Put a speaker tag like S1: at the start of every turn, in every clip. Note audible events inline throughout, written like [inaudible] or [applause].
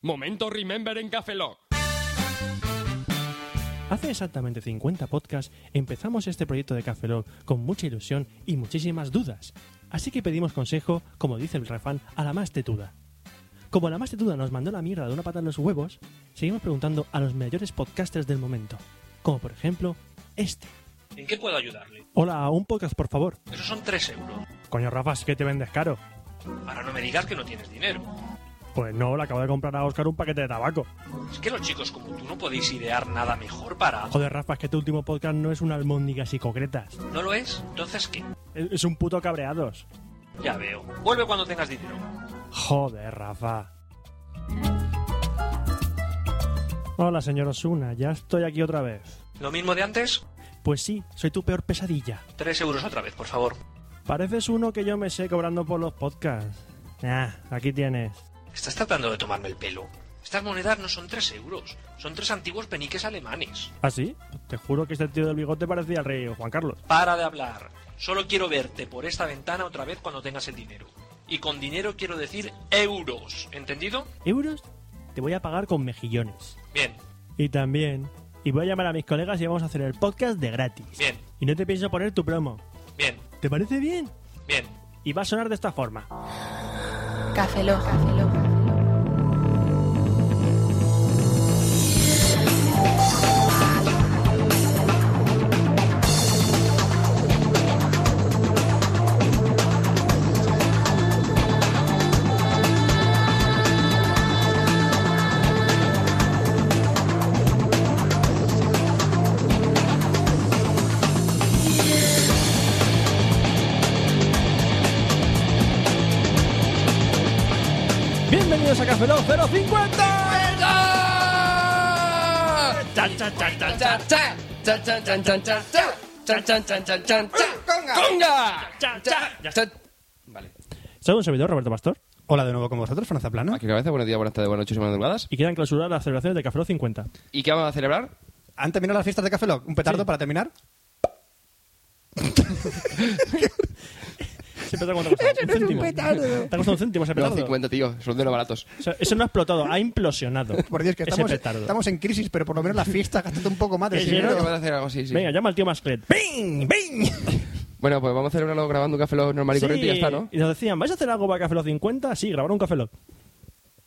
S1: Momento Remember en Café Lock.
S2: Hace exactamente 50 podcasts empezamos este proyecto de Café Lock con mucha ilusión y muchísimas dudas. Así que pedimos consejo, como dice el refán, a la más tetuda. Como la más tetuda nos mandó la mierda de una pata en los huevos, seguimos preguntando a los mayores podcasters del momento. Como por ejemplo, este.
S3: ¿En qué puedo ayudarle?
S2: Hola, un podcast por favor.
S3: Esos son 3 euros.
S2: Coño, Rafa, es que te vendes caro.
S3: Ahora no me digas que no tienes dinero.
S2: Pues no, le acabo de comprar a Oscar un paquete de tabaco.
S3: Es que los chicos como tú no podéis idear nada mejor para...
S2: Joder, Rafa, es que tu último podcast no es una almóndiga y concretas.
S3: ¿No lo es? Entonces, ¿qué?
S2: Es es un puto cabreados.
S3: Ya veo. Vuelve cuando tengas dinero.
S2: Joder, Rafa. Hola, señor Osuna, ya estoy aquí otra vez.
S3: ¿Lo mismo de antes?
S2: Pues sí, soy tu peor pesadilla.
S3: 3 euros otra vez, por favor.
S2: Pareces uno que yo me sé cobrando por los podcasts. Ah, aquí tienes.
S3: Estás tratando de tomarme el pelo. Estas monedas no son 3 euros. Son tres antiguos peniques alemanes.
S2: ¿Ah, sí? Te juro que este tío del bigote parecía el rey Juan Carlos.
S3: Para de hablar. Solo quiero verte por esta ventana otra vez cuando tengas el dinero. Y con dinero quiero decir euros. ¿Entendido?
S2: ¿Euros? Te voy a pagar con mejillones.
S3: Bien,
S2: Y también... Y voy a llamar a mis colegas y vamos a hacer el podcast de gratis.
S3: Bien.
S2: Y no te pienso poner tu promo.
S3: bien,
S2: ¿Te parece bien?
S3: bien.
S2: Y va a sonar de esta forma.
S4: Café Lock. Café Lock.
S2: Bienvenidos a Café Lock 050.
S3: Vale.
S2: Soy un servidor, Roberto Pastor,
S5: Hola de nuevo con vosotros, Franza Plana.
S6: Aquí cabeza, buenos días, buenas tardes, buenas noches y buenas madrugadas.
S2: y quedan clausuradas las celebraciones de Café Lock 50.
S6: ¿Y qué vamos a celebrar?
S5: ¿Han terminado las fiestas de Café Lock? ¿Un petardo
S2: Sí.
S5: para terminar?
S2: Siempre te cuento cosas. Un céntimo. Te ha costado un céntimo ese
S6: No,
S2: petardo.
S6: 50, tío, son de los baratos.
S2: O sea, eso no ha explotado, ha implosionado.
S5: [laughs] Por Dios, que
S2: ese
S5: estamos,
S2: petardo.
S5: estamos en crisis, pero por lo menos las fiestas gastan un poco más de
S2: Que
S6: Creo
S2: Pero-
S6: que
S5: dinero.
S6: van a hacer algo así, sí.
S2: Venga, llama al tío Masclet. ¡Bing! ¡Bing!
S6: Bueno, pues vamos a celebrarlo grabando un café Lock normal y
S2: Sí.
S6: corriente y ya está, ¿no?
S2: Y nos decían, ¿vais a hacer algo para Café Lock 50? Sí, grabar un Café Lock.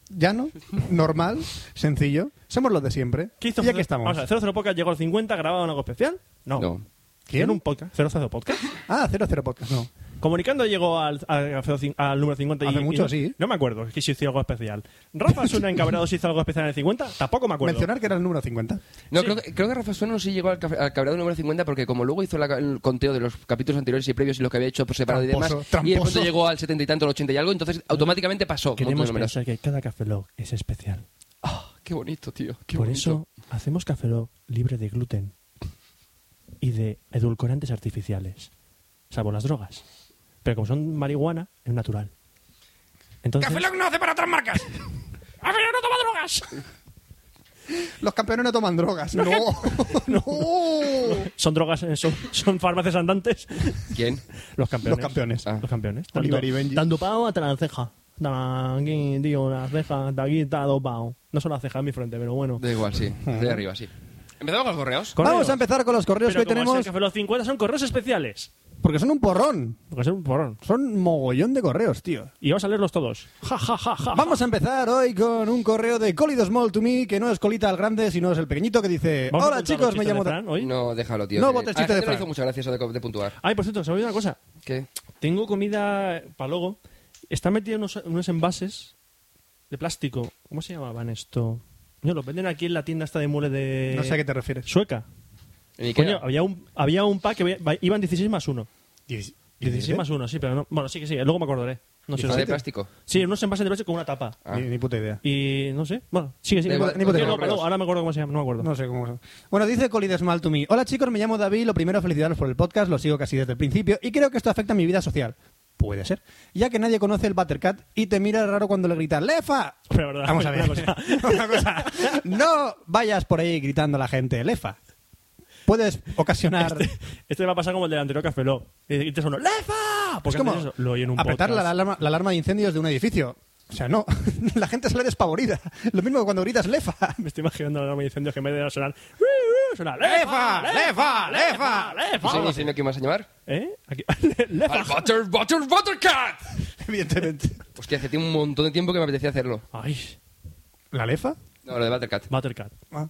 S5: Llano, normal, sencillo. Somos los de siempre.
S2: ¿Qué hizo
S5: Y
S2: Cero-
S5: aquí estamos.
S2: Vamos a ver, 00 Podcast llegó al 50, grabaron algo especial. No.
S6: No.
S2: ¿Quién? un podcast. 00 Podcast.
S5: Ah, 00 podcast, no.
S2: Comunicando llegó al, al, al número 50 y-
S5: Hace
S2: y
S5: mucho,
S2: no,
S5: sí.
S2: No me acuerdo que si hizo algo especial. Rafa Suna Encabrados hizo algo especial en el 50, tampoco me acuerdo.
S5: Mencionar que era el número 50.
S6: No,
S2: Sí.
S6: creo, que, creo que Rafa Sueno sí llegó al, café- al cabreado número 50 porque como luego hizo la- el conteo de los capítulos anteriores y previos y los que había hecho por separado y
S5: Tramposo,
S6: demás, y
S5: tramposo.
S6: después llegó al 70 y tanto, al 80 y algo, entonces automáticamente pasó. un montón de
S2: Queremos
S6: números.
S2: pensar que cada Café Lock es especial.
S6: Ah, qué bonito, tío. Qué
S2: Por
S6: bonito.
S2: eso hacemos Café Lock libre de gluten y de edulcorantes artificiales, salvo las drogas. Pero como son marihuana, es natural. Entonces,
S1: Café Lock no hace para otras [laughs] marcas. ¡Café Lock no toma drogas!
S5: Los campeones no toman drogas. No,
S2: [laughs]
S5: no.
S2: son drogas, eh, son, [laughs] son farmacias andantes.
S6: ¿Quién?
S2: Los campeones.
S5: Los campeones.
S6: Ah.
S2: Los campeones.
S5: Oliver y Benji.
S2: Tanto pao hasta la ceja. Tan Aquí, tío, las cejas. de Aquí está dopao. No son las cejas en mi frente, pero bueno.
S6: Da
S2: [laughs]
S6: igual, sí. De arriba, sí. ¿Empezamos con los correos?
S2: Correos.
S5: Vamos a empezar con los correos
S2: Pero
S5: que hoy
S2: como es el
S5: tenemos.
S2: Café Lock 50 son correos especiales.
S5: Porque son un porrón.
S2: Porque es un porrón.
S5: Son mogollón de correos, tío.
S2: Y vamos a leerlos todos. Ja, ja, ja, ja.
S5: Vamos a empezar hoy con un correo de Colido Small to Me, que no es colita al grande, sino es el pequeñito que dice:
S2: Vamos a
S5: Hola
S2: contar los
S5: chicos, me
S2: chistes
S5: llamo.
S2: de
S5: Dan-".
S2: Fran hoy.
S6: No, déjalo, tío.
S5: No
S6: que-
S5: bote el
S6: a la
S5: chiste de
S6: gente le
S5: Fran.
S6: hizo muchas gracias eso de, de puntuar.
S2: Ay, por cierto, se me olvidó una cosa.
S6: ¿Qué?
S2: Tengo comida para luego. Está metido en unos, unos envases de plástico. ¿Cómo se llamaban esto? No, los venden aquí en la tienda esta de mule de...
S5: No sé a qué te refieres.
S2: Sueca.
S6: ¿En Ikea?
S2: Coño, había un, había un pack que ve- iban 16 más 1.
S5: Dieci-
S2: 16 más 1, sí, pero no. Bueno, sí que sí, luego me acordaré. No sé,
S6: ¿Está de
S2: sí.
S6: plástico?
S2: Sí, unos envases de plástico con una tapa.
S6: Ah.
S5: Ni, ni puta idea.
S2: Y no sé. Bueno, sigue, sigue.
S6: Da igual,
S2: No,
S5: ni puta idea.
S2: no, pero no, ahora me acuerdo cómo se llama, no me acuerdo.
S5: No sé cómo. Bueno, dice Colides Small to Me. Hola chicos, me llamo David. Lo primero, felicitaros por el podcast. Lo sigo casi desde el principio y creo que esto afecta a mi vida social. Puede ser. Ya que nadie conoce el Buttercat y te mira raro cuando le gritas ¡Lefa!
S2: Pero, verdad,
S5: Vamos a
S2: una
S5: ver.
S2: cosa.
S5: [laughs] Una cosa. No vayas por ahí gritando a la gente ¡Lefa! Puedes ocasionar.
S2: Este va a pasar como el del anterior Café Lock. Y te sonó, ¡Lefa!
S5: Es
S2: Porque
S5: como
S2: antes eso, lo oí en un
S5: Pues, apretar
S2: podcast.
S5: la alarma, la alarma de incendios de un edificio. O sea, no, [laughs] la gente sale despavorida. Lo mismo que cuando gritas lefa.
S2: Me estoy imaginando la alarma de incendios que en vez de sonar... Suena [laughs]
S5: ¡Lefa!
S2: lefa,
S5: ¡Lefa! ¡Lefa!
S6: ¿No sé, no
S2: lefa.
S6: sé quién vas a llamar?
S2: ¿Eh? Aquí- [laughs] lefa.
S6: ¡Al Butter, Butter, Buttercat!
S5: [laughs] Evidentemente. [laughs]
S6: Hostia, hace un montón de tiempo que me apetecía hacerlo.
S2: Ay,
S5: ¿La lefa?
S6: No, lo de Buttercat.
S2: Buttercat.
S5: Ah.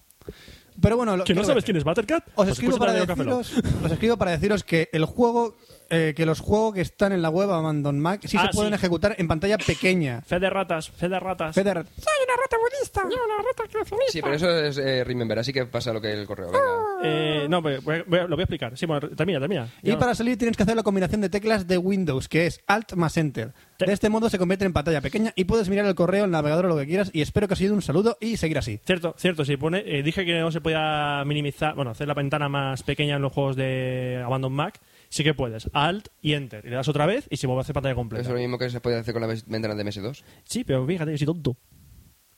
S5: Pero bueno... lo-
S2: ¿Que no
S5: quiero
S2: sabes
S5: decir.
S2: quién es Buttercat? Pues
S5: Os
S2: Por
S5: escribo,
S2: supuesto,
S5: para
S2: Radio Café Lock.
S5: deciros, os escribo para deciros que el juego... eh, que los juegos que están en la web Abandon Mac sí
S2: Ah,
S5: se pueden
S2: sí. Ah,
S5: ejecutar en pantalla pequeña.
S2: Fe de ratas, fe de ratas.
S5: Federer,
S6: Sí, pero eso es eh, Remember, así que pasa lo que el correo. Venga.
S2: Eh, no, voy- voy- voy- lo voy a explicar. Sí, bueno, termina, termina.
S5: Y
S2: Ya.
S5: para salir tienes que hacer la combinación de teclas de Windows, que es Alt más Enter.
S2: Te-
S5: De este modo se convierte en pantalla pequeña y puedes mirar el correo, el navegador o lo que quieras. Y espero que os haya sido un saludo y seguir así.
S2: Cierto, cierto, sí. Pone, eh, dije que no se podía minimizar, bueno, hacer la ventana más pequeña en los juegos de Abandon Mac. Sí que puedes. Alt y Enter. Y le das otra vez y se vuelve a hacer pantalla
S6: Eso es
S2: completa.
S6: lo mismo que se puede hacer con la ves- ventana de MS2.
S2: Sí, pero fíjate, yo soy tonto.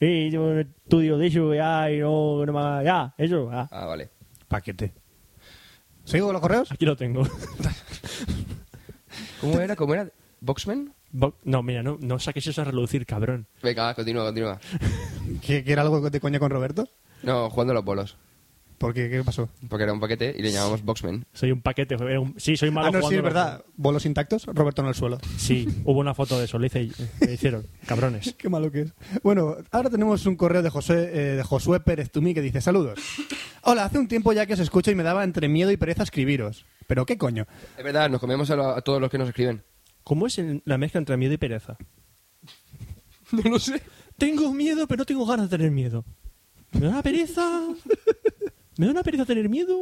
S2: Y yo en el estudio de eso, ya, y no, no me- ya, eso, ya.
S6: Ah, vale.
S5: Paquete. ¿Sigo con los correos?
S2: Aquí lo tengo. [laughs]
S6: ¿Cómo era? ¿Cómo era? ¿Boxman?
S2: Bo- no, mira, no, no saques eso a relucir, cabrón.
S6: Venga, va, continúa, continúa.
S5: ¿Que, que era algo de coña con Roberto?
S6: No, jugando a los bolos.
S5: Porque, ¿qué pasó?
S6: Porque era un paquete y le llamamos Boxman.
S2: Soy un paquete. era un- sí, soy malo
S5: ah, no, sí,
S2: jugando
S5: es
S2: a los-
S5: verdad. Bolos intactos, Roberto en el suelo. [laughs]
S2: Sí, hubo una foto de eso. Lo hice, lo hicieron, cabrones.
S5: Qué malo que es. Bueno, ahora tenemos un correo de José, eh, de Josué Pérez Tumí que dice saludos. Hola, hace un tiempo ya que os escucho y me daba entre miedo y pereza escribiros. Pero qué coño.
S6: Es verdad, nos comemos a, lo- a todos los que nos escriben.
S2: ¿Cómo es el- la mezcla entre miedo y pereza?
S5: [laughs]
S6: No lo sé.
S2: Tengo miedo, pero no tengo ganas de tener miedo. Me da una pereza. Me da una pereza tener miedo.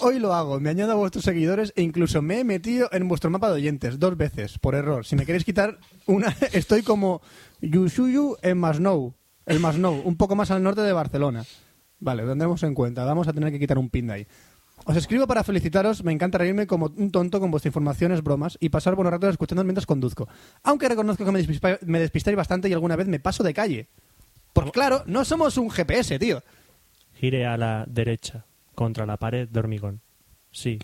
S5: Hoy lo hago, me añado a vuestros seguidores e incluso me he metido en vuestro mapa de oyentes dos veces, por error. Si me queréis quitar una, [laughs] estoy como Yushuyu en Masnou, el Masnou, un poco más al norte de Barcelona. Vale, lo tendremos en cuenta, vamos a tener que quitar un pin de ahí. Os escribo para felicitaros, me encanta reírme como un tonto con vuestras informaciones, bromas y pasar buenos ratos escuchando mientras conduzco. Aunque reconozco que me, despispa- me despistáis bastante y alguna vez me paso de calle. Porque claro, no somos un GPS, tío.
S2: Gire a la derecha, contra la pared de hormigón. Sí.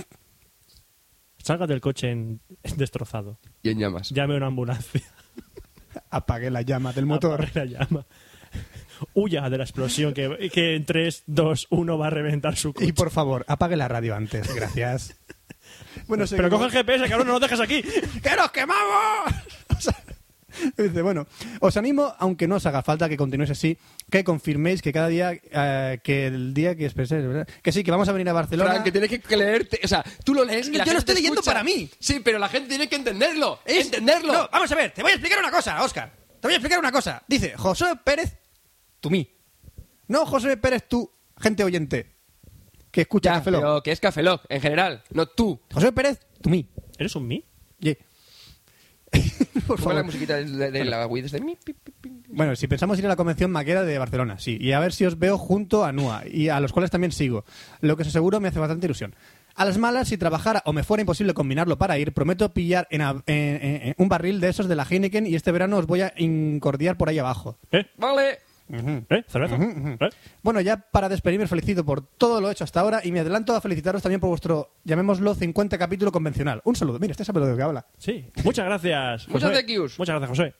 S2: Salga del coche en- destrozado.
S6: Y en llamas.
S2: Llame a una ambulancia.
S5: Apague la llama del [laughs] motor.
S2: Apague [laughs] la llama. Huya de la explosión que, que en 3, 2, 1 va a reventar su coche.
S5: Y por favor, apague la radio antes.
S6: [laughs]
S5: Gracias. bueno,
S2: Pero coge el GPS, cabrón, no nos dejas aquí.
S5: ¡Que nos quemamos! [laughs] O sea, Dice, bueno, os animo, aunque no os haga falta que continuéis así, que confirméis que cada día, eh, que el día que expreséis, ¿verdad? que sí, que vamos a venir a Barcelona.
S6: Frank, que tienes que leerte. O sea, tú lo lees. y
S5: Yo
S6: la
S5: lo
S6: gente
S5: estoy
S6: te
S5: leyendo
S6: escucha.
S5: para mí.
S6: Sí, pero la gente tiene que entenderlo.
S5: Es-
S6: ¡Entenderlo!
S5: No, vamos a ver, te voy a explicar una cosa, Oscar. Te voy a explicar una cosa. Dice José Pérez, tú mí. No José Pérez, tú, gente oyente, que escucha
S6: ya,
S5: Café Lock.
S6: pero que es Café Lock, en general. No tú.
S5: José Pérez, tú mí.
S2: ¿Eres un mí?
S5: Yeah. [laughs] Por
S6: Fue la
S5: favor.
S6: musiquita de, de- de la Wii desde mi, pi, pi, pi.
S5: Bueno, si pensamos ir a la convención maquera de Barcelona, sí, y a ver si os veo junto a Nua, y a los cuales también sigo, lo que os aseguro me hace bastante ilusión. A las malas, si trabajara o me fuera imposible combinarlo para ir, prometo pillar en, a- en- en- en un barril de esos de la Heineken y este verano os voy a incordiar por ahí abajo.
S2: ¿Eh?
S6: Vale.
S2: ¿Eh? ¿Cerveza? ¿Eh?
S5: Bueno, ya para despedirme os felicito por todo lo hecho hasta ahora y me adelanto a felicitaros también por vuestro, llamémoslo, 50 capítulo convencional. Un saludo. Mira, este sabe lo que habla.
S2: Sí. Muchas gracias.
S6: Muchas
S2: Josué.
S6: thank yous.
S2: Muchas gracias, José.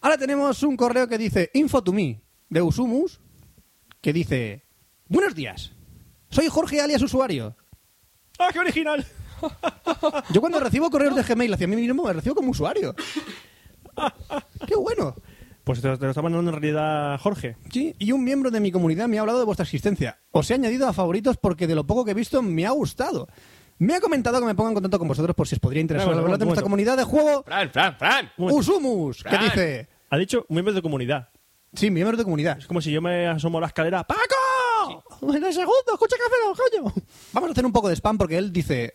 S5: Ahora tenemos un correo que dice info to me de Usumus que dice Buenos días. Soy Jorge alias usuario.
S2: ¡Ah, qué original!
S5: Yo cuando recibo correos de Gmail hacia mí mismo me recibo como usuario. Qué bueno.
S2: Pues te, lo- te lo está mandando en realidad Jorge.
S5: Sí, y un miembro de mi comunidad me ha hablado de vuestra existencia. Os he añadido a favoritos porque de lo poco que he visto me ha gustado. Me ha comentado que me ponga en contacto con vosotros por si os podría interesar
S2: Espera,
S5: hablar de
S2: un
S5: nuestra
S2: momento.
S5: comunidad de juego
S1: Fran, Fran, Fran.
S2: Un momento.
S5: Usumus, que
S1: Fran.
S5: dice...
S2: Ha dicho miembros de comunidad.
S5: Sí, miembro de comunidad.
S2: Es como si yo me asomo a la escalera. ¡Paco!
S5: En el segundo, escucha café, coño. Vamos a hacer un poco de spam porque él dice: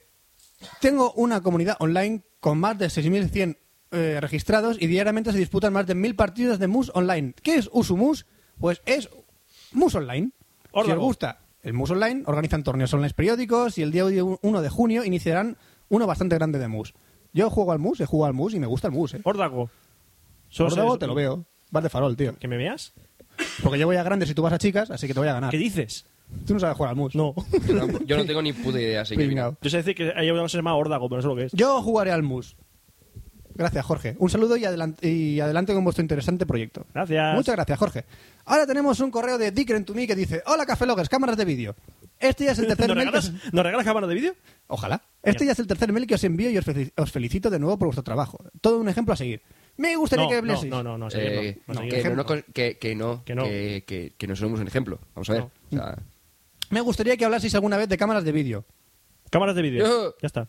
S5: Tengo una comunidad online con más de 6.100 eh, registrados y diariamente se disputan más de 1.000 partidas de MUS online. ¿Qué es UsuMUS? Pues es MUS online. Si os
S2: Órdago.
S5: gusta el MUS online, organizan torneos online periódicos y el día 1 de junio iniciarán uno bastante grande de MUS. Yo juego al MUS, he jugado al MUS y me gusta el MUS. ¿eh?
S2: Órdago. Sos-
S5: Órdago
S2: es-
S5: te lo veo. Vas de farol, tío.
S2: ¿Que me veas?
S5: Porque yo voy a grandes y tú vas a chicas, así que te voy a ganar.
S2: ¿Qué dices?
S5: Tú no sabes jugar al MUS.
S2: No.
S5: [laughs]
S6: Yo tampoco- Yo no tengo ni puta idea, así que. mira.
S5: Pringao.
S2: Yo sé decir que hay una cosa que se llama órdago, pero no sé lo que es.
S5: Yo jugaré al MUS. Gracias, Jorge. Un saludo y, adelan- y adelante con vuestro interesante proyecto.
S2: Gracias.
S5: Muchas gracias, Jorge. Ahora tenemos un correo de Dickren to me que dice: Hola, Cafelogues, cámaras de vídeo. Este ya
S2: [laughs]
S5: es el tercer
S2: ¿Nos
S5: mail que os-
S2: regalas, ¿Nos regalas cámara de vídeo?
S5: Ojalá. Este ya es el tercer mail que os envío y os, felici- os felicito de nuevo por vuestro trabajo. Todo un ejemplo a seguir. Me gustaría
S2: No,
S5: que
S2: no,
S5: habléis.
S2: no, no, no,
S6: Eh,
S2: seguir no, no, seguir
S6: que,
S2: no.
S6: no, no, que, que no,
S2: Que no.
S6: que- que- que no somos un ejemplo. Vamos a ver.
S2: No.
S6: O sea,
S5: Me gustaría que hablaseis alguna vez de cámaras de vídeo.
S2: Cámaras de vídeo.
S6: Yo-
S2: Ya está.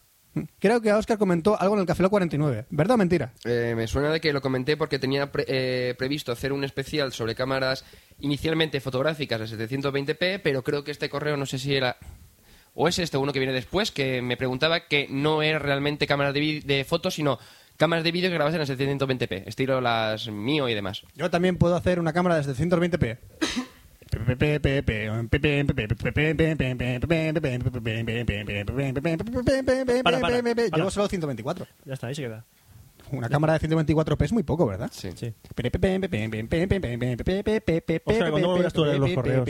S5: Creo que Oscar comentó algo en el Café Lock 49. ¿Verdad o mentira?
S6: eh, me suena de que lo comenté porque tenía pre- eh, previsto hacer un especial sobre cámaras inicialmente fotográficas de 720p, pero creo que este correo no sé si era... O es este uno que viene después, que me preguntaba que no era realmente cámaras de, vi- de fotos, sino cámaras de vídeo que grabasen en 720p, estilo las mío y demás.
S5: Yo también puedo hacer una cámara de 720p.
S2: Para, para, para.
S5: Llevo solo 124.
S2: Ya está, ahí se queda.
S5: Una cámara de 124p es muy poco, ¿verdad?
S6: Sí.
S2: Sí.
S5: Oscar,
S2: ¿cuándo volverás tú a leer los correos?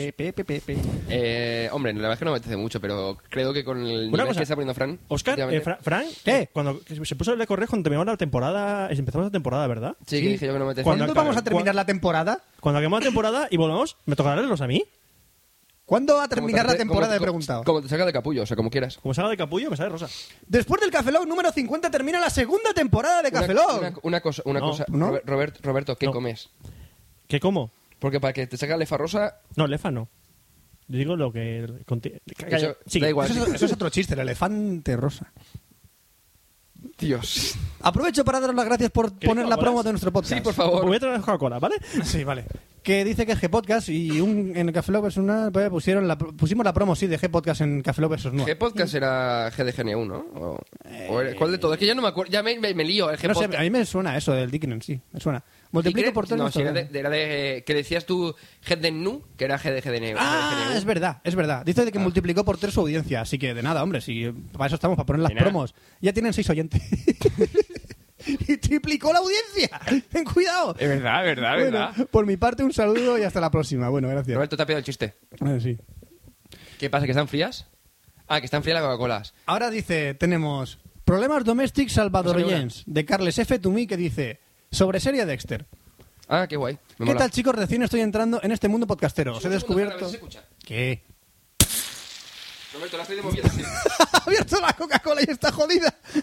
S6: Eh, hombre, la verdad es que no me apetece mucho, pero creo que con el
S2: Una
S6: nivel
S2: cosa.
S6: que está poniendo Fran...
S2: Oscar,
S6: últimamente-
S2: eh, Fra- Frank,
S5: ¿Qué?
S2: cuando que se puso el correo cuando terminamos la temporada, empezamos la temporada, ¿verdad?
S6: Sí, que dije yo que no me apetece.
S2: Cuando
S5: ¿Cuándo
S2: acabe-
S5: vamos a terminar la temporada?
S2: Cuando acabemos la temporada y volvamos, ¿me tocará leerlos a mí?
S5: ¿Cuándo va a
S6: Como te
S5: terminar la
S6: apete- como
S5: temporada?
S6: te-
S5: He preguntado.
S6: Como te saca de capullo, o sea, como quieras.
S2: Como salga de capullo, me sale rosa.
S5: Después del Café Lock número 50 termina la segunda temporada de Café
S6: Una,
S5: Lock.
S6: una- una cosa, una
S2: No,
S6: cosa.
S5: ¿no?
S6: Robert- Robert- Roberto, ¿qué
S2: No.
S6: comes?
S2: ¿Qué como?
S6: Porque para que te saca lefarrosa,
S2: No, lefa no. Yo digo lo que... conti- Calla,
S6: Eso,
S2: sigue.
S6: da igual.
S5: Eso, es- eso es otro chiste, el elefante rosa.
S6: Dios.
S5: Aprovecho para daros las gracias por
S2: ¿Queréis
S5: poner la
S2: colaborar?
S5: promo de nuestro podcast.
S6: Sí, por
S2: [laughs] Voy
S6: favor.
S2: a traer Coca-Cola, [laughs] ¿vale?
S5: Sí, vale. Que dice que es G-Podcast y un, en el Café Lock vs. una pues, pusieron la, pusimos la promo, sí, de G-Podcast en Café Lock vs.
S6: ¿Qué
S5: 9.
S6: podcast era GDGN1? ¿no? O- o era- ¿Cuál de todos? Es que ya no me acuerdo. Ya me, me- me lío. El
S5: Que Eh, no sé, a
S6: G-Podcast.
S5: mí me suena eso del Dickens, sí, me suena. Multiplico
S6: ¿Y
S5: por
S6: cre-
S5: tres
S6: No,
S5: nuestro-
S6: sí, era de, era de- que decías tú GDNU, que era GDGN1.
S5: Ah, es verdad, es verdad. Dice
S6: Ah.
S5: de que multiplicó por tres su audiencia, así que de nada, hombre, si para eso estamos, para poner las
S6: De nada.
S5: promos. Ya tienen seis oyentes. [laughs] y triplicó la audiencia. Ten cuidado.
S6: Es verdad, es verdad,
S5: Bueno, por mi parte, un saludo y hasta la próxima. Bueno, gracias.
S6: Roberto, te ha pillado el chiste.
S5: Bueno, sí.
S6: ¿Qué pasa? ¿Que están frías? Ah, que están frías las Coca-Colas.
S5: Ahora dice, tenemos Problemas Domestic Salvadoreñens, de Carles F. Tumi, que dice, sobre serie Dexter.
S6: Ah, qué guay.
S5: ¿Qué
S6: Me mola.
S5: tal, chicos? Recién estoy entrando en este mundo podcastero. Os he
S6: Un segundo, Fran,
S5: descubierto...
S6: a ver si se escucha.
S5: ¿Qué? [laughs]
S6: Roberto, la estoy moviendo. sí.
S5: ha abierto la Coca-Cola y está jodida. [laughs]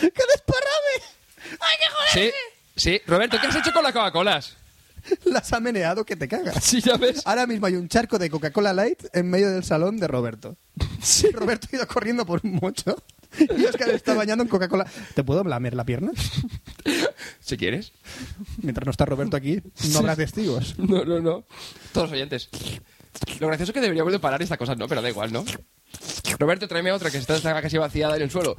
S5: ¡Qué desparrame! [laughs] ¡Ay, qué
S6: [laughs] Sí, sí. Roberto, ¿qué has hecho con las Coca-Colas?
S5: joder! Las ha meneado que te cagas.
S6: Sí, ya ves.
S5: Ahora mismo hay un charco de Coca-Cola Light en medio del salón de
S6: [laughs]
S5: Roberto. Sí. Roberto ha ido corriendo por un mocho [laughs] y Oscar está bañando en Coca-Cola. ¿Te puedo lamer la pierna?
S6: Si quieres.
S5: Mientras no está Roberto aquí, no habrá testigos.
S6: No, no, no. Todos los oyentes. Lo gracioso es que deberíamos de parar estas cosas, ¿no? Pero da igual, ¿no? Roberto, tráeme otra que está, está casi vaciada en el suelo.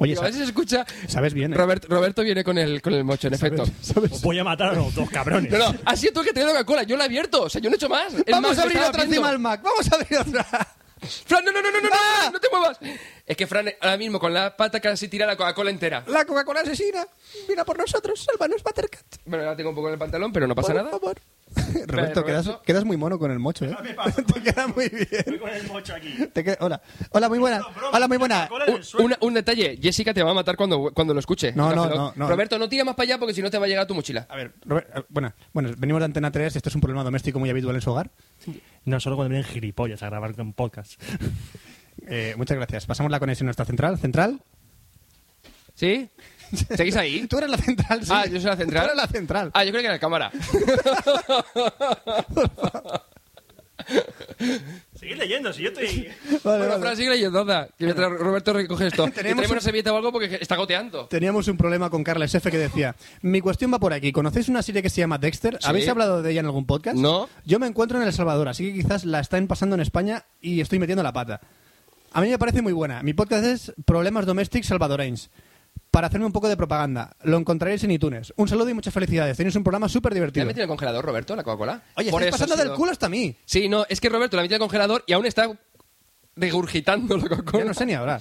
S5: Oye,
S6: Digo, a
S5: ¿sabes,
S6: veces se escucha.
S5: sabes bien, ¿eh?
S6: Robert- Roberto viene con el, con el mocho, en efecto.
S5: ¿Sabes?
S2: Os voy a matar a los dos cabrones.
S6: No, no, has sido tú el que te dio la Coca-Cola. Yo la he abierto. O sea, yo no he hecho más. Es
S5: Vamos
S6: más,
S5: a abrir
S6: yo estaba
S5: otra
S6: abriendo.
S5: encima al Mac. Vamos a abrir otra.
S6: Fran, no, no, no, no, no, no,
S5: ¡Ah!
S6: Fran, no te muevas. Es que Fran ahora mismo con la pata casi tira la Coca-Cola entera.
S5: La Coca-Cola asesina. Mira por nosotros. Sálvanos, Buttercat.
S6: Bueno, la tengo un poco en el pantalón, pero no pasa
S5: Por
S6: nada.
S5: favor.
S6: Roberto.
S5: Roberto, quedas, quedas muy mono con el mocho, ¿eh? Te queda muy bien.
S2: con [laughs] el mocho aquí.
S5: Te queda- hola. Hola, muy buena. Hola, muy buena.
S2: Coca-Cola en el
S6: Un,
S2: suelo.
S6: una- un detalle, Jessica te va a matar cuando, cuando lo escuche.
S5: No,
S6: Café
S5: no,
S6: Lock.
S5: no, no.
S6: Roberto, no tira más para allá porque si no te va a llegar tu mochila.
S5: A ver, Robert- eh, bueno, bueno, venimos de Antena 3, esto es un problema doméstico muy habitual en su hogar.
S2: No, solo cuando vienen gilipollas a grabar con podcast.
S5: Eh, muchas gracias. Pasamos la conexión a nuestra central. ¿Central? [laughs]
S6: ¿Sí? ¿Seguís ahí?
S5: Tú eres la central, sí.
S6: Ah, yo soy la central.
S5: Tú eres la central.
S6: Ah, yo creo que era
S5: [laughs]
S6: la cámara.
S2: [laughs] Seguid leyendo, si yo [laughs] estoy...
S5: Vale,
S6: bueno,
S5: vale.
S6: Fran, sigue leyendo, anda, Que mientras Roberto recoge esto.
S5: [laughs]
S6: Que
S5: Tenemos
S6: Tenemos
S5: un-
S6: una servilleta o algo porque está goteando.
S5: Teníamos un problema con Carles F. que decía, mi cuestión va por aquí. ¿Conocéis una serie que se llama Dexter?
S6: Sí.
S5: ¿Habéis hablado de ella en algún podcast?
S6: No.
S5: Yo me encuentro en El Salvador, así que quizás la están pasando en España y estoy metiendo la pata. A mí me parece muy buena. Mi podcast es Problemas Domestic Salvadoreños. Para hacerme un poco de propaganda, lo encontraréis en iTunes. Un saludo y muchas felicidades. Tenéis un programa súper
S6: ¿Te
S5: divertido.
S6: has metido en el congelador, Roberto, la Coca-Cola?
S5: Oye,
S6: Por
S5: estáis
S6: eso ha
S5: pasando del
S6: sido-
S5: culo hasta mí.
S6: Sí, no, es que Roberto la ha metido en el congelador y aún está regurgitando la
S5: Yo
S6: Coca-Cola.
S5: no sé ni hablar.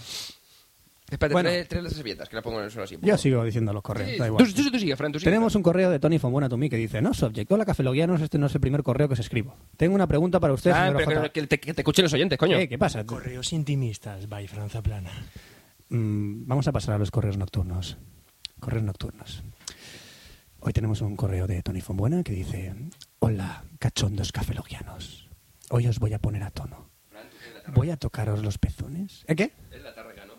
S6: Espérate,
S5: Bueno.
S6: trae, trae las servilletas, que la pongo en el suelo así. un
S5: Yo
S6: poco.
S5: sigo diciendo los correos.
S6: Sí,
S5: da igual.
S6: Tú, tú, tú sigue, Fran, tú sigue.
S5: Tenemos un correo de Tony Fombona Tumí que dice, no, Subject, hola cafeloguianos, este no es el primer correo que os escribo. Tengo una pregunta para ustedes.
S6: Ah,
S5: señora
S6: pero
S5: J.
S6: que, que te, que te escuchen los oyentes, coño.
S5: Eh, ¿Qué pasa?
S2: Correos intimistas by Franza Plana.
S5: Mm, vamos a pasar a los correos nocturnos. Correos nocturnos. Hoy tenemos un correo de Tony Fonbuena que dice: Hola, cachondos cafelogianos. Hoy os voy a poner a tono. Voy a tocaros los pezones. ¿Eh, ¿Qué?
S6: Es la targa, ¿no?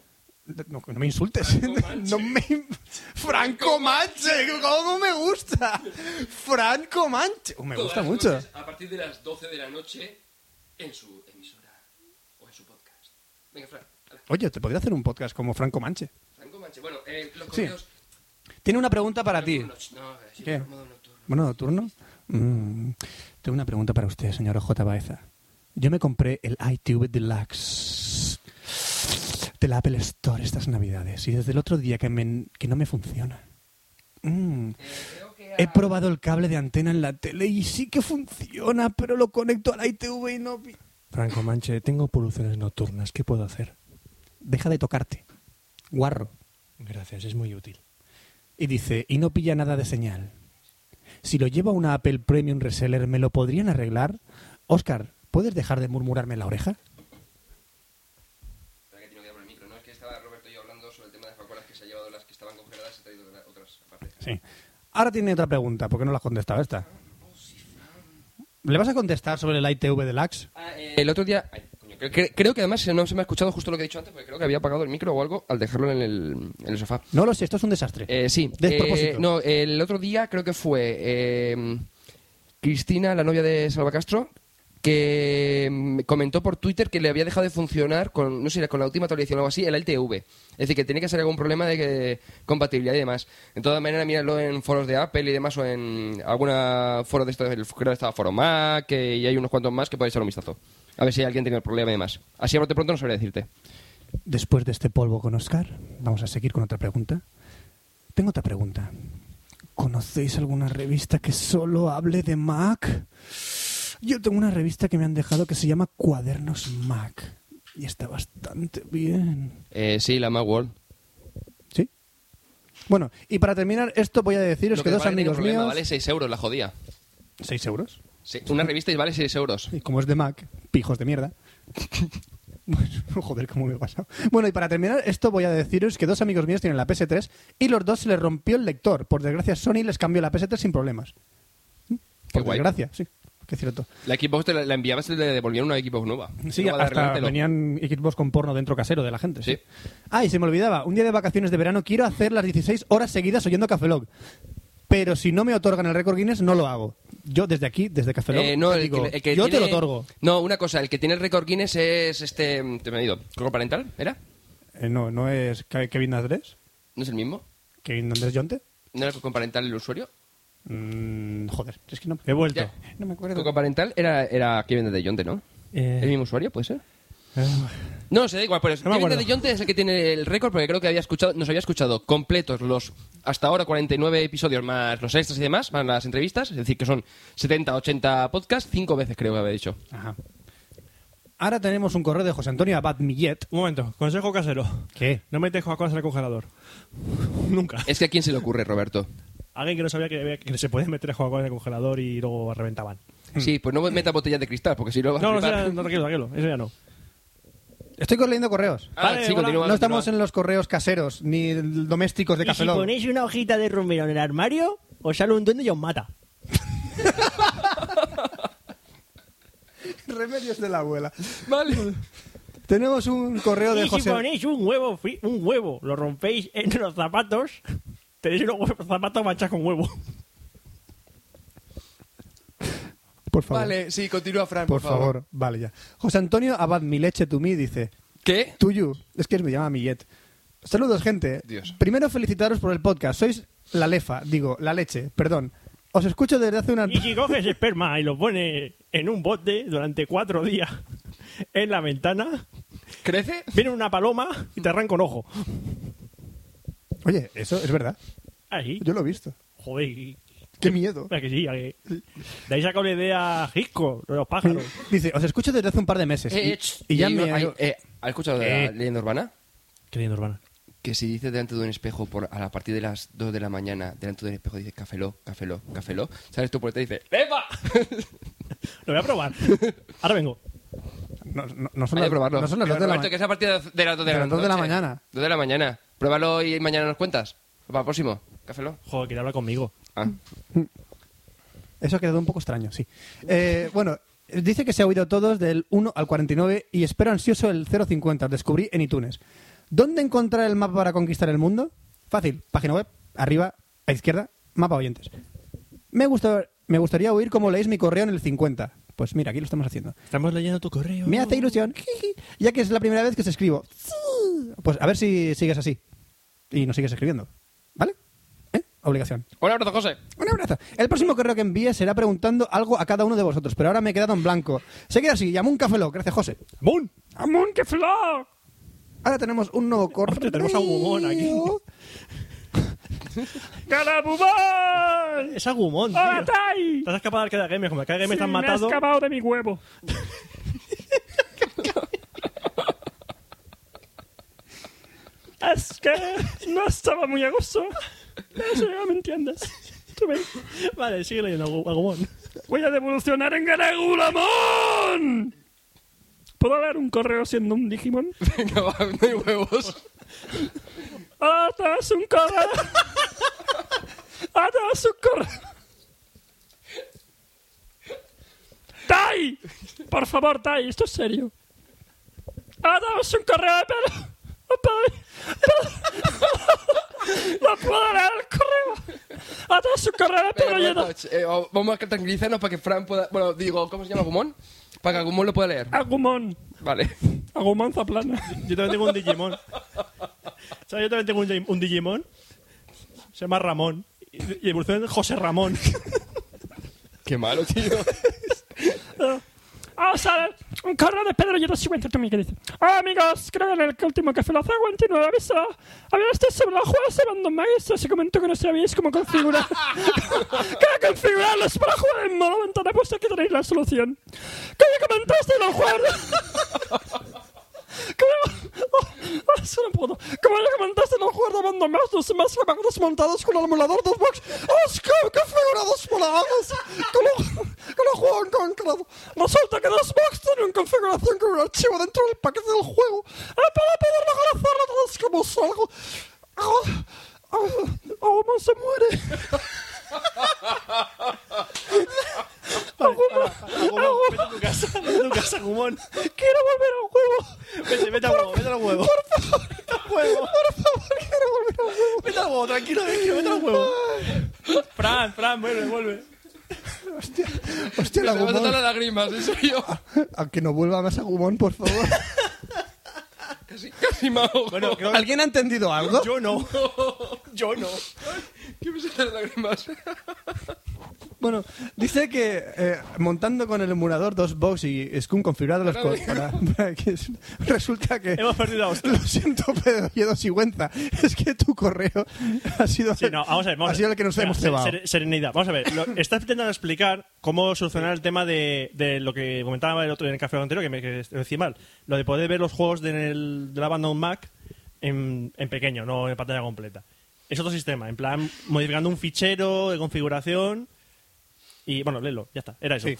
S5: No, no me insultes. [laughs] No me... Franco Manche, ¿cómo me gusta? Franco Manche. Oh, Me gusta mucho.
S6: a partir de las 12 de la noche en su emisora o en su podcast. Venga, Fran. hala.
S5: Oye, te podría hacer un podcast como Franco Manche.
S6: Franco Manche. Bueno, eh, los
S5: Sí.
S6: correos...
S5: Tiene una pregunta para ti.
S6: No, no, eh, sí,
S5: ¿Qué?
S6: modo nocturno.
S5: Bueno, nocturno. Mm, tengo una pregunta para usted, señor OJ Baeza. Yo me compré el iTube Deluxe de la Apple Store estas navidades y desde el otro día que, me- que no me funciona.
S6: Eh,
S5: Mm, He probado el cable de antena en la tele y sí que funciona, pero lo conecto al ITV y no... pi-
S2: Franco Manche, tengo poluciones nocturnas. ¿Qué puedo hacer?
S5: Deja de tocarte. Guarro.
S2: Gracias, es muy útil.
S5: Y dice, y no pilla nada de señal. Si lo llevo a una Apple Premium Reseller, ¿me lo podrían arreglar? Oscar, ¿puedes dejar de murmurarme en la oreja?
S6: Espera que tengo que dar por el micro, ¿no? Es que estaba Roberto y yo hablando sobre el tema de las Coca-Colas que se ha llevado las que estaban congeladas y ha traído la- otras aparte.
S5: Sí. Ahora tiene otra pregunta, ¿por qué no la has contestado esta? ¿Le vas a contestar sobre el ITV Deluxe?
S6: Eh, el otro día... Ay, coño, cre- cre- creo que además no se me ha escuchado justo lo que he dicho antes porque creo que había apagado el micro o algo al dejarlo en el, en el sofá.
S5: No lo sé, esto es un desastre.
S6: Eh, sí.
S5: Despropósito.
S6: Eh, no, el otro día creo que fue eh, Cristina, la novia de Salva Castro, que mm, comentó por Twitter que le había dejado de funcionar con, no sé, con la última actualización o algo así, el LTV. Es decir, que tiene que ser algún problema de que- compatibilidad y demás. De todas maneras, míralo en foros de Apple y demás o en alguna foro de estos, el- creo que estaba Foro Mac que- y hay unos cuantos más que podéis echar un vistazo. A ver si alguien tiene el problema y demás. Así a bote pronto no sabré decirte.
S5: Después de este polvo con Oscar, vamos a seguir con otra pregunta. Tengo otra pregunta. ¿Conocéis alguna revista que solo hable de Mac? Yo tengo una revista que me han dejado que se llama Cuadernos Mac. Y está bastante bien.
S6: Eh, sí, la Macworld.
S5: ¿Sí? Bueno, y para terminar, esto voy a deciros
S6: Lo
S5: que,
S6: te
S5: dos
S6: vale tiene
S5: amigos
S6: problema,
S5: míos...
S6: Vale 6 euros la jodía.
S5: ¿Seis euros?
S6: Sí, una revista y vale 6 euros.
S5: Y como es de Mac, pijos de mierda. [laughs] Bueno, [laughs] joder, cómo me he pasado. Bueno, y para terminar, esto voy a deciros que dos amigos míos tienen la PS3 y los dos se les rompió el lector. Por desgracia, Sony les cambió la PS3 sin problemas. Por
S6: guay.
S5: desgracia, sí. Qué cierto.
S6: La Xbox te la, la enviabas y le devolvieron una Xbox nueva.
S5: Sí,
S6: Luego de
S5: hasta
S6: arreglártelo.
S5: venían Xbox con porno dentro casero de la gente.
S6: Sí.
S5: Ah, y se me olvidaba. Un día de vacaciones de verano quiero hacer las 16 horas seguidas oyendo Cafelog. Pero si no me otorgan el récord Guinness, no lo hago. Yo desde aquí, desde Cafelog,
S6: Eh, no,
S5: te
S6: el,
S5: digo,
S6: que, el que
S5: yo te
S6: tiene-
S5: lo otorgo.
S6: No, una cosa, el que tiene el récord Guinness es este. mm, Te me he ido. ¿Coco parental? ¿Era?
S5: Eh, no, ¿no es Ke- Kevin Andrés?
S6: ¿No es el mismo?
S5: ¿Kevin Andrés Yonte?
S6: ¿No era Coco parental el usuario?
S5: Mm, joder, es que no,
S2: He vuelto.
S6: Ya.
S5: no me acuerdo.
S6: Coco parental era, era Kevin de Yonte, ¿no?
S2: Eh,
S6: ¿El mismo usuario? ¿Puede ser?
S5: Eh,
S6: No, se da igual, pero
S5: me
S6: Kevin
S5: acuerdo.
S6: de Yonte es el que tiene el récord porque creo que había escuchado, nos había escuchado completos los hasta ahora 49 episodios más los extras y demás, más las entrevistas, es decir, que son 70, 80 podcasts, cinco veces creo que había dicho.
S5: Ajá. Ahora tenemos un correo de José Antonio Abad Millet.
S2: Un momento, consejo casero.
S5: ¿Qué?
S2: No metes Coca-Cola en el congelador. Nunca.
S6: Es que a quién se le ocurre, Roberto.
S2: Alguien que no sabía que, había- que se podía meter Coca-Cola en el congelador y luego reventaban.
S5: Hmm.
S6: Sí, pues no meta botellas de cristal, porque si no
S5: Ah,
S6: vas
S2: No,
S6: a
S2: no,
S6: flipar.
S2: sea, no, tranquilo, tranquilo. Eso ya no.
S5: Estoy leyendo correos.
S6: Ah,
S2: Vale,
S6: sí,
S2: hola.
S6: continúa,
S5: No estamos
S6: continúa.
S5: en los correos caseros ni domésticos de
S7: Y si
S5: Café Lock.
S7: ponéis una hojita de rumbero en el armario, os sale un duende y os mata.
S5: [laughs] Remedios de la abuela.
S6: Vale.
S5: Tenemos un correo de
S7: Y si
S5: José.
S7: ponéis un huevo, fri- un huevo, lo rompéis entre los zapatos, tenéis unos huevos- zapatos manchados con huevo.
S5: Por favor.
S6: Vale, sí, continúa, Fran.
S5: Por favor, vale ya. José Antonio Abad Mileche Tumí dice:
S6: ¿Qué?
S5: Tuyu. Es que me llama Millet. Saludos, gente.
S6: Dios.
S5: Primero felicitaros por el podcast. Sois la lefa, digo, la leche, perdón. Os escucho desde hace una.
S7: Y si coges esperma y lo pones en un bote durante cuatro días en la ventana,
S6: ¿Crece?
S7: viene una paloma y te arranca un ojo.
S5: Oye, eso es verdad.
S7: Así.
S5: Yo lo he visto.
S7: Joder, y-
S5: Qué miedo.
S7: mira que sí. a que- De ahí sacó la idea a Gisco, lo de los pájaros.
S5: Dice, os escucho desde hace un par de meses.
S6: Eh, eh,
S5: y, y ya me...
S6: hay- eh, ¿Has escuchado de la
S2: Eh.
S6: leyenda urbana?
S2: Querido Urbana.
S6: Que si dices delante de un espejo por, a la partir de las 2 de la mañana, delante de un espejo dices cafeló, cafeló, cafeló, sales tú por y dices ¡Epa!
S7: Lo voy a probar. Ahora vengo.
S5: No, no- no son
S6: Hay
S5: las,
S6: que probarlo.
S5: no son las dos
S6: Pero,
S5: de la
S6: Roberto,
S5: ma-
S6: que es a partir de las- de las 2 de,
S5: de
S6: la
S5: las dos de la
S6: noche.
S5: mañana.
S6: 2 de la mañana. Pruébalo y mañana nos cuentas. Para el próximo. Cafelo.
S2: Joder, que habla conmigo.
S6: Ah.
S5: Eso ha quedado un poco extraño, sí. Eh, bueno, dice que se ha oído todos del 1 al 49 y espero ansioso el 050. Os descubrí en iTunes. ¿Dónde encontrar el mapa para conquistar el mundo? Fácil. Página web, arriba, a izquierda, mapa oyentes. Me, gusta, me gustaría oír cómo leéis mi correo en el 50. Pues mira, aquí lo estamos haciendo.
S2: Estamos leyendo tu correo.
S5: Me hace ilusión, jiji, ya que es la primera vez que os escribo. Pues a ver si sigues así. Y nos sigues escribiendo. ¿Vale? ¿Eh? Obligación.
S6: Hola, abrazo, José. [laughs]
S5: Un abrazo. El próximo correo que envíe será preguntando algo a cada uno de vosotros, pero ahora me he quedado en blanco. Seguid así, llamó un café Lock. Gracias, José.
S2: ¡Bum!
S7: ¡Amón, qué flow!
S5: Ahora tenemos un nuevo correo.
S2: Hostia, tenemos a Gumón
S5: [laughs]
S2: aquí.
S7: ¡Carabubón!
S2: Es Agumon, tío.
S7: ¡Hola, Tai!
S2: Te has escapado de Arcade Games. Como Arcade Games te han
S7: me has
S2: matado.
S7: escapado de mi huevo. es que no estaba muy a gusto. Eso ya me entiendes. Tú ven.
S2: Vale, sigue leyendo Agu- Agumon.
S7: Voy a devolucionar en Garagulamón. ¿Puedo leer un correo siendo un Digimon?
S6: Venga, va, no hay huevos.
S7: ¡Atrás un
S2: [laughs]
S7: correo! ¡Atrás un correo! ¡Tai! Por favor, Tai, esto es serio. ¡Atrás un correo! ¡Pero! pero- [laughs] ¡No puedo leer el correo! ¡Atrás un correo! ¡Pero
S6: Venga,
S7: yo no!
S6: Roberto, eh, o- vamos a tranquilizarnos para que Fran pueda. Bueno, digo, ¿cómo se llama Gumón? Para que Gumón lo pueda leer.
S7: Agumon.
S5: [laughs]
S6: Vale.
S7: Agumon Zaplana.
S2: Yo también tengo un Digimon. ¿Sabes? Yo también tengo un, un Digimon. Se llama Ramón. Y y evoluciona en José Ramón.
S6: Qué malo, tío.
S7: Ah, o sea, un correo de Pedro Llorente 50 también que dice. Ah, amigos, creo que en el último Café Lock 59 habéis, ah, hablasteis sobre los juegos de Bandon Maestro. Se comentó que no sabíais cómo configurar, cómo configurarlos para jugar en modo ventana. Pues aquí tenéis la solución. ¿Qué me comentaste los juegos? de- ¿Qué- oh, oh, eso no puedo. Como ya comentaste, los juegos de Bandon Maestro se me han montados con el emulador de Xbox. ¡Oh, ¡Os co- configurados por la con los- con los juegos en concreto! Resulta que los Xbox tienen configuración con un archivo dentro del paquete del juego eh, para poder localizarlo todos como salgo. Ah, ah, Agumon se muere.
S2: Agumon, vete a tu casa. Vete a tu casa, Agumon.
S7: Quiero volver al juego.
S2: Vete, vete al huevo, vete al huevo. Por favor, vete al huevo.
S7: Por favor, quiero volver al juego.
S2: Vete al huevo, tranquilo, tranquilo, vete al huevo. Fran, Fran, vuelve, vuelve.
S5: Hostia, la
S6: Me vas a
S5: Gumón.
S6: dar las lágrimas,
S5: [laughs]
S6: en serio.
S5: Aunque no vuelva más a Gumón, por favor.
S6: Casi, casi me ahogo. [laughs]
S2: Bueno, [laughs] creo que
S5: ¿Alguien ha entendido algo?
S2: yo no. Yo no.
S6: ¿Qué me salen las lágrimas?
S5: Bueno, dice que eh, montando con el emulador dos box y Scum configurado los co- para- [laughs] para que es- resulta que
S2: Hemos perdido a Oscar.
S5: lo siento Pedro Lledo Sigüenza es que tu correo [laughs] ha sido
S2: Sí, no, vamos a ver. Vamos
S5: ha
S2: a
S5: sido
S2: ver.
S5: el que nos
S2: Mira,
S5: hemos
S2: se-
S5: cebado
S2: ser- Serenidad, vamos a ver. Lo- estás intentando explicar cómo solucionar el tema de, de lo que comentaba el otro en el café anterior, que me que decía mal. Lo de poder ver los juegos del- de la banda un Mac en, en pequeño, no en pantalla completa. Es otro sistema, en plan, modificando un fichero de configuración. Y bueno, léelo, ya está, era eso.
S5: Eh,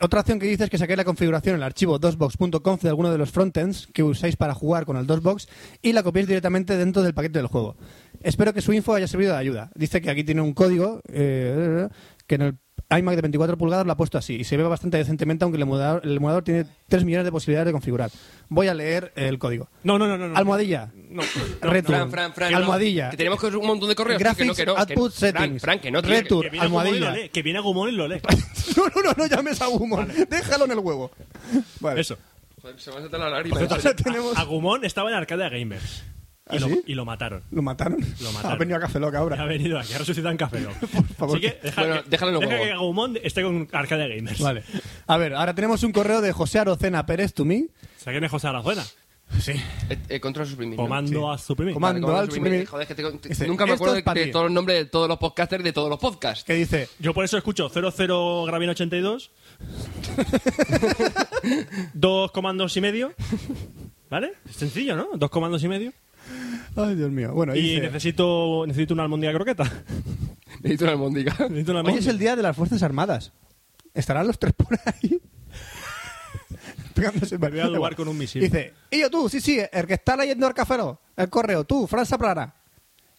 S5: Otra opción que dice es que saquéis la configuración en el archivo dosbox.conf de alguno de los frontends que usáis para jugar con el dosbox y la copiéis directamente dentro del paquete del juego. Espero que su info haya servido de ayuda. Dice que aquí tiene un código eh, que en el iMac de 24 pulgadas lo ha puesto así y se ve bastante decentemente aunque el emulador, el emulador tiene 3 millones de posibilidades de configurar. Voy a leer el código.
S2: No, no, no,
S6: Mm.
S2: no. no.
S5: Almohadilla.
S2: No.
S5: [laughs] Return.
S6: Fran, Fran, Fran. no.
S5: almohadilla.
S6: Que tenemos que un montón de correos.
S5: Graphics,
S6: que no, que no, que-
S5: output
S6: Fran,
S5: settings.
S6: Fran, que no, tío, que-
S5: Return.
S6: que-
S2: Que viene Agumon y lo
S5: Almohadilla.
S2: lee, que viene Agumon y lo lee.
S5: [laughs] No, no, no, no llames a humo. Déjalo en el huevo. Vale.
S2: Eso.
S6: Joder, se me van a saltar las lágrimas. en
S5: Ahora
S6: serio.
S5: tenemos...
S2: Agumon estaba en Arcadia Gamers. Y,
S5: ¿Ah,
S2: lo,
S5: sí?
S2: y lo mataron.
S5: ¿Lo mataron? [laughs]
S2: Lo mataron.
S5: Ha venido a Café Lock
S2: Ha
S5: ahora.
S2: venido aquí, ha resucitado en Café
S5: [laughs]
S2: Lock.
S5: favor.
S2: Así que deja,
S6: Bueno,
S2: que,
S6: déjalo en el
S2: deja
S6: huevo.
S2: que Agumon esté con Arcadia Gamers.
S5: Vale. A ver, ahora tenemos un correo de José Arocena Pérez to me.
S2: Saquen a José Aracena.
S5: Sí.
S6: Eh, eh, control suprimir. ¿no?
S2: Comando a suprimir.
S5: Comando.
S6: Vale, comando
S5: al suprimir.
S6: Joder, que tengo- te-
S5: Dice,
S6: nunca me
S5: "Esto
S6: acuerdo
S5: es
S6: de,
S5: pa'
S6: de
S5: ti".
S6: todos los nombres de todos los podcasters de todos los
S5: [laughs]
S6: podcasts.
S5: Que dice,
S2: Yo por eso escucho 00 Gravina
S5: [laughs]
S2: 82, dos comandos y medio. ¿Vale? Sencillo, ¿no? Dos comandos y medio.
S5: ay Dios mío. Bueno,
S2: Y
S5: dice,
S2: necesito, necesito una almondía croqueta. [laughs]
S6: Necesito una almóndiga.
S2: Necesito una
S5: hoy es
S2: almóndiga.
S5: el día de las Fuerzas Armadas. ¿Estarán los tres por ahí? [laughs] pegándose.
S2: Me voy a adobar con un misil.
S5: Dice, y yo tú, sí, sí, el que está leyendo el cafero, el correo, tú, Fran Saplara.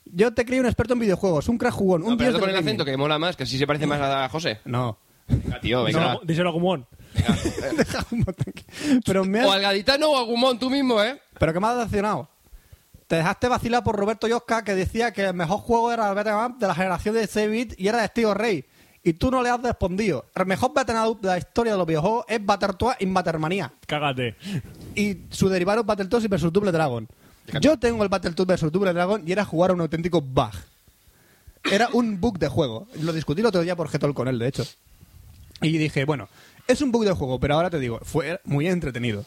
S5: Yo te creo un experto en videojuegos, un crack jugón, un
S6: No, pero
S5: dios
S6: hazlo con el
S5: del gaming".
S6: acento que mola más, que así se parece más a José.
S5: No. [laughs]
S6: Venga, tío, venga.
S2: Díselo- Díselo a Gumón.
S5: Deja un botón aquí. Pero me
S6: O
S5: has-
S6: al gaditano o a Gumón tú mismo, ¿eh?
S5: Pero que me has decepcionado. Te dejaste vacilar por Roberto Yosca que decía que el mejor juego era el Beat'em Up de la generación de 6-bit y era de Steve Rey. Y tú no le has respondido. El mejor Beat'em Up de la historia de los videojuegos es Battletoads in Battermania.
S2: Cágate.
S5: Y su derivado es Battletoads y vs. Double Dragon. Yo tengo el Battletoads vs. Double Dragon y era jugar a un auténtico bug. Era un bug de juego. Lo discutí el otro día por Getol con él, de hecho. Y dije, bueno, es un bug de juego, pero ahora te digo, fue muy entretenido.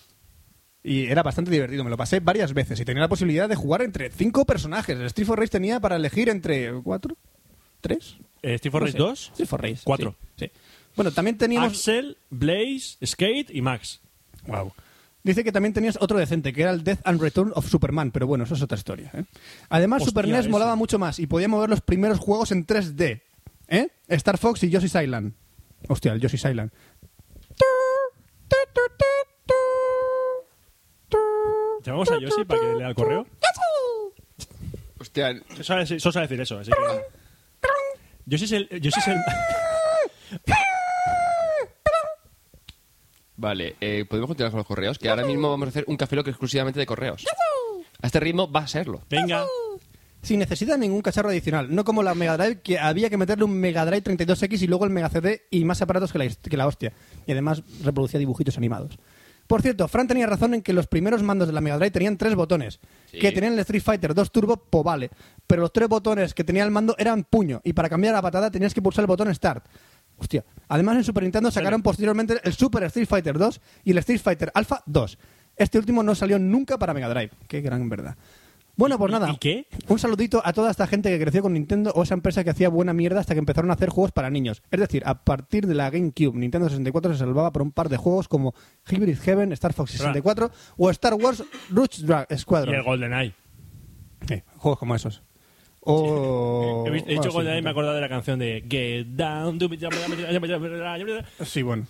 S5: Y era bastante divertido, me lo pasé varias veces y tenía la posibilidad de jugar entre cinco personajes. El Street for Rage tenía para elegir entre cuatro, tres,
S2: Eh, Steve Forrest 2,
S5: Street for Rage,
S2: Cuatro. Ah,
S5: sí, sí. Bueno, también teníamos.
S2: Axel, Blaze, Skate y Max.
S5: Wow. Dice que también tenías otro decente, que era el Death and Return of Superman, pero bueno, eso es otra historia. ¿eh? Además,
S2: Hostia,
S5: Super NES
S2: eso.
S5: molaba mucho más y podía mover los primeros juegos en 3D. ¿eh? Star Fox y Yoshi's Island. Hostia, el Yoshi's Island.
S2: ¿Llamamos a Yoshi para que lea el correo?
S6: Hostia,
S2: Eso sabe, eso sabe decir eso, así que... Yoshi es el... Yoshi es el...
S6: Vale, eh, podemos continuar con los correos, que ahora mismo vamos a hacer un café lock exclusivamente de correos. A este ritmo va a serlo.
S2: Venga.
S5: Sin necesidad de ningún cacharro adicional, no como la Mega Drive, que había que meterle un Mega Drive 32X y luego el Mega CD y más aparatos que la, hist- que la hostia. Y además reproducía dibujitos animados. Por cierto, Fran tenía razón en que los primeros mandos de la Mega Drive tenían tres botones.
S6: Sí.
S5: Que tenían el Street Fighter 2 Turbo, pues vale. Pero los tres botones que tenía el mando eran puño. Y para cambiar la patada tenías que pulsar el botón Start. Hostia. Además, en Super Nintendo sacaron posteriormente el Super Street Fighter 2 y el Street Fighter Alpha 2. Este último no salió nunca para Mega Drive. Qué gran verdad. Bueno, pues
S2: ¿Y-
S5: nada.
S2: y qué?
S5: Un saludito a toda esta gente que creció con Nintendo o esa empresa que hacía buena mierda hasta que empezaron a hacer juegos para niños. Es decir, a partir de la GameCube, Nintendo 64 se salvaba por un par de juegos como Hybrid Heaven, Star Fox 64 o Star Wars Rouge Drag
S2: Y el
S5: Squadron.
S2: GoldenEye.
S5: Sí, juegos como esos. O...
S2: [laughs] He, visto- he dicho
S5: bueno, Ah, sí,
S2: GoldenEye y me he acordado de la canción de Get Down to me-
S5: Sí, bueno.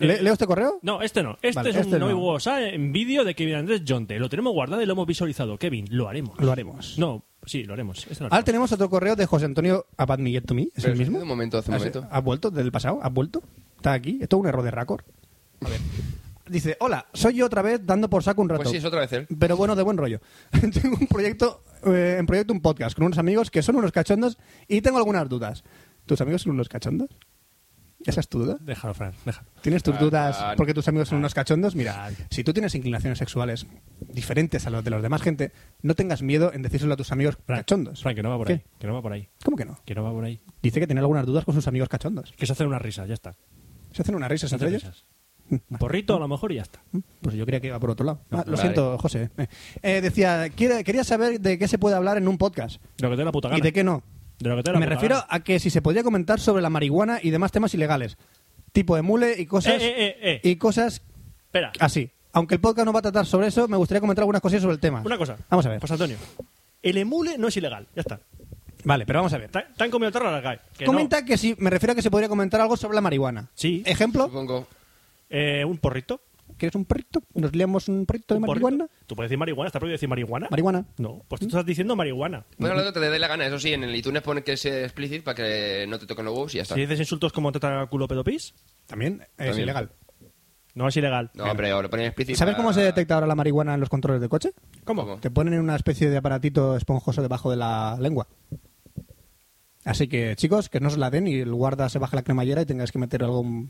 S2: Eh.
S5: ¿Le- ¿Leo este correo?
S2: No, este no. Este
S5: Vale,
S2: es
S5: este
S2: un
S5: no.
S2: nuevo o sea, en vídeo de Kevin Andrés Jonte. Lo tenemos guardado y lo hemos visualizado. Kevin, lo haremos.
S5: Lo haremos. Ah.
S2: No, sí, lo haremos. Este no lo
S5: Ahora tenemos otro correo de José Antonio Abad Miguel to me. ¿Es
S6: Pero
S5: el
S6: es
S5: mismo?
S6: de un momento, hace un
S5: ¿Has-
S6: momento.
S5: ¿Has vuelto? ¿Del pasado? ¿Has vuelto? ¿Está aquí? ¿Esto es un error de récord? A ver. Dice, hola, soy yo otra vez dando por saco un rato.
S6: Pues sí, es otra vez él.
S5: Pero bueno, de buen rollo. [laughs] tengo un proyecto, eh, en proyecto un podcast con unos amigos que son unos cachondos y tengo algunas dudas. ¿Tus amigos son unos cachondos? ¿Esa es tu duda?
S2: Déjalo, Fran, déjalo.
S5: ¿Tienes
S6: Ah,
S5: tus dudas
S6: Fran.
S5: porque tus amigos son unos cachondos?
S6: Ah.
S5: Mira,
S2: Fran.
S5: si tú tienes inclinaciones sexuales diferentes a las de los demás gente, no tengas miedo en decírselo a tus amigos
S2: Fran,
S5: cachondos.
S2: Fran, que no va por
S5: ¿Qué?
S2: ahí. Que no va por ahí.
S5: ¿Cómo que no?
S2: Que no va por ahí.
S5: Dice que tiene algunas dudas con sus amigos cachondos.
S2: Que se hacen una risa, ya está.
S5: ¿Se hacen unas risas
S2: Se
S5: entre
S2: hacen
S5: ellos?
S2: risas. Un Porrito a lo mejor y ya está.
S5: Pues yo creía que iba por otro lado. Ah, lo
S6: vale.
S5: siento, José. Eh, eh, decía, quiere- quería saber de qué se puede hablar en un podcast
S2: De lo que te dé la puta gana.
S5: y de qué no.
S2: De lo que te dé la
S5: Me
S2: puta
S5: refiero
S2: gana.
S5: a que si se podría comentar sobre la marihuana y demás temas ilegales, tipo de mule y cosas
S2: Eh, eh, eh, eh.
S5: y cosas
S2: Espera.
S5: así. Aunque el podcast no va a tratar sobre eso, me gustaría comentar algunas cosillas sobre el tema.
S2: Una cosa. Pues,
S5: Vamos a ver.
S2: José Antonio. El emule no es ilegal. Ya está.
S5: Vale, pero vamos a ver.
S2: Tan tan comido el tarro a la GAE. Que no.
S5: Comenta que sí, me refiero a que se podría comentar algo sobre la marihuana.
S2: Sí.
S5: Ejemplo,
S6: Supongo.
S2: Eh, un porrito.
S5: ¿quieres un perrito? ¿Nos liamos un perrito de
S2: un porrito.
S5: marihuana?
S2: ¿Tú puedes decir marihuana? ¿Está prohibido decir marihuana?
S5: Marihuana. Mm.
S2: No. Pues tú estás diciendo marihuana.
S6: Puedes hablar de lo que te dé la gana, eso sí, en el iTunes pone que sea explícito para que no te toquen los huevos y ya está.
S2: Si dices insultos como teta culo pedopis,
S5: También es
S6: También.
S5: ilegal.
S2: no es ilegal.
S6: No, hombre, ahora ponen explícito.
S5: ¿Sabes cómo se
S6: para-
S5: detecta ahora la marihuana en los controles de coche?
S6: ¿Cómo?
S5: Te ponen una especie de aparatito esponjoso debajo de la lengua. Así que, chicos, que no os la den y el guarda se baja la cremallera y tengáis que meter algo mm,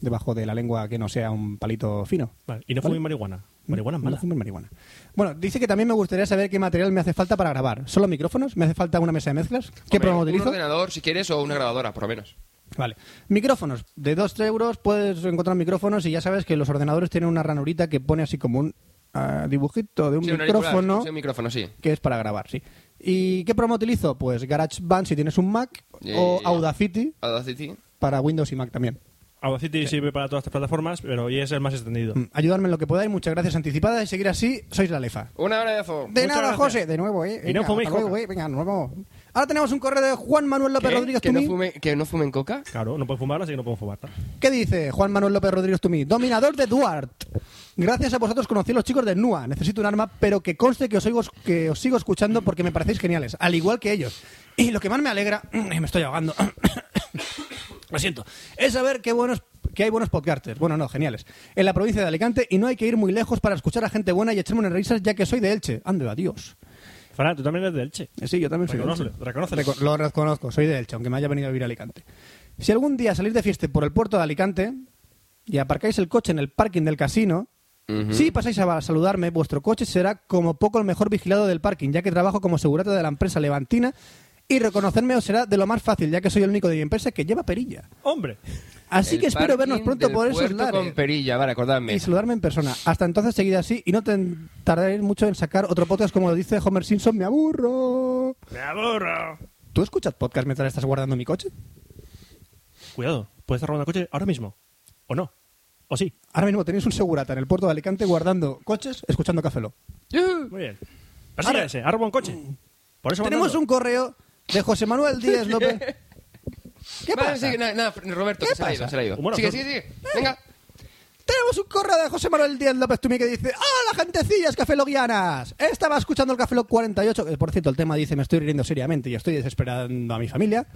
S5: debajo de la lengua que no sea un palito fino.
S2: Vale, Y no
S5: ¿Vale?
S2: fumes marihuana. Marihuana es
S5: No
S2: mala.
S5: fumes marihuana. Bueno, dice que también me gustaría saber qué material me hace falta para grabar. ¿Solo micrófonos? ¿Me hace falta una mesa de mezclas? ¿Qué
S6: Hombre,
S5: programa
S6: Un
S5: utilizo?
S6: ordenador, si quieres, o una grabadora, por lo menos.
S5: Vale. Micrófonos. De 2 euros puedes encontrar micrófonos y ya sabes que los ordenadores tienen una ranurita que pone así como un ah, dibujito de un
S6: Sí, auricular,
S5: micrófono
S6: sí, un micrófono, sí.
S5: que es para grabar, sí. ¿Y qué programa utilizo? Pues GarageBand si tienes un Mac
S6: Eh,
S5: o Audacity
S6: Audacity.
S5: para Windows y Mac también.
S2: Audacity sirve para todas estas plataformas, pero hoy es el más extendido.
S5: Mm, Ayudarme en lo que podáis, muchas gracias anticipadas y seguir así, sois la lefa.
S6: Un abrazo.
S5: De
S2: Muchas
S5: nada,
S2: gracias.
S5: José, de nuevo, eh.
S2: Y no
S5: Venga,
S2: fuméis
S5: hasta luego,
S2: coca.
S5: eh. Venga, nos vamos. Ahora tenemos un correo de Juan Manuel López Rodríguez
S6: ¿Que, no
S5: Tumí.
S6: fume- ¿Que no fumen coca?
S2: Claro, no puedo fumarla, así que no puedo fumarla.
S5: ¿Qué dice Juan Manuel López Rodríguez Tumí? Dominador de Duarte. Gracias a vosotros conocí a los chicos de NUA. Necesito un arma, pero que conste que os, oigo, que os sigo escuchando porque me parecéis geniales, al igual que ellos. Y lo que más me alegra, [clears throat] me estoy ahogando, [coughs] lo siento, es saber qué buenos, que hay buenos podcasters, bueno, no, geniales, en la provincia de Alicante y no hay que ir muy lejos para escuchar a gente buena y echarme unas risas ya que soy de Elche. Ande, adiós.
S2: Fran, tú también eres de Elche.
S5: Eh, Sí, yo también soy de
S2: Reconócelo,
S5: Elche.
S2: reconócelo.
S5: Reco- Lo reconozco, soy de Elche, aunque me haya venido a vivir a Alicante. Si algún día salís de fiesta por el puerto de Alicante y aparcáis el coche en el parking del casino, si pasáis a va- saludarme, vuestro coche será como poco el mejor vigilado del parking, ya que trabajo como segurata de la empresa levantina y reconocerme os será de lo más fácil, ya que soy el único de mi empresa que lleva perilla.
S2: Hombre,
S5: Así
S6: El
S5: que espero vernos
S6: parking
S5: pronto
S6: del
S5: por esos
S6: puerto
S5: lares
S6: con perilla, vale, acordadme.
S5: y saludarme en persona. Hasta entonces seguid así y no ten- tardaréis mucho en sacar otro podcast como dice Homer Simpson, me aburro.
S2: me aburro.
S5: ¿Tú escuchas podcast mientras estás guardando mi coche?
S2: Cuidado, puedes estar robando coche ahora mismo. ¿O no? ¿O sí?
S5: Ahora mismo tenéis un segurata en el puerto de Alicante guardando coches, escuchando Café Lock.
S2: Muy bien. Persíguese, ha robado un coche. Por eso
S5: Tenemos
S2: mandando.
S5: un correo de José Manuel Díaz López. ¿Qué
S6: Vale,
S5: pasa?
S6: sigue, nada, nada, Roberto,
S5: ¿Qué
S6: que se la ha ido,
S5: pasa?
S6: se la ha ido.
S2: Humor
S6: sigue, sigue,
S2: absurdo.
S6: sigue. Venga.
S5: Tenemos un correo de José Manuel Díaz López Tumí que dice ¡Hola, gentecillas cafeloguianas! Estaba escuchando el Café Lock 48, que por cierto el tema dice me estoy riendo seriamente y estoy desesperando a mi familia.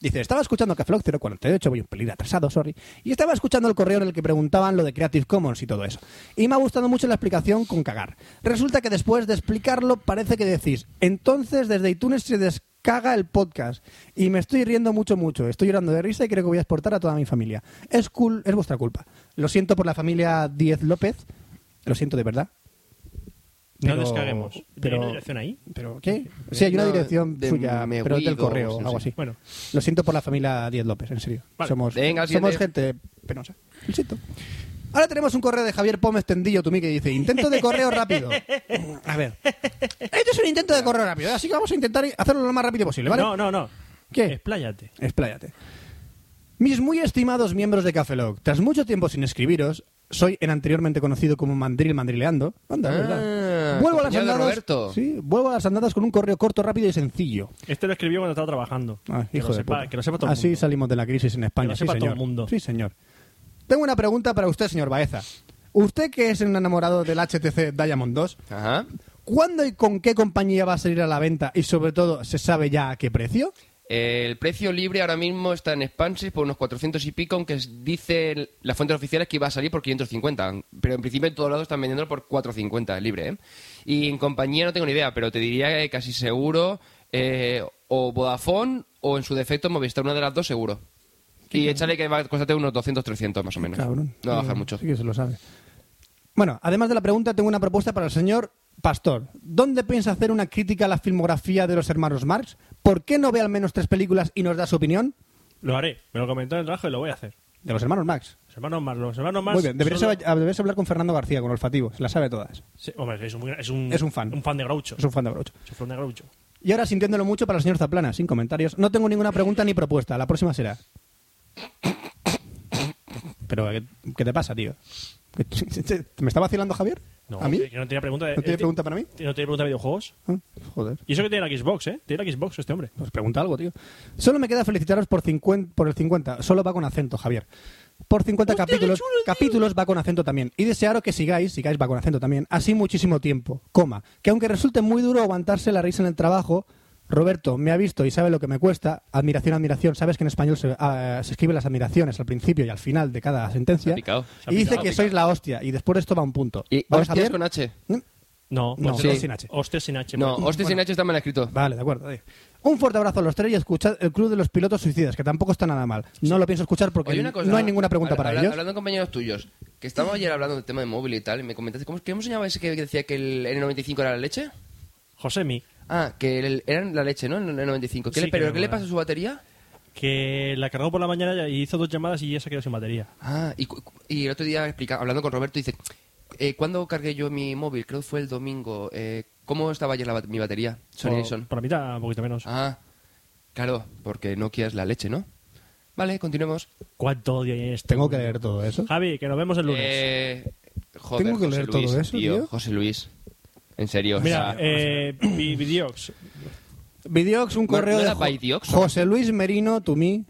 S5: Dice, estaba escuchando el Café Lock 048, voy un pelín atrasado, sorry, y estaba escuchando el correo en el que preguntaban lo de Creative Commons y todo eso. Y me ha gustado mucho la explicación con cagar. Resulta que después de explicarlo parece que decís, entonces desde iTunes se descaga el podcast y me estoy riendo mucho, mucho. Estoy llorando de risa y creo que voy a exportar a toda mi familia. Es, cul es vuestra culpa. Lo siento por la familia Díez López. Lo siento de verdad.
S2: No
S5: Pero-
S2: descarguemos.
S5: pero-
S2: ¿Pero una dirección ahí?
S5: ¿Pero qué? Sí, hay una
S6: No,
S5: dirección
S6: de
S5: suya,
S6: me
S5: pero es del
S6: huido,
S5: correo
S6: sí,
S5: algo
S6: sí.
S5: así.
S2: Bueno.
S5: Lo siento por la familia Díez López, en serio.
S2: Vale.
S5: Somos,
S6: Venga,
S5: somos
S6: siguiente.
S5: gente penosa. Lo siento. Ahora tenemos un correo de Javier Pómez Tendillo, Tumí, que dice intento de correo
S6: [laughs]
S5: rápido. A ver. Este es un intento de correo rápido, ¿eh? así que vamos a intentar hacerlo lo más rápido posible, ¿vale?
S2: No, no, no.
S5: ¿Qué?
S2: Expláyate.
S5: Expláyate. Mis muy estimados miembros de Cafelog, tras mucho tiempo sin escribiros, soy en anteriormente conocido como Mandril Mandrileando. Anda,
S6: Ah,
S5: ¿verdad? Vuelvo a las
S6: compañero de
S5: andadas.
S6: Roberto.
S5: Sí, vuelvo a las andadas con un correo corto, rápido y sencillo.
S2: Este lo escribió cuando estaba trabajando.
S5: Ah,
S2: que,
S5: hijo
S2: lo
S5: de
S2: sepa,
S5: puta. Ah,
S2: que lo sepa todo el
S5: Así
S2: mundo.
S5: salimos de la crisis en España.
S2: Que lo
S5: sí,
S2: sepa todo
S5: señor.
S2: el mundo.
S5: Sí, señor. Tengo una pregunta para usted, señor Baeza. Usted que es un enamorado del HTC Diamond 2,
S6: Ajá.
S5: ¿cuándo y con qué compañía va a salir a la venta? Y sobre todo, ¿se sabe ya a qué precio?
S6: El precio libre ahora mismo está en Expanses por unos 400 y pico, aunque es- dice las fuentes oficiales que iba a salir por 550. Pero en principio en todos lados están vendiéndolo por 450 libre. ¿eh? Y en compañía no tengo ni idea, pero te diría que casi seguro eh, o Vodafone o en su defecto Movistar, una de las dos seguro. Y échale que va a costarte unos 200, 300 más o menos.
S5: Cabrón.
S6: No va a bajar
S5: Eh,
S6: mucho.
S5: Sí que se lo sabe. Bueno, además de la pregunta, tengo una propuesta para el señor Pastor. ¿Dónde piensa hacer una crítica a la filmografía de los hermanos Marx? ¿Por qué no ve al menos tres películas y nos da su opinión?
S2: Lo haré. Me lo comentó en el trabajo y lo voy a hacer.
S5: De los hermanos Marx.
S2: Los hermanos más, los hermanos más.
S5: Muy bien, deberías,
S2: solo-
S5: hab- deberías hablar con Fernando García, con Olfativo, se la sabe todas.
S2: Sí, hombre, es un, es un,
S5: Es un fan.
S2: Un fan de Groucho.
S5: Es un fan de Brocho.
S2: Es un fan de Groucho.
S5: Y ahora sintiéndolo mucho para el señor Zaplana, sin comentarios. No tengo ninguna pregunta ni propuesta, la próxima será. Pero, ¿qué, qué te pasa, tío? [laughs] ¿Qué- ¿Me está vacilando Javier?
S2: No,
S5: ¿A mí?
S2: que no tenía pregunta. de-
S5: ¿No tiene
S2: eh,
S5: pregunta para mí?
S2: ti- No tiene pregunta de videojuegos.
S5: Ah, Joder.
S2: Y eso que tiene la Xbox, ¿eh? Tiene la Xbox este hombre.
S5: Pues pregunta algo, tío. Solo me queda felicitaros por, 50, por el 50. Solo va con acento, Javier. Por 50 capítulos. capítulos va con acento también. Y desearos que sigáis, sigáis va con acento también, así muchísimo tiempo. Coma. Que aunque resulte muy duro aguantarse la risa en el trabajo, Roberto me ha visto y sabe lo que me cuesta. Admiración, admiración. Sabes que en español se, ah, se escriben las admiraciones al principio y al final de cada sentencia.
S6: Se ha picado, se ha
S5: y dice
S6: picado,
S5: que
S6: se ha
S5: sois la hostia. Y después esto va un punto.
S6: ¿Y
S5: ¿Vale,
S6: hostias
S5: Javier? ¿Mm?
S6: con H?
S2: No,
S5: No,
S2: hostia,
S6: sí.
S5: sin H.
S2: Hostia sin H.
S6: No,
S2: pues.
S6: hostia sin H está mal escrito.
S5: Vale, de acuerdo. sí. Un fuerte abrazo a los tres y escuchad el Club de los Pilotos Suicidas, que tampoco está nada mal. No lo pienso escuchar porque
S6: Oye, una cosa,
S5: no hay ninguna pregunta
S6: habla-
S5: para
S6: habla-
S5: ellos.
S6: Hablando de compañeros tuyos, que estábamos ayer hablando del tema de móvil y tal, y me comentaste, ¿cómo, ¿cómo se llamaba ese que decía que el N95 era la leche?
S2: Josemi,
S6: Ah, que el- eran la leche, ¿no? El N95. ¿Qué
S2: Sí,
S6: le- ¿Pero
S2: creo
S6: qué le
S2: que
S6: pasa
S2: era.
S6: a su batería?
S2: que la cargó por la mañana y hizo dos llamadas y ya se quedó sin batería.
S6: Ah, y, cu- y el otro día explica- hablando con Roberto, dice, eh, ¿cuándo cargué yo mi móvil? Creo que fue el domingo. Eh, ¿Cómo estaba ayer la bat- mi batería?
S5: Oh.
S6: Sony
S2: Por,
S6: Ericsson.
S2: por la mitad, un poquito menos.
S6: Ah, claro, porque Nokia es la leche, ¿no? Vale, continuemos.
S2: ¿Cuánto odio hay en este
S5: Tengo que
S2: mundo?
S5: leer todo eso.
S6: Ah.
S2: Javi, que nos vemos el lunes.
S6: Eh, joder,
S5: Tengo que
S6: José
S5: leer
S6: Luis,
S5: todo eso, tío.
S6: José Luis. En serio, o
S2: Mira,
S6: sea,
S2: eh, Vi- Videox.
S5: Videox, un
S6: ¿No-
S5: correo
S6: no
S5: de
S6: era
S5: Jo-
S6: by Diox?
S5: José Luis Merino to me,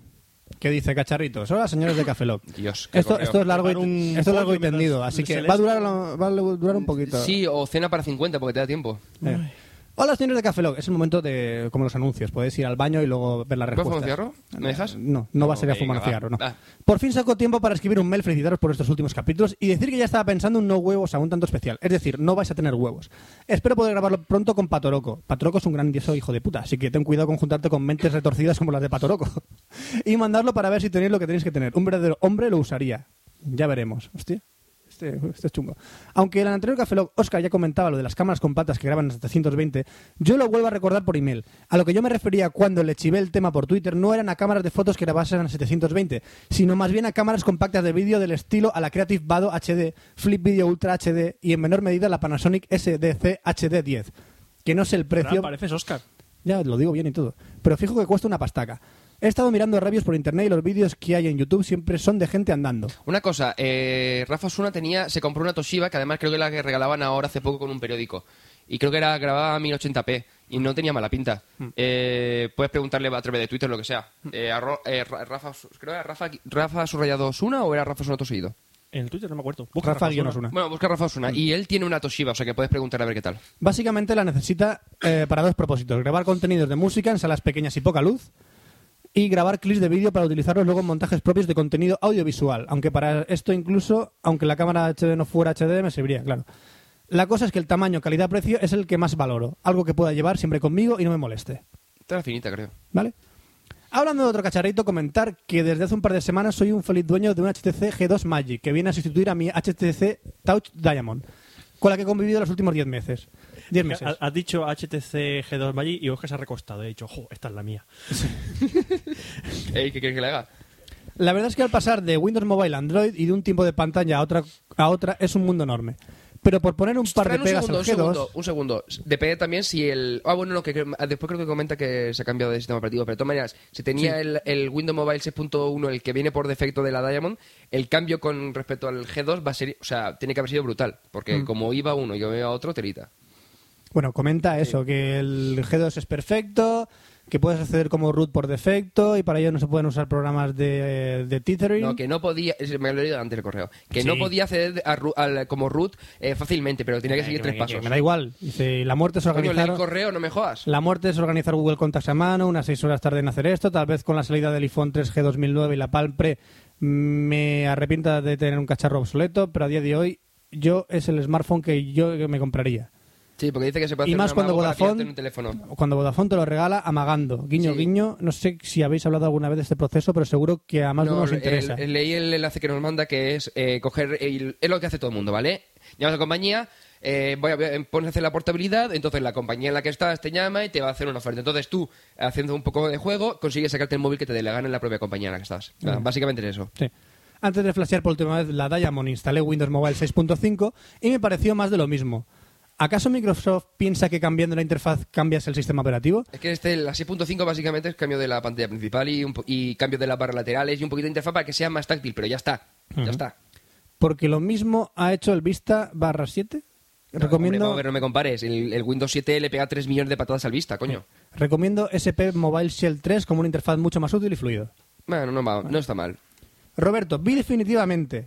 S5: que dice cacharritos. Hola, señores de Cafeloc.
S6: Dios, qué
S5: Esto,
S6: correo.
S5: esto es largo y,
S2: Preparo un
S5: esto es largo
S2: pollo
S5: y tendido,
S2: mientras
S5: así que
S2: se
S5: va a
S2: lee.
S5: durar, va a durar un poquito.
S6: Sí, o cena para 50 porque te da tiempo.
S5: Eh. Hola, señores de Cafeloc. Es el momento de, como los anuncios, podéis ir al baño y luego ver las
S6: ¿Puedo fumar
S5: respuestas. Eh,
S6: un cigarro? ¿Me dejas?
S5: No, no va a ser a
S6: venga,
S5: fumar
S6: va.
S5: cigarro, no.
S6: Ah.
S5: Por fin sacó tiempo para escribir un mail, felicitaros por estos últimos capítulos y decir que ya estaba pensando un no huevos a un tanto especial. Es decir, no vais a tener huevos. Espero poder grabarlo pronto con Patoroco. Patoroco es un gran indioso hijo de puta, así que ten cuidado con juntarte con mentes retorcidas como las de Patoroco. [laughs] y mandarlo para ver si tenéis lo que tenéis que tener. Un verdadero hombre lo usaría. Ya veremos. Hostia. Este, este es chungo. Aunque en el anterior Café Lock, Oscar ya comentaba lo de las cámaras con patas que graban en 720, yo lo vuelvo a recordar por email. A lo que yo me refería cuando le chivé el tema por Twitter no eran a cámaras de fotos que grabasen en 720, sino más bien a cámaras compactas de vídeo del estilo a la Creative Vado HD, Flip Video Ultra HD y en menor medida la Panasonic SDC HD10, que no sé el precio.
S2: pareces Oscar.
S5: Ya lo digo bien y todo. Pero fijo que cuesta una pastaca. He estado mirando reviews por internet y los vídeos que hay en YouTube siempre son de gente andando.
S6: Una cosa, eh, Rafa Osuna tenía, se compró una Toshiba que además creo que la que regalaban ahora hace poco con un periódico. Y creo que era grabada a 1080p y no tenía mala pinta. Eh, puedes preguntarle a través de Twitter lo que sea. Eh, arro- eh, Ra- Rafa, Os- creo que era Rafa, Rafa subrayado Osuna o era Rafa Osuna todo seguido.
S2: En el Twitter no me acuerdo.
S5: Rafa guion
S2: Osuna.
S5: Osuna.
S6: Bueno, busca Rafa Osuna. Y él tiene una Toshiba, o sea que puedes preguntarle a ver qué tal.
S5: Básicamente la necesita eh, para dos propósitos: grabar contenidos de música en salas pequeñas y poca luz, y grabar clips de vídeo para utilizarlos luego en montajes propios de contenido audiovisual. Aunque para esto incluso, aunque la cámara HD no fuera HD, me serviría, claro. La cosa es que el tamaño, calidad, precio es el que más valoro. Algo que pueda llevar siempre conmigo y no me moleste.
S6: Está la finita, creo.
S5: ¿Vale? Hablando de otro cacharrito, comentar que desde hace un par de semanas soy un feliz dueño de un HTC G2 Magic que viene a sustituir a mi HTC Touch Diamond, con la que he convivido los últimos 10 meses. 10 meses.
S2: Ha- Has dicho HTC G2 Magic y Oscar se ha recostado. He dicho, jo, esta es la mía.
S6: Ey, ¿Qué quieres que le haga?
S5: La verdad es que al pasar de Windows Mobile a Android y de un tiempo de pantalla a otra, a otra es un mundo enorme. Pero por poner un par de
S6: Fran, un
S5: pegas
S6: segundo,
S5: al
S6: un
S5: G2,
S6: segundo, un segundo. Depende también si el... Ah, bueno, no, que creo- ah, después creo que comenta que se ha cambiado de sistema operativo, pero de todas maneras, si tenía el, el Windows Mobile 6.1, el que viene por defecto de la Diamond, el cambio con respecto al G2 va a ser... O sea, tiene que haber sido brutal, porque
S5: Mm.
S6: como iba uno y como iba otro, telita.
S5: bueno, comenta eso, que el G2 es perfecto, que puedes acceder como root por defecto y para ello no se pueden usar programas de, de tethering.
S6: No, que no podía... es- Me lo he leído antes el correo. Que no
S2: Sí.
S6: podía acceder a ru- al- como root eh, fácilmente, pero tenía que seguir tres pasos.
S5: Me da igual. Dice, y la muerte es
S6: Coño, lee
S5: organizar...
S6: el correo, no me jodas.
S5: La muerte es organizar Google Contacts a mano, unas 6 horas tarde en hacer esto. Tal vez con la salida del iPhone 3G 2009 y la Palm Pre me arrepienta de tener un cacharro obsoleto, pero a día de hoy yo es el smartphone que yo me compraría.
S6: Sí, porque dice que se puede
S5: Y
S6: hacer
S5: más
S6: un
S5: cuando
S6: amago para pillarte
S5: Vodafone,
S6: en un teléfono.
S5: cuando Vodafone te lo regala amagando. Guiño,
S6: Sí.
S5: guiño. No sé si habéis hablado alguna vez de este proceso, pero seguro que a más de
S6: No,
S5: uno os interesa.
S6: el- leí el enlace que nos manda que es eh, coger. el- es lo que hace todo el mundo, ¿vale? Llamas a la compañía, eh, voy a, ver- pones a hacer la portabilidad, entonces la compañía en la que estás te llama y te va a hacer una oferta. Entonces tú, haciendo un poco de juego, consigues sacarte el móvil que te dé la gana en la propia compañía en la que estás. Nada, Básicamente es eso.
S5: Sí. Antes de flashear por última vez la Diamond, instalé Windows Mobile 6.5 y me pareció más de lo mismo. ¿Acaso Microsoft piensa que cambiando la interfaz cambias el sistema operativo?
S6: Es que este, la 6.5 básicamente es cambio de la pantalla principal y, un po- y cambio de las barras laterales y un poquito de interfaz para que sea más táctil, pero ya está. Ya está.
S5: Porque lo mismo ha hecho el Vista barra 7.
S6: Hombre,
S5: Recomiendo,
S6: vamos a ver, no me compares. El, el Windows 7 le pega 3 millones de patadas al vista, coño.
S5: recomiendo SP Mobile Shell 3 como una interfaz mucho más útil y fluido.
S6: Bueno, no, va- no está mal.
S5: Roberto, vi definitivamente.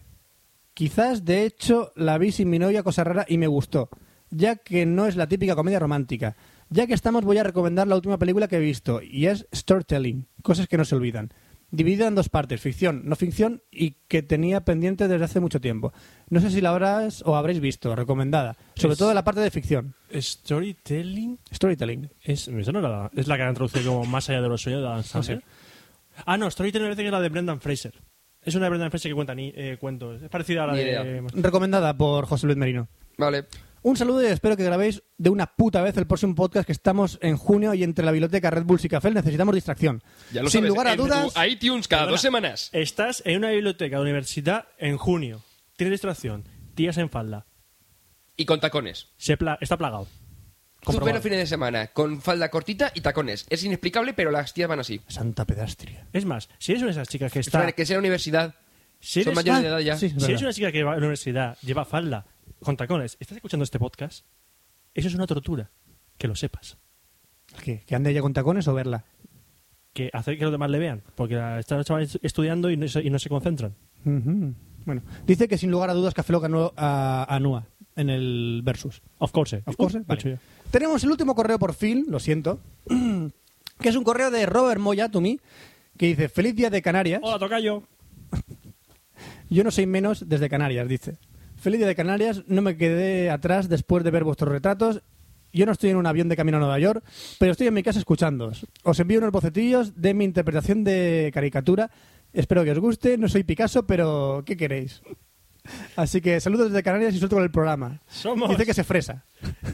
S5: Quizás, de hecho, la vi sin mi novia, cosa rara, y me gustó. Ya que no es la típica comedia romántica. Ya que estamos, voy a recomendar la última película que he visto, y es Storytelling, cosas que no se olvidan. Dividida en dos partes, ficción, no ficción, y que tenía pendiente desde hace mucho tiempo. No sé si la habrás o habréis visto, recomendada. Sobre
S2: Es-
S5: todo la parte de ficción,
S2: Storytelling
S5: Storytelling.
S2: es, eso no era la, es la que han traducido como Más allá de los sueños de Adam Sandler. Ah, no, Storytelling me parece que es la de Brendan Fraser. Es una de Brendan Fraser que cuenta ni, eh, cuentos. Es parecida a la
S6: Ni
S2: de.
S6: idea.
S5: Recomendada por José Luis Merino.
S6: Vale.
S5: Un saludo y espero que grabéis de una puta vez el próximo podcast que estamos en junio y entre la biblioteca Red Bulls y Café necesitamos distracción.
S6: Ya lo
S5: Sin
S6: sabes,
S5: lugar a
S6: en tu
S5: dudas,
S6: iTunes cada dos semanas.
S2: Estás en una biblioteca de universidad en junio. Tiene distracción. Tías en falda.
S6: Y con tacones.
S2: Se pla- está plagado.
S6: Tú
S2: Comprobado.
S6: pleno fines de semana, con falda cortita y tacones. Es inexplicable, pero las tías van así.
S5: Santa Pedastria.
S2: Es más, si eres una de esas chicas que está.
S6: Fran, Que sea universidad.
S2: si eres-
S6: Son mayores
S2: ah,
S6: de edad ya.
S5: sí. Es
S2: Si eres
S5: verdad.
S2: una chica que va a la universidad, lleva falda, con tacones, estás escuchando este podcast, eso es una tortura. Que lo sepas.
S5: ¿Qué? ¿Que ande ella con tacones o verla?
S2: Que hacer que los demás le vean, porque la- están los chavales estudiando y no se, y no se concentran.
S5: Ujú. Bueno, dice que sin lugar a dudas Café Lock ganó a, a Nua en el Versus.
S2: Of course.
S5: Of course,
S2: Uh,
S5: vale.
S2: lo he hecho yo.
S5: Tenemos el último correo por fin, lo siento, [clears throat] que es un correo de Robert Moya, to me, que dice, feliz día de Canarias.
S2: Hola, tocayo. [laughs]
S5: Yo no soy menos desde Canarias, dice. Feliz día de Canarias, no me quedé atrás después de ver vuestros retratos. Yo no estoy en un avión de camino a Nueva York, pero estoy en mi casa escuchándoos. Os envío unos bocetillos de mi interpretación de caricatura. Espero que os guste. No soy Picasso, pero ¿qué queréis? Así que saludos desde Canarias y suelto con el programa.
S2: Somos-
S5: Dice que
S2: [laughs]
S5: se fresa.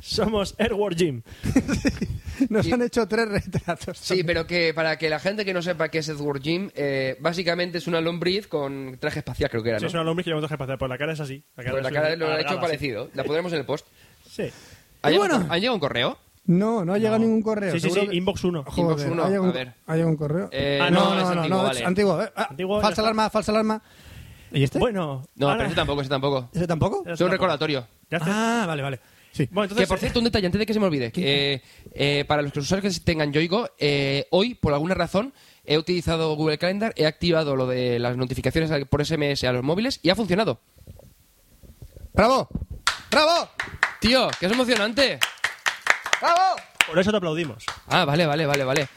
S2: Somos Edward Jim.
S5: Nos
S6: Y-
S5: han hecho tres retratos.
S6: Sí, pero que para que la gente que no sepa qué es Edward Jim, eh, básicamente es una lombriz con traje espacial, creo que era,
S2: Sí,
S6: ¿no?
S2: es una lombriz que llevamos traje espacial, Por la cara es así. La
S6: Pues la
S2: es
S6: cara
S2: un-
S6: lo ha hecho
S2: alargada, así.
S6: parecido. La pondremos en el post.
S2: Sí.
S6: ¿Ha
S5: Y
S6: llegado,
S5: bueno.
S6: ¿ha llegado un correo?
S5: No, no ha llegado ningún correo.
S2: Sí, sí,
S5: seguro
S2: sí,
S5: que-
S2: inbox 1.
S5: Joder,
S6: Inbox uno,
S5: ha llegado un-
S6: a ver.
S5: ha llegado un correo.
S6: Eh,
S2: Ah,
S6: no,
S5: no, no,
S6: es
S5: no,
S6: antiguo,
S5: no,
S6: vale.
S5: es antiguo. eh. Ah,
S2: Antiguo, ya
S5: falsa
S2: está.
S5: alarma, falsa alarma. ¿Y este?
S2: Bueno.
S6: No,
S2: ahora-
S6: pero ese tampoco, ese tampoco.
S5: ¿Ese tampoco?
S2: Ya
S6: Es
S2: está.
S6: un recordatorio.
S2: Ya está.
S5: Ah, vale, vale. Sí.
S2: Bueno, entonces,
S6: que por cierto, un detalle antes de que se me olvide. Eh, eh, para los usuarios que tengan Yoigo, eh, hoy, por alguna razón, he utilizado Google Calendar, he activado lo de las notificaciones por SMS a los móviles y ha funcionado.
S5: ¡Bravo! ¡Bravo!
S6: Tío, que es emocionante.
S2: por eso te aplaudimos.
S6: Ah, vale, vale, vale, vale.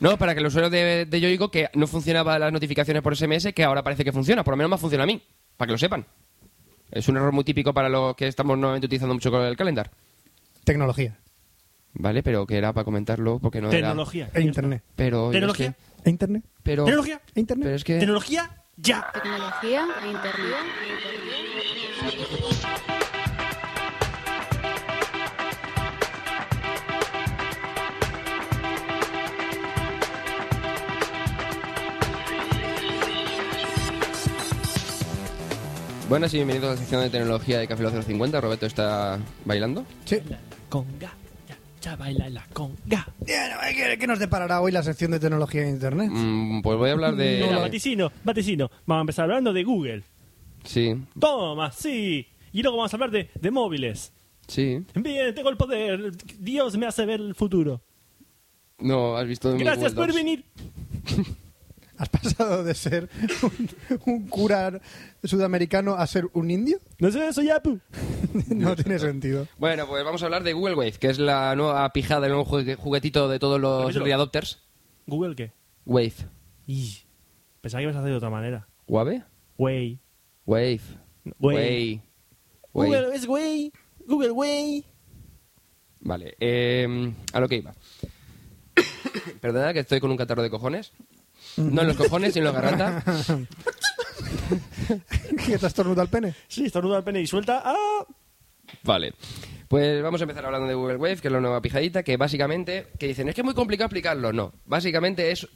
S6: No, para que el usuario de, de Yoigo, que no funcionaba las notificaciones por SMS, que ahora parece que funciona. Por lo menos me funciona a mí, para que lo sepan. Es un error muy típico para los que estamos nuevamente utilizando mucho con el calendar.
S5: Tecnología.
S6: Vale, pero que era para comentarlo porque no era...
S2: Tecnología.
S5: E internet.
S6: Pero... yo
S2: Tecnología.
S6: es que-
S5: E internet.
S6: pero...
S2: Tecnología.
S5: E internet.
S6: Pero es que...
S2: Tecnología ya.
S4: Tecnología e internet.
S6: Buenas y bienvenidos a la sección de tecnología de Café Lock 050. Roberto está bailando.
S5: Sí.
S2: Conga. Ya, ya baila la conga.
S5: Bien, a ver, ¿qué, qué nos deparará hoy la sección de tecnología e internet?
S6: Mm, pues voy a hablar de...
S2: Mira, vaticino, vaticino. Vamos a empezar hablando de Google.
S6: Sí,
S2: Toma, sí. Y luego vamos a hablar de, de móviles.
S6: sí.
S2: Bien, tengo el poder. Dios me hace ver el futuro.
S6: No, has visto... mi
S2: Gracias por
S6: Google Docs.
S2: venir.
S5: ¿Has pasado de ser un, un cura sudamericano a ser un indio? [laughs]
S2: No sé, soy Apu.
S5: No tiene sentido.
S6: Bueno, pues vamos a hablar de Google Wave, que es la nueva pijada, el nuevo jugue- juguetito de todos los
S2: Repítelo.
S6: early adopters.
S2: ¿Google qué?
S6: Wave.
S2: Y pensaba que ibas a hacer de otra manera.
S6: ¿Wave?
S2: Wey.
S6: Wave.
S2: Wey.
S6: Wave. Wave.
S2: Google es wey. Google wey.
S6: Vale, eh, a lo que iba. [coughs] Perdona que estoy con un catarro de cojones. No en los cojones, sino en la garganta.
S5: ¿Qué te has tornudo al pene?
S2: Sí, estornuda el pene y suelta. ¡Ah!
S6: Vale. Pues vamos a empezar hablando de Google Wave, que es la nueva pijadita, que básicamente, que dicen, es que es muy complicado explicarlo. No, básicamente es,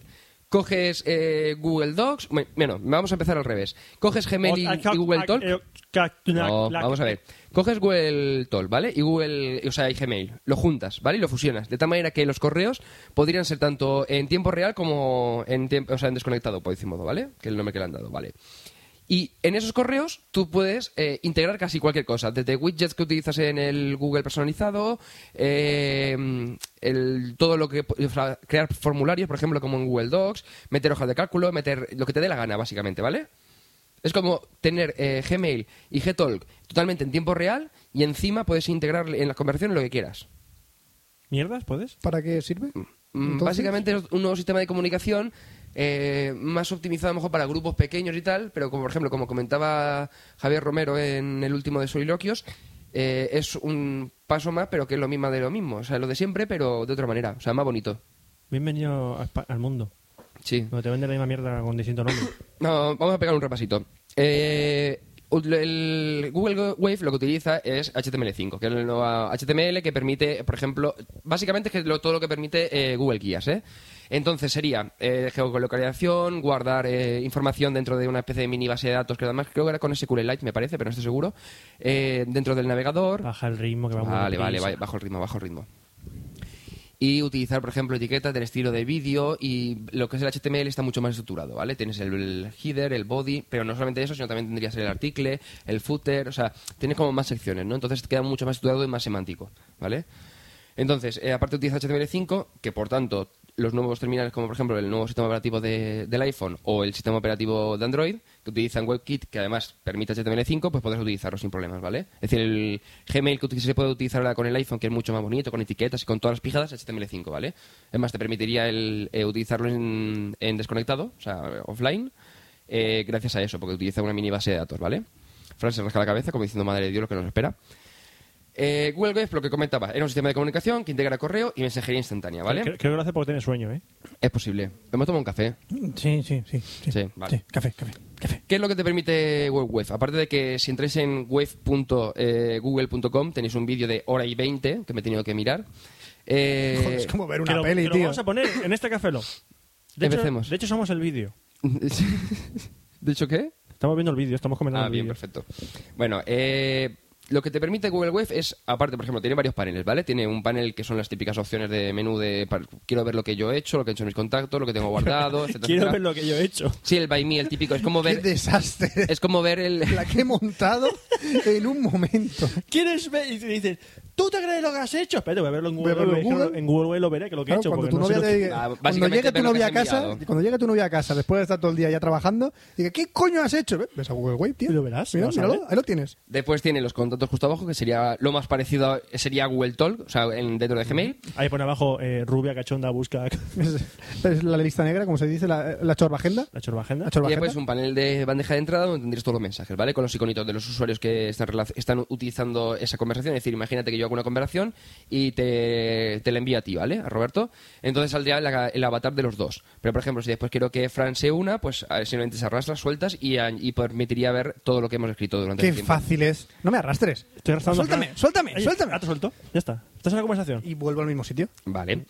S6: coges eh, Google Docs, bueno, bueno, vamos a empezar al revés. Coges Gmail y, y Google Talk.
S2: eh,
S6: No, vamos a ver. Coges Google Talk, ¿vale? Y Google, o sea, y Gmail. Lo juntas, ¿vale? Y lo fusionas. De tal manera que los correos podrían ser tanto en tiempo real como en tiempo, o sea, en desconectado, por decir modo, ¿vale? Que es el nombre que le han dado, ¿vale? Y en esos correos tú puedes eh, integrar casi cualquier cosa, desde widgets que utilizas en el Google personalizado, eh, el, todo lo que o sea, crear formularios, por ejemplo, como en Google Docs, meter hojas de cálculo, meter lo que te dé la gana, básicamente, ¿vale? Es como tener eh, Gmail y Gtalk totalmente en tiempo real y encima puedes integrar en las conversaciones lo que quieras.
S2: ¿Mierdas? ¿Puedes?
S5: ¿Para qué sirve?
S6: Mm,
S5: Entonces- [laughs]
S6: Básicamente es un nuevo sistema de comunicación eh, más optimizado a lo mejor para grupos pequeños y tal, pero como por ejemplo, como comentaba Javier Romero en el último de Soliloquios, eh, es un paso más, pero que es lo mismo de lo mismo. O sea, lo de siempre, pero de otra manera. O sea, más bonito.
S2: Bienvenido a Espa- al mundo.
S6: Sí.
S2: Donde te venden la misma mierda con distintos nombres.
S6: [laughs] No, vamos a pegar un repasito. Eh, el Google Wave lo que utiliza es HTML5, que es el nuevo HTML que permite, por ejemplo, básicamente es que es lo- todo lo que permite eh, Google Guías. ¿eh? Entonces sería eh, geolocalización, guardar eh, información dentro de una especie de mini base de datos, que además creo que era con SQLite, me parece, pero no estoy seguro, eh, dentro del navegador.
S2: Baja el ritmo que va muy
S6: Vale, vale,
S2: deprisa.
S6: vale, bajo el ritmo, bajo el ritmo. Y utilizar, por ejemplo, etiquetas del estilo de vídeo y lo que es el HTML está mucho más estructurado, ¿vale? Tienes el, el header, el body, pero no solamente eso, sino también tendrías el artículo, el footer, o sea, tienes como más secciones, ¿no? Entonces queda mucho más estructurado y más semántico, ¿vale? Entonces, eh, aparte utiliza HTML5, que por tanto, los nuevos terminales, como por ejemplo el nuevo sistema operativo de- del iPhone o el sistema operativo de Android, que utilizan WebKit, que además permite HTML5, pues podrás utilizarlo sin problemas, ¿vale? Es decir, el Gmail que uti- se puede utilizar ahora con el iPhone, que es mucho más bonito, con etiquetas y con todas las pijadas, HTML5, ¿vale? Además, te permitiría el, eh, utilizarlo en, en desconectado, o sea, offline, eh, gracias a eso, porque utiliza una mini base de datos, ¿vale? Fran se rasca la cabeza como diciendo, madre de Dios, lo que nos espera. Eh, Google Web, lo que comentaba, era un sistema de comunicación que integra correo y mensajería instantánea, ¿vale?
S2: Creo, creo que lo hace porque tiene sueño, ¿eh?
S6: Es posible. Hemos tomado un café.
S5: Sí, sí, sí. Sí,
S6: Sí, vale.
S5: Sí, café, café, café.
S6: ¿Qué es lo que te permite Web Web? Aparte de que si entráis en eh, web.google.com tenéis un vídeo de hora y 20 que me he tenido que mirar. Eh, [laughs]
S5: es como ver
S2: que
S5: una
S2: lo,
S5: peli,
S2: que lo
S5: tío.
S2: vamos a poner en este café Lock. De hecho,
S6: Empecemos.
S2: de hecho, somos el vídeo.
S6: ¿De hecho qué?
S2: Estamos viendo el vídeo, estamos comentando
S6: Ah,
S2: el
S6: bien,
S2: vídeo.
S6: perfecto. Bueno, eh, lo que te permite Google Web es, aparte, por ejemplo, tiene varios paneles, ¿vale? Tiene un panel que son las típicas opciones de menú de par- quiero ver lo que yo he hecho, lo que he hecho en mis contactos, lo que
S2: [laughs]
S6: tengo guardado, etcétera,
S2: Quiero
S6: etcétera.
S2: ver lo que yo he hecho.
S6: Sí, el by me, el típico. Es
S5: [laughs]
S6: como
S5: Qué
S6: ver, [laughs]
S5: desastre.
S6: es como ver el...
S5: [laughs] La que he montado en un momento.
S2: ¿Quieres ver? Y te dices, ¿tú te crees lo que has hecho? Espérate, voy a verlo en Google.
S5: Voy a verlo en
S2: Web,
S5: Google.
S2: en Google Web lo veré, que lo que he
S5: Claro,
S2: hecho. porque
S5: cuando tu
S2: no sé
S5: novia
S2: lo
S5: te-
S2: que-
S6: Ah,
S5: cuando
S6: básicamente
S5: llegue tu
S6: ver lo que
S5: novia a
S6: has
S5: casa,
S6: enviado.
S5: cuando llegue tu novia a casa, después de estar todo el día ya trabajando, diga, ¿qué coño has hecho? Ve, Ves a Google Wave, tío.
S2: Lo verás,
S5: Mira,
S2: lo
S5: míralo,
S2: sabré.
S5: ahí lo tienes.
S6: Después tiene los contactos justo abajo, que sería lo más parecido a- sería Google Talk, o sea, en, dentro de Gmail.
S2: Ahí pone abajo, eh, rubia cachonda busca [laughs]
S5: Es, es la lista negra, como se dice, la, la chorbagenda.
S2: la chorbagenda.
S5: La
S6: Y
S5: chorbagenda.
S6: después un panel de bandeja de entrada donde tendréis todos los mensajes, ¿vale? Con los iconitos de los usuarios que están, relac- están utilizando esa conversación. Es decir, imagínate que yo hago una conversación y te, te la envío a ti, ¿vale? A Roberto. Entonces saldría la- el avatar de los dos. Pero, por ejemplo, si después quiero que Fran se una, pues a ver, simplemente se arrastra, sueltas y, a- y permitiría ver todo lo que hemos escrito durante
S5: Qué
S6: el tiempo.
S5: fácil es. No me arrastres.
S2: Estoy arrastrando
S5: Suéltame,
S2: Fran.
S5: suéltame,
S2: Oye,
S5: suéltame.
S2: Ah, te suelto. Ya está. Estás en la conversación.
S5: Y vuelvo al mismo sitio.
S6: Vale.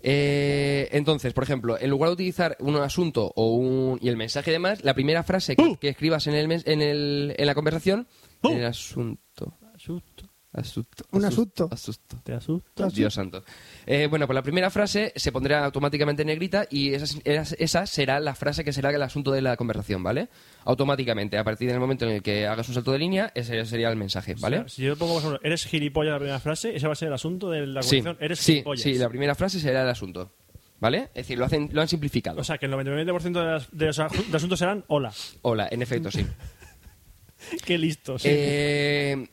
S6: Eh, entonces, por ejemplo, en lugar de utilizar un asunto o un, y el mensaje y demás, la primera frase que,
S2: ¡Oh!
S6: que escribas en, el, mens- en, el- en la conversación,
S2: ¡Bum!
S6: en el asunto.
S2: Asusto.
S6: Asusto.
S5: Un
S6: asusto,
S5: asusto.
S6: asusto.
S2: Te asusto.
S6: Dios santo. Eh, bueno, pues la primera frase se pondrá automáticamente en negrita y esa, esa- esa será la frase que será el asunto de la conversación, ¿vale? Automáticamente, a partir del momento en el que hagas un salto de línea, ese sería el mensaje, ¿vale?
S2: Si yo pongo, por ejemplo, eres gilipollas la primera frase, ese va a ser el asunto de la
S6: sí,
S2: conversación. Eres
S6: sí,
S2: gilipollas.
S6: sí, la primera frase será el asunto, ¿vale? Es decir, lo, hacen, lo han simplificado.
S2: O sea, que el 99% de, las- de los aj- de asuntos serán hola.
S6: Hola, en efecto, sí.
S2: Qué listos.
S6: Eh,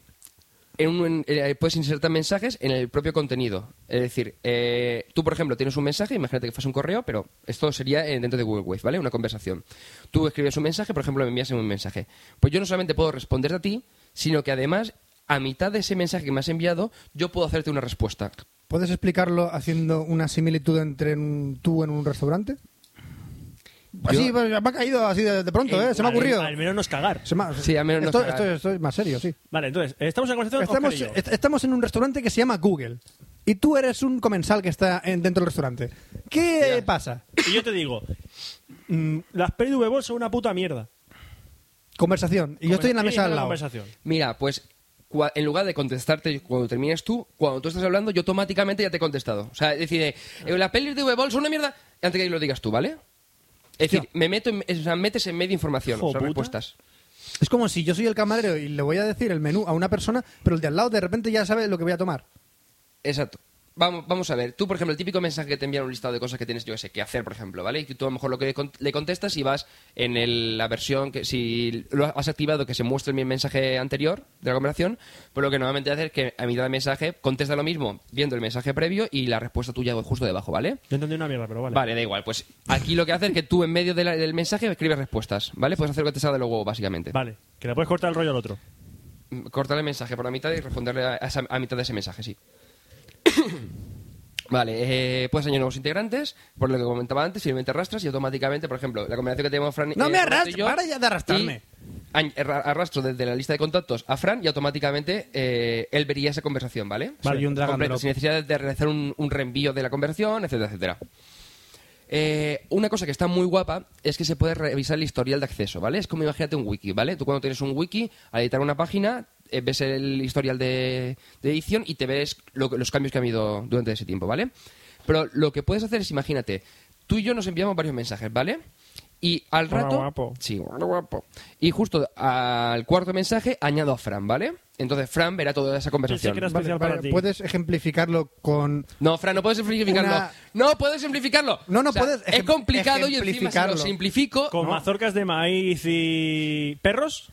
S6: en un- en- eh, puedes insertar mensajes en el propio contenido. Es decir, eh, tú, por ejemplo, tienes un mensaje, imagínate que fuese un correo, pero esto sería eh, dentro de Google Wave, ¿vale? Una conversación. Tú escribes un mensaje, por ejemplo, me envías un mensaje. Pues yo no solamente puedo responderte a ti, sino que además, a mitad de ese mensaje que me has enviado, yo puedo hacerte una respuesta.
S5: ¿Puedes explicarlo haciendo una similitud entre un- tú en un restaurante? Así, pues, me ha caído así de, de pronto, ¿eh? Se me ha
S2: Al-
S5: ocurrido.
S2: Al menos no es cagar.
S5: Se me ha-
S6: Sí, al menos no
S5: esto,
S6: cagar.
S5: esto, esto es más serio, sí.
S2: Vale, entonces, estamos en la conversación.
S5: Estamos,
S2: Oscar y yo.
S5: est- estamos en un restaurante que se llama Google. Y tú eres un comensal que está en- dentro del restaurante. ¿Qué
S6: Ya.
S5: pasa?
S2: Y yo te digo, mm, las peli de V-Ball son una puta mierda.
S5: Conversación. Y yo estoy en la
S2: Inicia
S5: mesa al lado.
S2: conversación.
S6: Mira, pues cua- en lugar de contestarte cuando termines tú, cuando tú estás hablando, yo automáticamente ya te he contestado. O sea, es decir, eh, eh, las pelis de V-Ball son una mierda antes que lo digas tú, ¿vale? Es decir, me meto en- o sea, metes en medio información,
S2: Hijo
S6: o sea,
S2: puta.
S6: respuestas.
S5: Es como si yo soy el camarero y le voy a decir el menú a una persona, pero el de al lado de repente ya sabe lo que voy a tomar.
S6: Exacto. Vamos, vamos a ver, tú, por ejemplo, el típico mensaje que te envían un listado de cosas que tienes, yo que sé, que hacer, por ejemplo, ¿vale? Y que tú a lo mejor lo que con- le contestas y vas en el- la versión que, si lo has activado que se muestre el mensaje anterior de la conversación, pues lo que normalmente haces es que a mitad del mensaje contesta lo mismo viendo el mensaje previo y la respuesta tuya justo debajo, ¿vale?
S2: Yo entendí una mierda, pero vale.
S6: Vale, da igual. Pues aquí lo que hace es que tú en medio de la- del mensaje escribes respuestas, ¿vale? Puedes hacer lo que te salga del huevo, básicamente.
S2: Vale, que le puedes cortar el rollo al otro.
S6: Mm, Cortar el mensaje por la mitad y responderle a, a esa- a mitad de ese mensaje, sí. [coughs] vale, eh, puedes añadir nuevos integrantes, por lo que comentaba antes, simplemente arrastras y automáticamente, por ejemplo, la combinación que tenemos Fran... eh,
S5: No me
S6: Roberto
S5: arrastres,
S6: y yo,
S5: para ya de arrastrarme.
S6: y añ- arra- arrastro desde la lista de contactos a Fran y automáticamente eh, él vería esa conversación, ¿vale?
S5: Vale. Soy un drag and
S6: Completo,
S5: drop.
S6: sin necesidad de realizar un, un reenvío de la conversación, etcétera, etcétera. Eh, una cosa que está muy guapa es que se puede revisar el historial de acceso, ¿vale? Es como imagínate un wiki, ¿vale? Tú cuando tienes un wiki, al editar una página, eh, ves el historial de, de edición y te ves lo que- los cambios que ha habido durante ese tiempo, ¿vale? Pero lo que puedes hacer es, imagínate, tú y yo nos enviamos varios mensajes, ¿vale? Y al
S2: Hola,
S6: rato.
S2: guapo.
S6: Sí, hola, guapo. Y justo al cuarto mensaje añado a Fran, ¿vale? Entonces Fran verá toda esa conversación.
S2: Pensé que eras- especial para ti.
S5: ¿Puedes ejemplificarlo con
S6: No, Fran, no puedes simplificarlo.
S5: Una-
S6: No puedes simplificarlo.
S5: No, no puedes
S6: Es
S5: ejem-
S6: complicado y encima si lo
S5: ejemplificarlo.
S6: simplifico.
S2: Con mazorcas de maíz y. ¿Perros?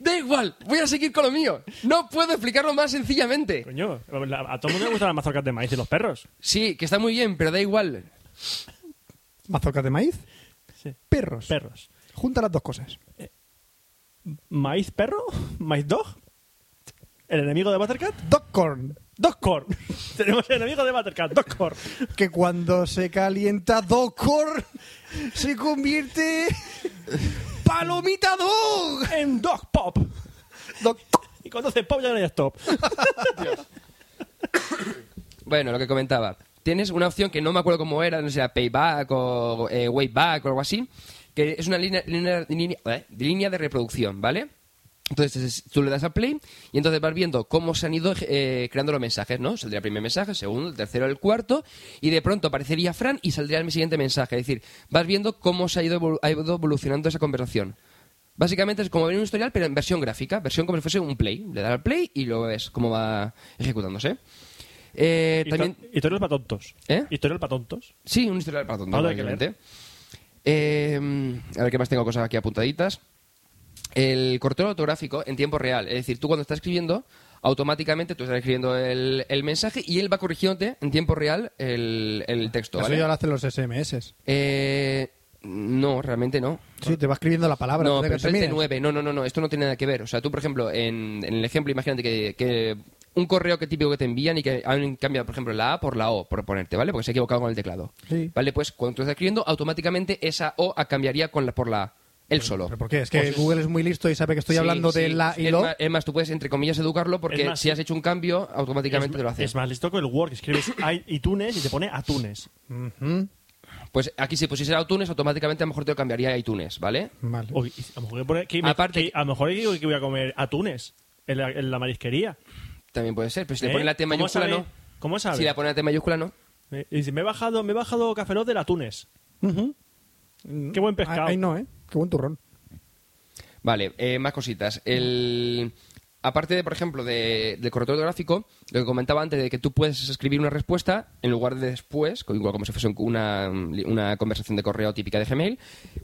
S6: Da igual, voy a seguir con lo mío. No puedo explicarlo más sencillamente.
S2: Coño, la- a todo el mundo le gustan las mazorcas de maíz y los perros.
S6: Sí, que está muy bien, pero da igual.
S5: mazorcas de maíz?
S2: Sí.
S5: Perros.
S2: Perros.
S5: Junta las dos cosas.
S2: ¿Maíz perro? ¿Maíz dog? ¿El enemigo de Buttercat?
S5: Dog corn.
S2: Dogcorn.
S6: [laughs]
S2: Tenemos el enemigo de Buttercat, Dogcorn.
S5: Que cuando se calienta dog corn se convierte palomita dog.
S2: En Dog Pop.
S5: Dog-
S2: Y cuando hace pop ya no hay stop.
S6: Bueno, lo que comentaba. Tienes una opción que no me acuerdo cómo era, no sé, era Payback o eh, Wayback o algo así, que es una línea, línea, línea- eh, línea de reproducción, ¿vale? Entonces es- tú le das a play y entonces vas viendo cómo se han ido eh, creando los mensajes, ¿no? Saldría el primer mensaje, el segundo, el tercero, el cuarto, y de pronto aparecería Fran y saldría el siguiente mensaje. Es decir, vas viendo cómo se ha ido, evolu- ha ido evolucionando esa conversación. Básicamente es como ver un historial, pero en versión gráfica, versión como si fuese un play. Le das al play y luego ves cómo va ejecutándose. Eh, también...
S2: Histo- Historias para tontos.
S6: ¿Eh?
S2: Historias para tontos.
S6: Sí, un historial para tontos,
S2: Ahora hay que
S6: básicamente. Eh, a ver qué más tengo cosas aquí apuntaditas. El corteo autográfico en tiempo real. Es decir, tú cuando estás escribiendo, automáticamente tú estás escribiendo el, el mensaje y él va corrigiéndote en tiempo real el, el texto,
S5: Eso
S6: ¿vale?
S5: ya lo hacen los SMS.
S6: Eh, no, realmente no.
S5: Sí, te va escribiendo la palabra.
S6: Ah. No, este
S5: antes de
S6: pero
S5: que
S6: eso es de
S5: termines.
S6: 9. No, no, no, no, esto no tiene nada que ver. O sea, tú, por ejemplo, en, en el ejemplo, imagínate que, que un correo que típico que te envían y que han cambiado, por ejemplo, la A por la O, por ponerte, ¿vale? Porque se ha equivocado con el teclado.
S5: Sí.
S6: ¿Vale? Pues cuando tú estás escribiendo, automáticamente esa O a- cambiaría con la, por la A, él solo.
S5: ¿Pero por qué? Es que Google es muy listo y sabe que estoy
S6: Pues Sí,
S5: hablando de
S6: sí.
S5: la y
S6: Es
S5: lo.
S6: más, es más, tú puedes, entre comillas, educarlo porque
S2: Es más,
S6: si has hecho un cambio, automáticamente
S2: es,
S6: te lo hace.
S2: es más listo que el Word, que
S6: [coughs]
S2: escribes i- iTunes y te pone atunes.
S5: Mm,
S6: Pues aquí, si pusiese iTunes, automáticamente a lo mejor te lo cambiaría a iTunes, ¿vale?
S5: Vale.
S2: O- y- a lo mejor, que pone que me-
S6: Aparte
S2: que-
S6: que-
S2: a lo mejor digo que voy a comer atunes en la, en la marisquería.
S6: También puede ser. Pero si
S2: ¿Eh?
S6: le ponen la T
S2: ¿Cómo
S6: mayúscula,
S2: sabe-
S6: no.
S2: ¿Cómo sabe?
S6: Si la ponen la T mayúscula, no.
S2: Eh, y dice, me he bajado, me he bajado Café Lock del atunes. Qué buen pescado.
S5: Ahí no, ¿eh? Qué buen turrón.
S6: Vale, eh, más cositas. El... Aparte, de, por ejemplo, de- del corrector gráfico, lo que comentaba antes de que tú puedes escribir una respuesta en lugar de después, co- igual como si fuese un- una, una conversación de correo típica de Gmail,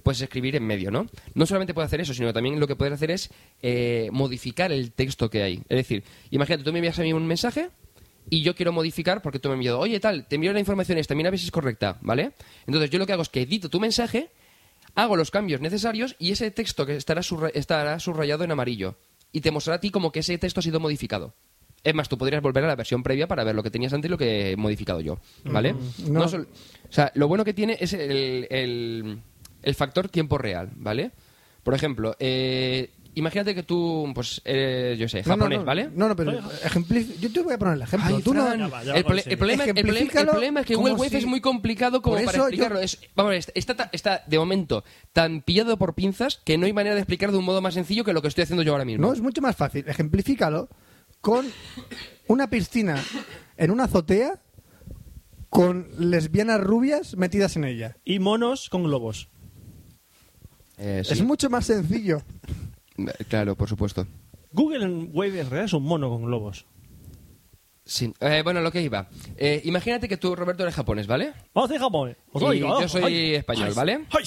S6: puedes escribir en medio, ¿no? No solamente puedes hacer eso, sino también lo que puedes hacer es eh, modificar el texto que hay. Es decir, imagínate, tú me envías a mí un mensaje y yo quiero modificar porque tú me has enviado, oye, tal, te envío la información esta, mira a ver si es correcta, ¿vale? Entonces yo lo que hago es que edito tu mensaje, hago los cambios necesarios y ese texto que estará, subra- estará subrayado en amarillo y te mostrará a ti como que ese texto ha sido modificado. Es más, tú podrías volver a la versión previa para ver lo que tenías antes y lo que he modificado yo, ¿vale?
S5: No.
S6: No sol- o sea, lo bueno que tiene es el, el- el factor tiempo real, ¿vale? Por ejemplo, eh, imagínate que tú, pues, eres, yo sé,
S5: No, no,
S6: japonés,
S5: no,
S6: ¿vale?
S5: No, no, pero ejempli- yo te voy a poner el ejemplo.
S6: Ay,
S5: Tú no-
S6: Fran,
S2: Ya va, ya va
S6: el,
S2: con
S6: prole-
S2: el
S6: el problema, el problema- el
S5: Ejemplifícalo
S6: problema es que
S5: como
S6: Google Wave
S5: si-
S6: es muy complicado como
S5: Por
S6: para
S5: eso yo-
S6: explicarlo. Es- vamos a ver, está, está- está de momento tan pillado por pinzas que no hay manera de explicar de un modo más sencillo que lo que estoy haciendo yo ahora mismo.
S5: No, es mucho más fácil. Ejemplifícalo con una piscina en una azotea con lesbianas rubias metidas en ella.
S2: Y monos con globos.
S6: Eh, sí.
S5: Es mucho más sencillo.
S6: Eh, Claro, por supuesto.
S2: Google en Wave en realidad es un mono con globos.
S6: Sí. Eh, bueno, lo que iba. Eh, imagínate que tú, Roberto, eres japonés, ¿vale?
S2: Vamos a hacer Japón. Os
S6: Y
S2: oigo,
S6: yo
S2: ojo,
S6: soy
S2: ay.
S6: español,
S2: Ay,
S6: ¿vale?
S2: ay.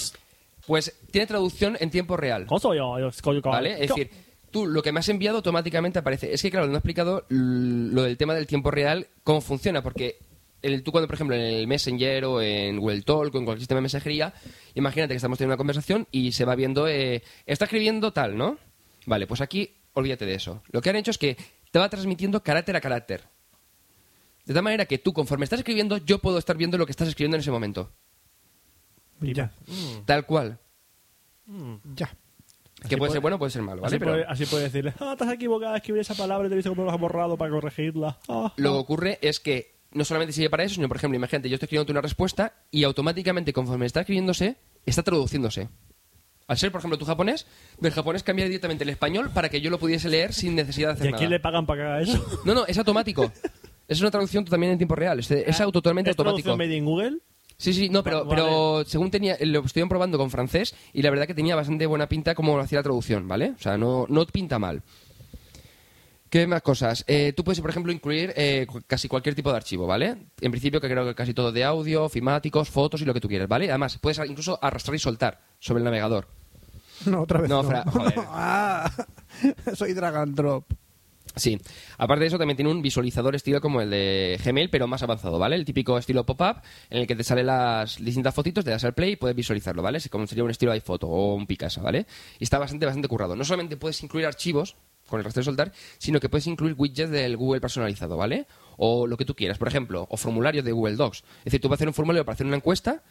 S6: Pues tiene traducción en tiempo real.
S2: Os oigo, os oigo.
S6: ¿Vale? Es decir, tú lo que me has enviado automáticamente aparece. Es que, claro, no he explicado l- lo del tema del tiempo real, cómo funciona, porque el, tú cuando, por ejemplo, en el Messenger o en Google Talk o en cualquier sistema de mensajería, imagínate que estamos teniendo una conversación y se va viendo, eh, está escribiendo tal, ¿no? Vale, pues aquí olvídate de eso. Lo que han hecho es que te va transmitiendo carácter a carácter. De tal manera que tú, conforme estás escribiendo, yo puedo estar viendo lo que estás escribiendo en ese momento.
S5: Ya,
S6: Tal cual.
S5: ya.
S6: Que puede ser bueno, puede ser malo, ¿vale?
S2: así,
S6: Pero-
S2: puede, así puede decirle, ah, estás equivocada a escribir esa palabra y te dice cómo lo has borrado para corregirla. Ah,
S6: Lo que ocurre es que no solamente sirve para eso, sino, por ejemplo, imagínate, yo estoy escribiéndote una respuesta y automáticamente, conforme está escribiéndose, está traduciéndose. Al ser, por ejemplo, tú japonés, del japonés cambia directamente el español para que yo lo pudiese leer sin necesidad de
S2: ¿Y
S6: hacer
S2: a
S6: nada.
S2: quién le pagan para que haga eso? [laughs]
S6: No, no, es automático. es una traducción también en tiempo real. Es, es auto-
S2: Ah,
S6: totalmente
S2: ¿Es traducción
S6: automático.
S2: made in Google?
S6: Sí, sí, no, pero,
S2: Va-
S6: pero según tenía, eh, lo estuvieron probando con francés y la verdad que tenía bastante buena pinta como lo hacía la traducción, ¿vale? O sea, no, no pinta mal. ¿Qué más cosas? Eh, tú puedes, por ejemplo, incluir eh, cu- casi cualquier tipo de archivo, ¿vale? En principio, que creo que casi todo de audio, filmáticos, fotos y lo que tú quieras, ¿vale? Además, puedes a- incluso arrastrar y soltar sobre el navegador.
S5: [laughs] No, otra vez.
S6: No,
S5: No,
S6: Fra- joder.
S5: Ah, soy drag and
S6: [laughs]
S5: drop.
S6: Sí. Aparte de eso, también tiene un visualizador estilo como el de Gmail, pero más avanzado, ¿vale? El típico estilo pop-up en el que te salen las distintas fotitos, te das al play y puedes visualizarlo, ¿vale? Es Como sería un estilo iPhoto o un Picasa, ¿vale? Y está bastante, bastante currado. No solamente puedes incluir archivos con el rastreo de soltar, sino que puedes incluir widgets del Google personalizado, ¿vale? O lo que tú quieras, por ejemplo, o formularios de Google Docs. Es decir, tú vas a hacer un formulario para hacer una encuesta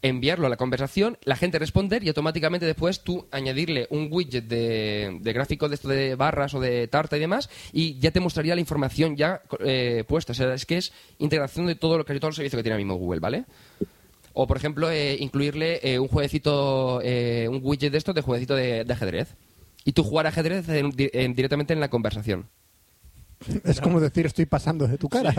S6: enviarlo a la conversación, la gente responder y automáticamente después tú añadirle un widget de, de gráfico de esto de barras o de tarta y demás y ya te mostraría la información ya eh, puesta. O sea, es que es integración de todo lo que todos los servicios que tiene ahora mismo Google, ¿vale? O, por ejemplo, eh, incluirle eh, un jueguecito, eh, un widget de estos de jueguecito de, de ajedrez. Y tú jugar ajedrez en- di- en- directamente en la conversación.
S5: Es como decir, estoy pasando de tu
S6: [laughs]
S5: cara.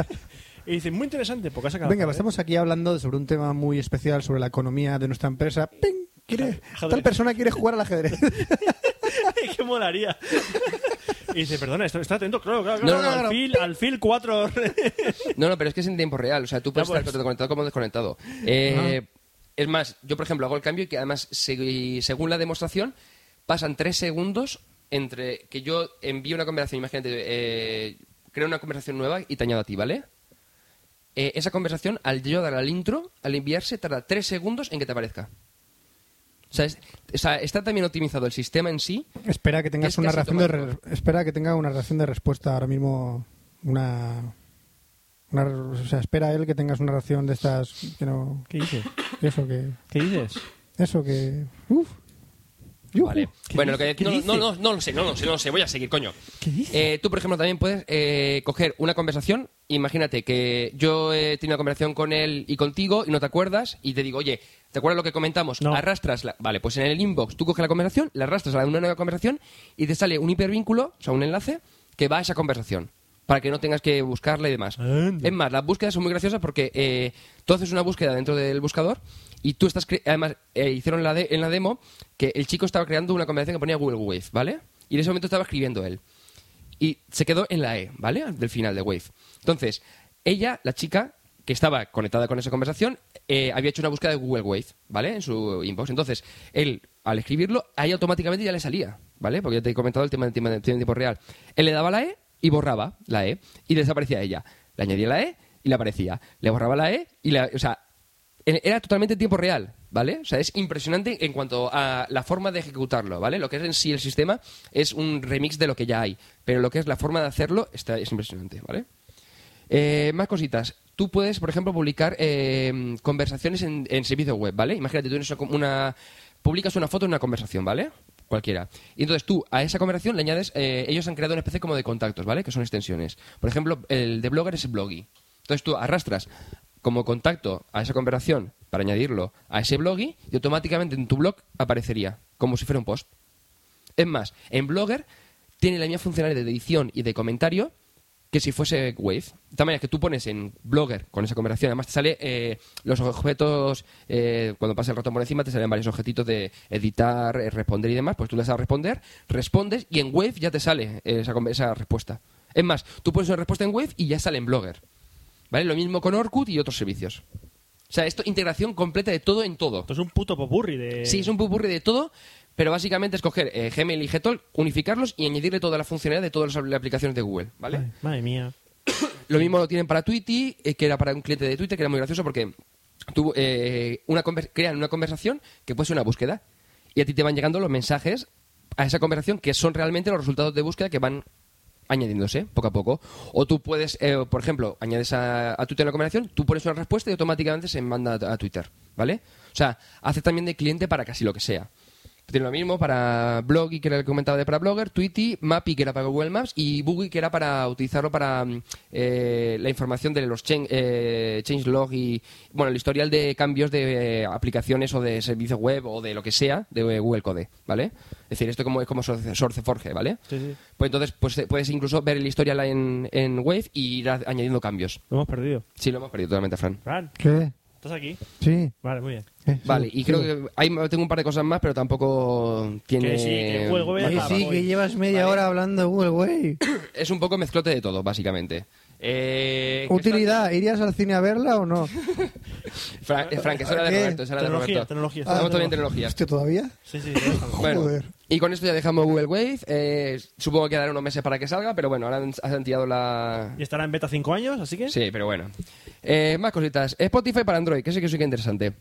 S2: Y dicen, muy interesante, porque ha sacado.
S5: Venga,
S2: joder,
S5: estamos aquí hablando sobre un tema muy especial sobre la economía de nuestra empresa. ¡Ping! Quiere- tal persona quiere jugar al
S6: [laughs]
S5: ajedrez. [laughs]
S2: [laughs] ¡Qué molaría! Y dice, perdona, esto- está atento, claro, claro,
S6: No,
S2: claro,
S6: no, no,
S2: al,
S6: no.
S2: Fil, al fil cuatro. [laughs]
S6: No, no, pero es que es en tiempo real. O sea, tú puedes
S2: Ya, pues.
S6: estar tanto conectado como desconectado. Eh, Es más, yo, por ejemplo, hago el cambio y que además, segui- según la demostración, pasan tres segundos entre que yo envío una conversación, imagínate, eh, creo una conversación nueva y te añado a ti, ¿vale? Eh, esa conversación, al yo dar al intro, al enviarse, tarda tres segundos en que te aparezca. O sea, es- o sea, está también optimizado el sistema en sí.
S5: espera que tengas
S6: Es
S5: una
S6: casi
S5: reacción de re-
S6: automático.
S5: espera que tenga una reacción de respuesta ahora mismo una, una- o sea, espera él que tengas una reacción de estas que no
S2: ¿Qué dices?
S5: que eso que
S2: ¿Qué dices?
S5: eso que uf. Yujú.
S6: Vale.
S2: ¿Qué
S6: Bueno, lo que,
S2: dice?
S6: no,
S2: ¿Qué
S6: no,
S2: dice?
S6: no, no lo sé, no lo sé, no lo sé. Voy a seguir, coño.
S2: ¿Qué dice?
S6: Eh, tú, por ejemplo, también puedes eh, coger una conversación. Imagínate que yo he tenido una conversación con él y contigo y no te acuerdas y te digo, oye, ¿te acuerdas lo que comentamos?
S2: No.
S6: Arrastras la... Vale, pues en el inbox tú coges la conversación, la arrastras a una nueva conversación y te sale un hipervínculo, o sea, un enlace que va a esa conversación para que no tengas que buscarla y demás.
S2: Anda.
S6: Es más, las búsquedas son muy graciosas porque eh, tú haces una búsqueda dentro del buscador y tú estás... cre- Además, eh, hicieron la de- en la demo que el chico estaba creando una conversación que ponía Google Wave, ¿vale? Y en ese momento estaba escribiendo él. Y se quedó en la E, ¿vale? Del final de Wave. Entonces, ella, la chica que estaba conectada con esa conversación, eh, había hecho una búsqueda de Google Wave, ¿vale? En su inbox. Entonces, él, al escribirlo, ahí automáticamente ya le salía, ¿vale? Porque ya te he comentado el tema del tema del tema en tiempo real. Él le daba la E y borraba la E y desaparecía ella. Le añadía la E y le aparecía. Le borraba la E y la... O sea, en- era totalmente en tiempo real, ¿vale? O sea, es impresionante en cuanto a la forma de ejecutarlo, ¿vale? Lo que es en sí el sistema es un remix de lo que ya hay, pero lo que es la forma de hacerlo está, es impresionante, ¿vale? Eh, más cositas. Tú puedes, por ejemplo, publicar eh, conversaciones en, en servicio web, ¿vale? Imagínate, tú tienes una, una- publicas una foto en una conversación, ¿vale? Cualquiera. Y entonces tú a esa conversación le añades... eh, ellos han creado una especie como de contactos, ¿vale? Que son extensiones. Por ejemplo, el de Blogger es Bloggy. Entonces tú arrastras como contacto a esa conversación para añadirlo a ese Bloggy y automáticamente en tu blog aparecería como si fuera un post. Es más, en Blogger tiene la misma funcionalidad de edición y de comentario que si fuese Wave. De tal manera que tú pones en Blogger con esa conversación, además te sale eh, los objetos, eh, cuando pasa el ratón por encima, te salen varios objetitos de editar, eh, responder y demás. Pues tú le das a responder, respondes y en Wave ya te sale eh, esa, con- esa respuesta. Es más, tú pones una respuesta en Wave y ya sale en Blogger. ¿Vale? Lo mismo con Orkut y otros servicios. O sea, esto integración completa de todo en todo.
S2: Esto es un puto popurri de.
S6: Eh, Sí, es un pupurri de todo, pero básicamente es coger eh, Gmail y Getol, unificarlos y añadirle toda la funcionalidad de todas las aplicaciones de Google, ¿vale?
S2: Ay, Madre mía.
S6: Lo mismo lo tienen para Twitty, eh, que era para un cliente de Twitter, que era muy gracioso porque tú, eh, una conver- crean una conversación que puede ser una búsqueda y a ti te van llegando los mensajes a esa conversación que son realmente los resultados de búsqueda que van añadiéndose poco a poco. O tú puedes, eh, por ejemplo, añades a, a Twitter la conversación, tú pones una respuesta y automáticamente se manda a, a Twitter, ¿vale? O sea, hace también de cliente para casi lo que sea. Tiene lo mismo para Bloggy, que era el que comentaba de para Blogger, Tweety, Mappy, que era para Google Maps, y Boogie, que era para utilizarlo para mm, eh, la información de los change, eh, changelog y, bueno, el historial de cambios de eh, aplicaciones o de servicios web o de lo que sea de eh, Google Code, ¿vale? Es decir, esto como es como Source- SourceForge, ¿vale?
S2: Sí, sí.
S6: Pues entonces pues, eh, puedes incluso ver el historial en, en Wave y ir a- añadiendo cambios.
S2: Lo hemos perdido.
S6: Sí, lo hemos perdido totalmente, Fran.
S2: Fran.
S5: ¿Qué?
S2: ¿Estás aquí?
S7: Sí.
S2: Vale, muy bien.
S7: eh,
S6: Vale,
S7: sí,
S6: y creo
S7: sí.
S6: que hay, tengo un par de cosas más, pero tampoco tiene...
S2: Que sí, que el juego es-
S7: Que
S2: Ah,
S7: Pues sí,
S2: voy.
S7: que llevas media hora hablando de Google, güey.
S6: Es un poco mezclote de todo, básicamente. Eh, que
S7: Utilidad, ¿irías al cine a verla o no?
S6: está- Fra- eh, Frank, es hora de
S7: ¿Qué?
S6: Roberto, es hora de
S2: Tecnología,
S6: Roberto.
S2: tecnología.
S6: Estamos
S7: Ah,
S6: todavía
S7: no.
S6: en tecnología.
S7: Hostia, ¿todavía?
S2: Sí, sí, déjalo.
S6: [laughs] Bueno,
S7: Joder.
S6: y con esto ya dejamos Google Wave. eh, supongo que quedarán unos meses para que salga, pero bueno, ahora han, han tirado la...
S2: Y estará en beta 5 años, así que...
S6: Sí, pero bueno. Eh, más cositas. Spotify para Android, que sé que eso sí que es interesante.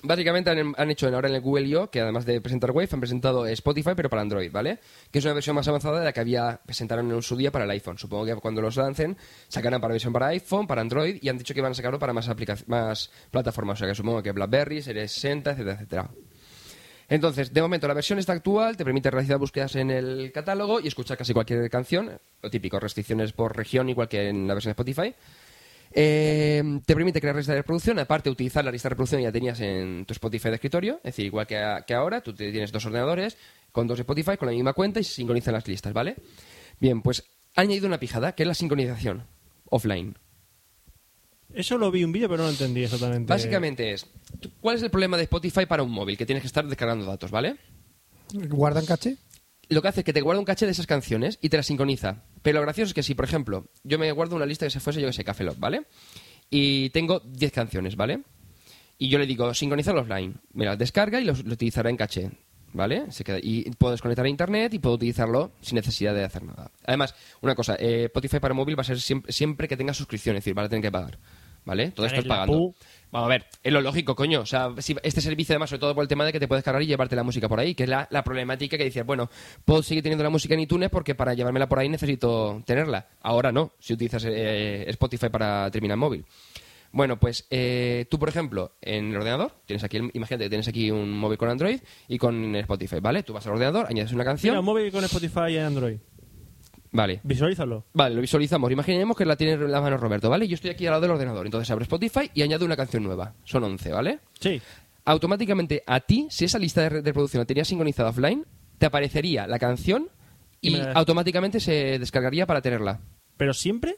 S6: Básicamente han, han hecho ahora en el Google I.O. que además de presentar Wave han presentado Spotify pero para Android, ¿vale? Que es una versión más avanzada de la que había presentaron en su día para el iPhone. Supongo que cuando los lancen sacarán para versión para iPhone, para Android y han dicho que van a sacarlo para más, aplica- más plataformas. O sea que supongo que BlackBerry, Series 60, etcétera, etcétera. Entonces, de momento, la versión está actual, te permite realizar búsquedas en el catálogo y escuchar casi cualquier canción. Lo típico, restricciones por región, igual que en la versión de Spotify. Eh, te permite crear lista de reproducción, aparte utilizar la lista de reproducción que ya tenías en tu Spotify de escritorio, es decir, igual que, a- que ahora, tú te- tienes dos ordenadores con dos Spotify, con la misma cuenta y se sincronizan las listas, ¿vale? Bien, pues ha añadido una pijada, que es la sincronización offline.
S2: Eso lo vi un vídeo, pero no lo entendí exactamente.
S6: Básicamente es, tú- ¿cuál es el problema de Spotify para un móvil? Que tienes que estar descargando datos, ¿vale?
S7: ¿Guardan caché?
S6: lo que hace es que te guarda un caché de esas canciones y te las sincroniza. Pero lo gracioso es que si, por ejemplo, yo me guardo una lista que se fuese, yo que sé, Café Lock, ¿vale? Y tengo 10 canciones, ¿vale? Y yo le digo, sincronizarlo offline. Me las descarga y los- lo, utilizará en caché, ¿vale? Se queda- y puedo desconectar a internet y puedo utilizarlo sin necesidad de hacer nada. Además, una cosa, eh, Spotify para móvil va a ser siempre, siempre que tenga suscripción, es decir, vas a tener que pagar, ¿vale? Todo esto es
S2: Eres la
S6: pagando.
S2: pu.
S6: Vamos a ver, es lo lógico, coño. O sea, si este servicio, además, sobre todo por el tema de que te puedes cargar y llevarte la música por ahí, que es la, la problemática que decías, bueno, puedo seguir teniendo la música en iTunes porque para llevármela por ahí necesito tenerla. Ahora no, si utilizas eh, Spotify para terminar móvil. Bueno, pues eh, tú, por ejemplo, en el ordenador, tienes aquí, el- imagínate que tienes aquí un móvil con Android y con Spotify, ¿vale? Tú vas al ordenador, añades una
S2: Mira, un
S6: canción,
S2: móvil con Spotify y Android.
S6: vale.
S2: Visualízalo.
S6: Vale, lo visualizamos. Imaginemos que la tiene en las manos Roberto, ¿vale? Yo estoy aquí al lado del ordenador. Entonces abro Spotify y añado una canción nueva. Son 11, ¿vale?
S2: Sí.
S6: automáticamente a ti, si esa lista de re- de reproducción la tenías sincronizada offline, te aparecería la canción
S2: Y
S6: y
S2: me la-
S6: automáticamente se descargaría para tenerla.
S2: Pero siempre,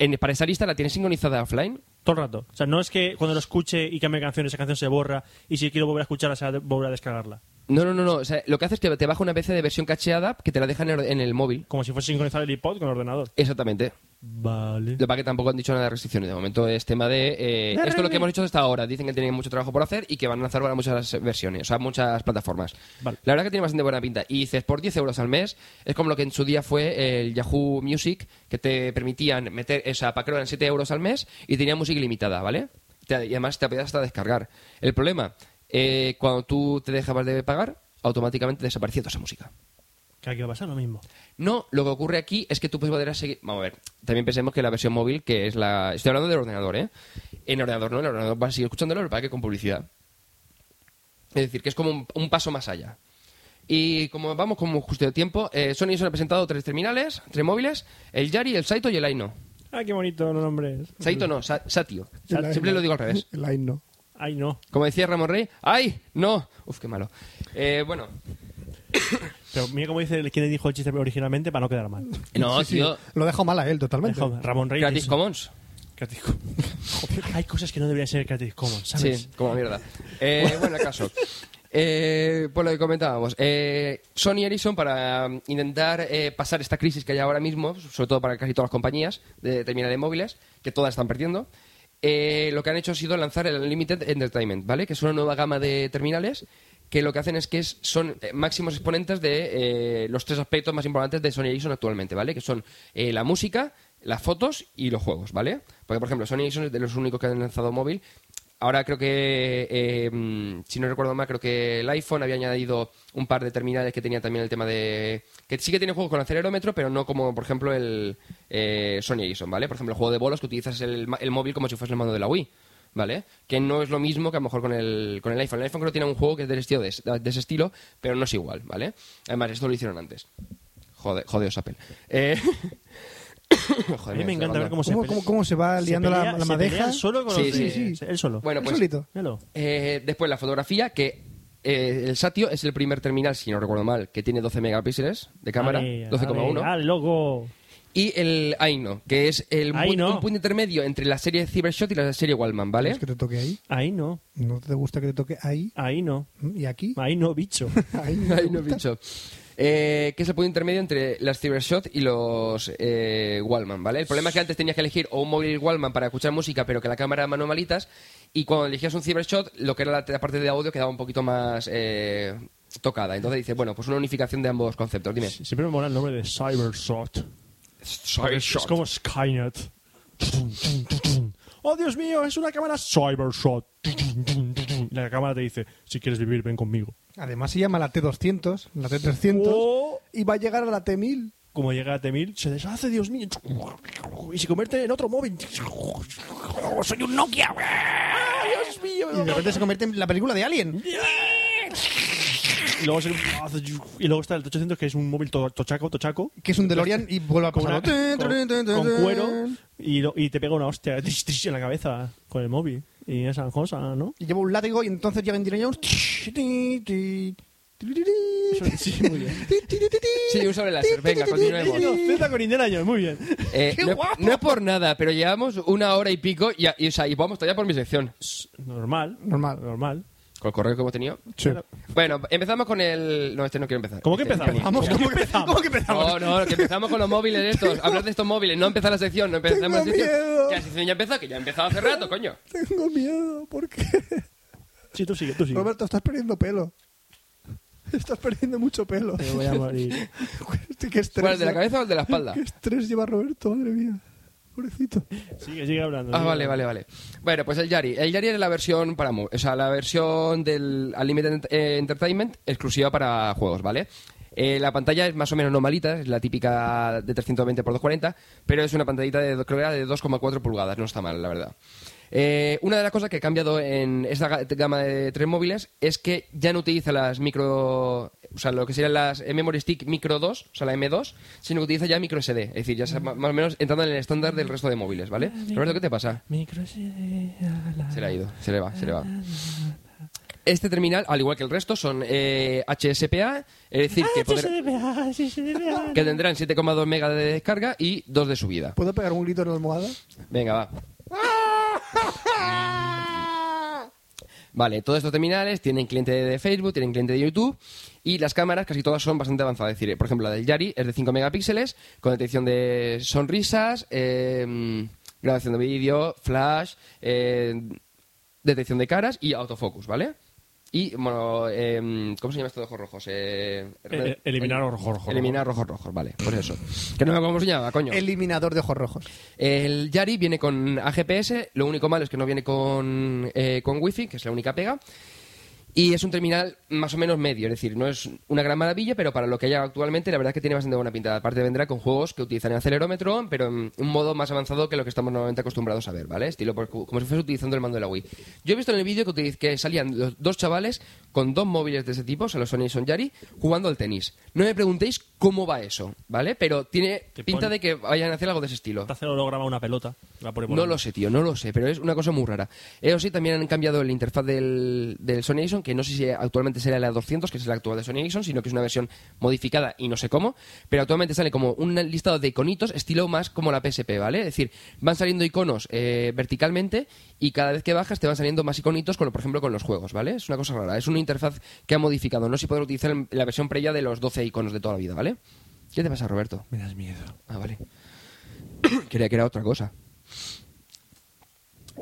S6: En, para esa lista la tienes sincronizada offline.
S2: todo el rato. O sea, no es que cuando lo escuche y cambie canción, esa canción se borra y si quiero volver a escucharla, se va a de- volver a descargarla.
S6: No, no, no, no. O sea, lo que hace es que te baja una vez de versión cacheada que te la deja en el, en el móvil.
S2: Como si fuese sincronizar el iPod con el ordenador.
S6: Exactamente.
S2: Vale.
S6: Lo que pasa que tampoco han dicho nada de restricciones. De momento es tema de... eh, esto es lo que hemos hecho hasta ahora. Dicen que tienen mucho trabajo por hacer y que van a lanzar ahora muchas versiones, o sea, muchas plataformas.
S2: Vale.
S6: La verdad que tiene bastante buena pinta. Y dices, por 10 euros al mes, es como lo que en su día fue el Yahoo Music, que te permitían meter, o sea, para que eran 7 euros al mes y tenía música ilimitada, ¿vale? Te- Y además te podías hasta descargar. El problema, eh, cuando tú te dejabas de pagar, automáticamente desaparecía toda esa música.
S2: Que aquí va a pasar lo mismo.
S6: No, lo que ocurre aquí es que tú puedes poder seguir. Vamos a ver, también pensemos que la versión móvil, que es la. Estoy hablando del ordenador, ¿eh? En el ordenador no, en el ordenador vas a seguir escuchándolo, pero para que con publicidad. Es decir, que es como un, un paso más allá. Y como vamos como justo de tiempo, eh, Sony solo ha presentado tres terminales, tres móviles: el Yari, el Saito y el Aino.
S2: Ah, qué bonito los nombres.
S6: Saito no, Sa- Satio.
S7: El Aino.
S6: Siempre lo digo al revés.
S7: [laughs] El line no.
S2: Ay, no.
S6: Como decía Ramón Rey, ¡ay! ¡No! Uf, qué malo. Eh, bueno,
S2: Pero mira cómo dice el- quien dijo el chiste originalmente para no quedar mal.
S6: no,
S7: Sí, sí,
S6: Oh, tío.
S7: Lo dejo mal a él totalmente.
S2: Dejo- Ramón Reyes.
S6: Creative Commons.
S2: Creative Commons. [laughs] Joder, Hay cosas que no deberían ser Creative Commons, ¿sabes?
S6: Sí, como mierda. Eh, bueno, acaso. Eh, pues lo que comentábamos. Eh, Sony Ericsson, para mm, intentar eh, pasar esta crisis que hay ahora mismo, sobre todo para casi todas las compañías de terminales móviles, que todas están perdiendo, eh, lo que han hecho ha sido lanzar el Unlimited Entertainment, ¿vale? Que es una nueva gama de terminales que lo que hacen es que es- son eh, máximos exponentes de eh, los tres aspectos más importantes de Sony Ericsson actualmente, ¿vale? Que son eh, la música, las fotos y los juegos, ¿vale? Porque, por ejemplo, Sony Ericsson es de los únicos que han lanzado móvil Ahora creo que, eh, mm, si no recuerdo mal, creo que el iPhone había añadido un par de terminales que tenía también el tema de... Que sí que tiene juegos con acelerómetro, pero no como, por ejemplo, el eh, Sony Ericsson, ¿vale? Por ejemplo, el juego de bolos que utilizas el, ma- el móvil como si fuese el mando de la Wii, ¿vale? Que no es lo mismo que a lo mejor con el, con el iPhone. El iPhone creo que tiene un juego que es del estilo de, es- de ese estilo, pero no es igual, ¿vale? Además, esto lo hicieron antes. Joder, jodeos Apple. Eh... [laughs]
S2: A
S6: Joder,
S2: mí me
S6: estoy
S2: encanta ver
S6: hablando.
S2: cómo se
S7: ¿Cómo-
S2: pelea-
S7: cómo- cómo se va liando la- la
S2: se
S7: madeja?
S2: pelea él solo con
S6: Sí,
S2: los
S6: sí,
S2: de-
S7: sí.
S2: Él solo.
S6: Bueno,
S7: Él
S6: pues...
S7: solito.
S2: Míralo.
S6: Eh, después la fotografía, que eh, el Satio es el primer terminal, si no recuerdo mal, que tiene 12 megapíxeles de cámara,
S2: Ale, ale,
S6: 12,1.
S2: ale, loco.
S6: y el Aino, que es el
S2: Ay,
S6: buen-
S2: no.
S6: un punto intermedio entre la serie Cybershot y la serie Wallman, ¿vale?
S7: ¿Quieres que te toque ahí?
S2: Ahí no,
S7: ¿No te gusta que te toque ahí? Mm,
S2: ahí no,
S7: ¿Y aquí?
S2: ahí no,
S7: [laughs]
S2: bicho.
S7: Ahí no te
S6: [laughs] Ay, no,
S7: gusta.
S6: bicho. Eh, que es el punto intermedio entre las Cybershot y los eh, Wallman, ¿vale? El problema es que antes tenías que elegir o un móvil Wallman para escuchar música, pero que la cámara era mano malitas, y cuando elegías un Cybershot, lo que era la, la parte de audio quedaba un poquito más eh, tocada. Entonces dices, bueno, pues una unificación de ambos
S7: [laughs]
S6: conceptos. Dime.
S2: Siempre me mola el nombre de Cybershot. Es como Skynet. Oh, Dios mío, es una cámara Cybershot. Y la cámara te dice, si quieres vivir, ven conmigo.
S7: Además se llama la T200, la T300
S2: Oh.
S7: y va a llegar a la T1000.
S2: Como llega a T1000, se deshace, Dios mío. Y se convierte en otro móvil. ¡Soy un Nokia! ¡Ah, Dios mío!
S7: Y de repente se convierte en la película de Alien.
S2: Y luego, se- y luego está el 800, que es un móvil to- tochaco, tochaco.
S7: Que es un DeLorean y vuelve a
S2: Pues Con,
S7: pasar.
S2: una- con- con cuero y, lo- y te pega una hostia [laughs] tris, tris, en la cabeza con el móvil. Y esa cosa, ¿no?
S7: Y lleva un látigo y entonces llega Indiana Jones. Sí, [laughs]
S2: muy bien.
S6: Sí, un sobre láser. Venga, continuemos.
S2: Z con Indiana Jones, muy bien.
S6: Eh,
S7: ¡Qué
S6: no,
S7: guapo!
S6: no es por nada, pero llevamos una hora y pico y, a- y, o sea, y vamos todavía por mi sección.
S2: Normal,
S7: Normal.
S2: normal.
S6: Con el correo que hemos tenido.
S7: Sí.
S6: Bueno, empezamos con el... No, este no quiero empezar.
S2: ¿Cómo que
S6: Este-
S2: empezamos?
S7: Vamos, ¿cómo que empezamos? ¿Cómo que empezamos?
S6: No, no, que empezamos con los móviles estos. Hablar de estos móviles, no empezar la sección, no empezamos
S7: Tengo
S6: la sección.
S7: miedo.
S6: Que la sección ya empezó, que ya ha empezado hace rato, coño.
S7: Tengo miedo, ¿por qué?
S2: Sí, tú sigue, tú sigue.
S7: Roberto, estás perdiendo pelo. Estás perdiendo mucho pelo.
S2: Te voy a morir.
S7: ¿Qué estrés, eh.
S6: ¿Cuál, el de la cabeza o el de la espalda?
S7: ¿Qué estrés lleva Roberto? Madre mía. Pobrecito.
S2: Sigue, sigue hablando.
S6: Ah,
S2: sigue
S6: vale,
S2: hablando.
S6: vale, vale. Bueno, pues el Yari. El Yari era la versión para... mo- O sea, la versión del Unlimited Ent- eh, Entertainment exclusiva para juegos, ¿vale? Eh, la pantalla es más o menos normalita, es la típica de 320x240, pero es una pantallita de, do- creo que era de 2,4 pulgadas, no está mal, la verdad. Eh, una de las cosas que ha cambiado en esta ga- gama de tres móviles es que ya no utiliza las micro. O sea, lo que serían las eh, Memory Stick Micro 2, o sea, la M2, sino que utiliza ya micro SD. Es decir, ya está ma- más o menos entrando en el estándar del resto de móviles, ¿vale? Roberto, ¿qué te pasa? Se le ha ido, se le va, se le va. Este terminal, al igual que el resto, son eh, HSPA, es
S2: Ah,
S6: decir, que, podrá- que tendrán 7,2 megas de descarga y 2 de subida.
S7: ¿Puedo pegar un grito en la almohada?
S6: Venga, va. Vale, todos estos terminales tienen cliente de Facebook, tienen cliente de YouTube y las cámaras casi todas son bastante avanzadas. Es decir, eh, por ejemplo, la del Yari es de 5 megapíxeles con detección de sonrisas, eh, grabación de vídeo, flash, eh, detección de caras y autofocus, ¿vale? Y, bueno, eh, ¿cómo se llama esto de ojos rojos? Eh,
S2: Eh, eliminar ojos rojos.
S6: Eliminar ojos rojos, vale, por eso. Que no me acuerdo cómo se llama, coño.
S7: Eliminador de ojos rojos.
S6: El Yari viene con AGPS, lo único malo es que no viene con, eh, con Wi-Fi, que es la única pega. Y es un terminal más o menos medio, es decir, no es una gran maravilla, pero para lo que hay actualmente, la verdad es que tiene bastante buena pinta. Aparte, vendrá con juegos que utilizan el acelerómetro, pero en un modo más avanzado que lo que estamos normalmente acostumbrados a ver, ¿vale? Estilo por- como si fuese utilizando el mando de la Wii. Yo he visto en el vídeo que, utiliz- que salían los dos chavales con dos móviles de ese tipo, o sea, los Sony y Son Yari, jugando al tenis. No me preguntéis cómo va eso, ¿vale? Pero tiene
S2: Te pon-
S6: pinta de que vayan a hacer algo de ese estilo.
S2: Te hace holograma una pelota. La pone por
S6: No
S2: ahí.
S6: lo sé, tío, no lo sé, pero es una cosa muy rara. Eso sí, también han cambiado la interfaz del, del Sony Ericsson, que no sé si actualmente será la 200, que es la actual de Sony Ericsson, sino que es una versión modificada y no sé cómo, pero actualmente sale como un listado de iconitos, estilo más como la PSP, ¿vale? Es decir, van saliendo iconos eh, verticalmente y cada vez que bajas te van saliendo más iconitos, con, por ejemplo, con los juegos, ¿vale? Es una cosa rara, es una interfaz que ha modificado, no sé si podrá utilizar en la versión previa de los 12 iconos de toda la vida, ¿vale? ¿Qué te pasa, Roberto?
S2: Me das miedo.
S6: Ah, vale. [coughs] Creía que era otra cosa.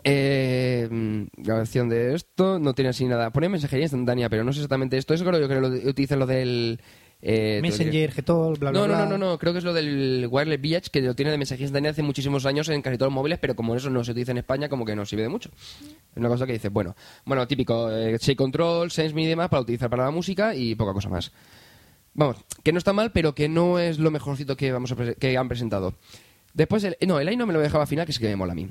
S6: Eh, mm, grabación de esto, no tiene así nada. Pone mensajería instantánea, pero no sé exactamente esto. Eso creo yo que lo de- utilizan lo del. eh,
S5: Messenger, Getol, bla, bla,
S6: no,
S5: bla.
S6: no, no, no, no, creo que es lo del Wireless Village, que lo tiene de mensajes instantánea hace muchísimos años en casi todos los móviles, pero como eso no se utiliza en España, como que no sirve de mucho. Es una cosa que dices, bueno, bueno, típico, eh, Shake Control, Sense Me y demás para utilizar para la música y poca cosa más. Vamos, que no está mal, pero que no es lo mejorcito que, vamos a prese- que han presentado. Después, el, no, el AI no me lo dejaba final, que sí que me mola a mí.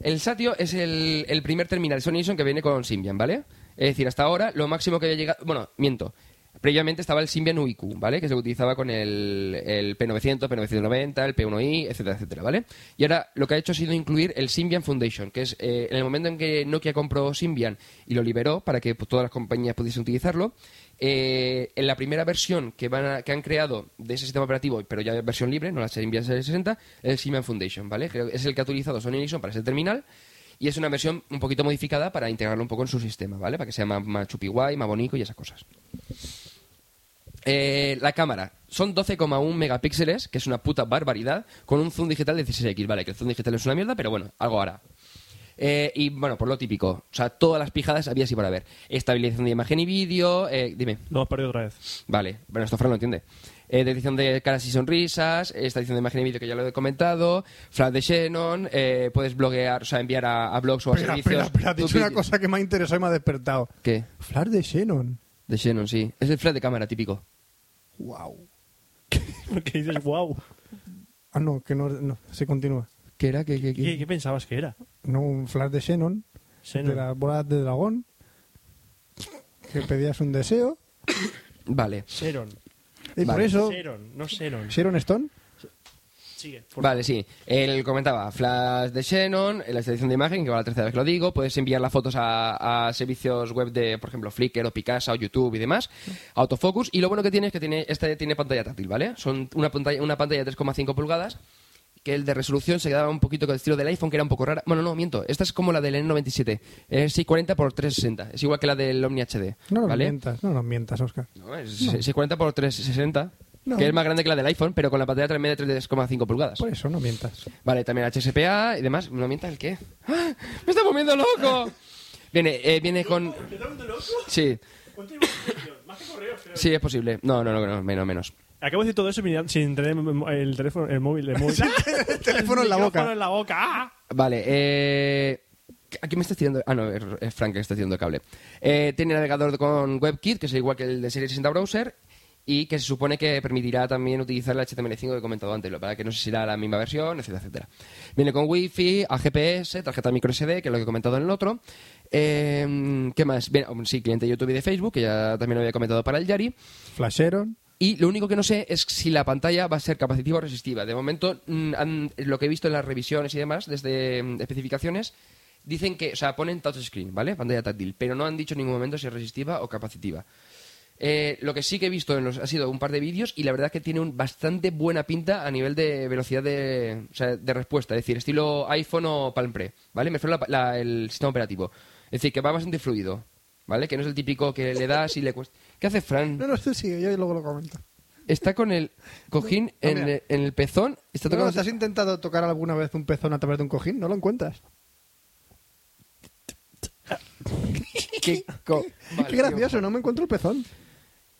S6: El Satio es el, el primer terminal Sony Ericsson que viene con Symbian, ¿vale? Es decir, hasta ahora lo máximo que había llegado... Bueno, miento. Previamente estaba el Symbian UIQ, ¿vale? Que se utilizaba con el, el P900, P990, el P1i, etcétera, etcétera, ¿vale? Y ahora lo que ha hecho ha sido incluir el Symbian Foundation, que es eh, en el momento en que Nokia compró Symbian y lo liberó para que pues, todas las compañías pudiesen utilizarlo, eh, en la primera versión que, van a- que han creado de ese sistema operativo, pero ya versión libre, no la Symbian 60, el Symbian Foundation, ¿vale? Creo que es el que ha utilizado Sony Ericsson para ese terminal y es una versión un poquito modificada para integrarlo un poco en su sistema, ¿vale? Para que sea más, más chupi guay, más bonito y esas cosas. Eh, la cámara. Son 12,1 megapíxeles, que es una puta barbaridad, con un zoom digital de 16x, ¿vale? Que el zoom digital es una mierda, pero bueno, algo hará. Eh, y bueno, por lo típico. O sea, todas las pijadas había así para ver. Estabilización de imagen y vídeo. eh, dime.
S2: Lo hemos perdido otra vez.
S6: Vale, bueno, esto Fran lo entiende. Eh, detección de caras y sonrisas, eh, extracción de imagen y vídeo que ya lo he comentado, flash de Xenon, eh, puedes bloguear, o sea, enviar a, a blogs o a
S5: Espera,
S6: servicios.
S5: espera, espera. Has
S6: tus
S5: dicho una
S6: vídeos.
S5: cosa que me ha interesado y me ha despertado.
S6: ¿Qué?
S5: Flash de Xenon.
S6: De Xenon, sí. Es el flash de cámara típico.
S5: Wow.
S2: Porque dices, wow.
S5: Ah, no, que no, no, se continúa.
S6: ¿Qué era? ¿Qué, qué, qué?
S2: ¿Qué, qué pensabas que era?
S5: No, un flash de Xenon,
S2: Xenon.
S5: de las bolas de dragón, que pedías un deseo,
S6: Vale.
S2: Xeron.
S5: y por
S6: Vale.
S5: eso...
S2: Xeron, no Xeron.
S5: Sharon Stone,
S2: Sigue. por-
S6: Vale, sí. Él comentaba flash de Xenon, eh, la extracción de imagen, que va la tercera vez que lo digo. Puedes enviar las fotos a, a servicios web de, por ejemplo, Flickr o Picasa o YouTube y demás. Autofocus. Y lo bueno que tiene es que tiene, este tiene pantalla táctil, ¿vale? Son una pantalla, una pantalla de 3,5 pulgadas que el de resolución se quedaba un poquito con el estilo del iPhone, que era un poco rara. Bueno, no, miento. Esta es como la del N97. Es 640 x 360. Es igual que la del Omni HD.
S5: no nos
S6: ¿vale?
S5: mientas, no nos mientas, Oscar.
S6: No, es 640 x 360,
S5: No.
S6: que es más grande que la del iPhone, pero con la pantalla media de 3,5 pulgadas.
S5: Por eso no mientas.
S6: Vale, también HSPA y demás. ¿No mientas el qué? ¡Ah! ¡Me está volviendo loco! Viene, eh, viene con... Sí. Sí, es posible. No, no, no, no, menos, menos.
S2: Acabo de decir todo eso mirando- sin tener el teléfono, el móvil. El,
S5: [laughs]
S2: móvil.
S5: el teléfono en la
S2: El micrófono
S5: boca.
S2: en la boca. ¡Ah!
S6: Vale, eh... Aquí me está tirando... Ah, no, es es Frank que está tirando cable. Eh, tiene navegador con WebKit, que es igual que el de Series 60 Browser, y que se supone que permitirá también utilizar el HTML5 que he comentado antes, lo para que no sé si será la misma versión, etcétera, etcétera. Viene con Wi-Fi, a GPS, tarjeta microSD, que es lo que he comentado en el otro. Eh, ¿Qué más? Bien, sí, cliente YouTube y de Facebook, que ya también lo había comentado para el Yari.
S5: Flasheron,
S6: Y lo único que no sé es si la pantalla va a ser capacitiva o resistiva. De momento, mm, han- lo que he visto en las revisiones y demás, desde mm, especificaciones, dicen que, o sea, ponen touchscreen, ¿vale? Pantalla táctil, pero no han dicho en ningún momento si es resistiva o capacitiva. Eh, lo que sí que he visto en los, ha sido un par de vídeos y la verdad es que tiene un bastante buena pinta a nivel de velocidad de, o sea, de respuesta, es decir, estilo iPhone o Palm Pre, ¿vale? Me refiero a la- la- el sistema operativo. Es decir, que va bastante fluido, ¿vale? Que no es el típico que le das y le cuesta... ¿Qué hace Fran?
S7: No, no, tú sigue, yo luego lo comento.
S6: Está con el cojín
S7: No,
S6: en,
S7: mira.
S6: el- en el pezón. Está
S5: No,
S6: tocando...
S5: ¿Te has intentado tocar alguna vez un pezón a través de un cojín? No lo encuentras.
S6: Qué co- Vale,
S5: Qué
S6: tío.
S5: gracioso, no me encuentro el pezón.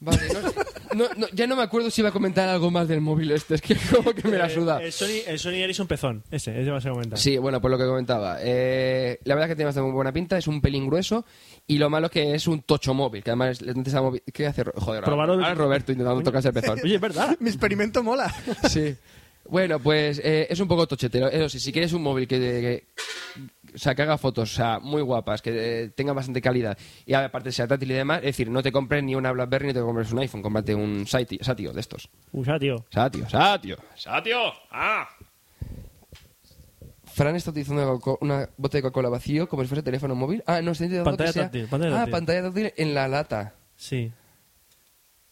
S6: Vale, no- no- no, ya no me acuerdo si iba a comentar algo más del móvil este. Es que [laughs] como que me la
S2: Eh,
S6: suda.
S2: El Sony, el Sony Ericsson pezón. Ese, ese va a ser comentar.
S6: Sí, bueno, por lo que comentaba. Eh, la verdad es que tiene bastante muy buena pinta, es un pelín grueso y lo malo es que es un tocho móvil, que además es- antes era móvil- ¿Qué hace? Ro- Joder, ahora,
S2: Probaron-
S6: ahora Roberto intentando tocarse
S2: [laughs]
S6: el pezón.
S2: Oye, es verdad.
S5: Mi experimento mola.
S6: Sí. Bueno, pues eh, es un poco tochetero. Eso sí, si quieres un móvil que, que- o sea, que haga fotos o sea, muy guapas, que eh, tenga bastante calidad y aparte sea táctil y demás, es decir, no te compres ni una BlackBerry ni te compres un iPhone, cómprate un Sati- Satio de estos.
S2: Usa, tío.
S6: Satio, Satio.
S1: ¡Satio! ¡Ah!
S6: Fran está utilizando una Coca- una botella de Coca-Cola vacío como si fuese teléfono móvil. Ah, no, está intentando
S2: Pantalla
S6: que sea...
S2: táctil, pantalla
S6: ah,
S2: táctil.
S6: pantalla táctil en la lata.
S2: Sí.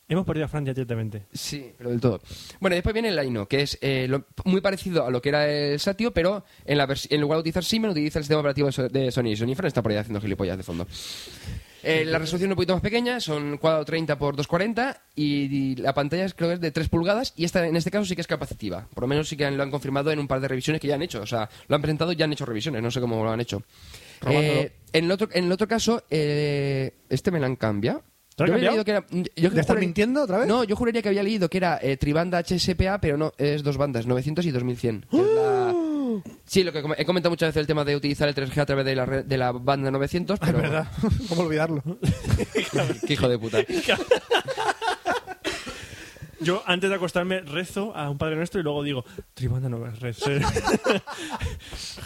S2: Hemos perdido a Fran ya directamente.
S6: Sí, pero del todo. Bueno, y después viene el Aino, que es eh, lo- muy parecido a lo que era el Satio, pero en, la vers- en lugar de utilizar Symbian, utiliza el sistema operativo de So- de Sony. Sony Fran está por ahí haciendo gilipollas de fondo. Eh, la resolución es un poquito más pequeña, son 430 x 240 y, y la pantalla es, creo que es de 3 pulgadas y esta en este caso sí que es capacitiva. Por lo menos sí que han- lo han confirmado en un par de revisiones que ya han hecho. O sea, lo han presentado y ya han hecho revisiones, no sé cómo lo han hecho.
S2: Robándolo.
S6: Eh, en, el otro, en el otro caso, eh, este me lo han cambiado.
S2: ¿Te lo han
S6: Yo había
S2: cambiado?
S6: leído que era-
S5: ¿Ya
S6: yo
S5: estás
S6: juraría-
S5: mintiendo otra vez?
S6: No, yo juraría que había leído que era eh, tribanda HSPA, pero no, es dos bandas, 900 y 2100. que es la-
S5: ¡Oh!
S6: Sí, lo que com- he comentado muchas veces el tema de utilizar el 3G a través de la, red- de la banda 900, pero...
S5: Es [laughs]
S6: [laughs]
S5: verdad, [laughs] ¿cómo olvidarlo?
S6: Qué hijo de puta.
S2: Yo antes de acostarme rezo a un Padre Nuestro y luego digo, Tribanda no me
S5: [laughs]
S2: reces.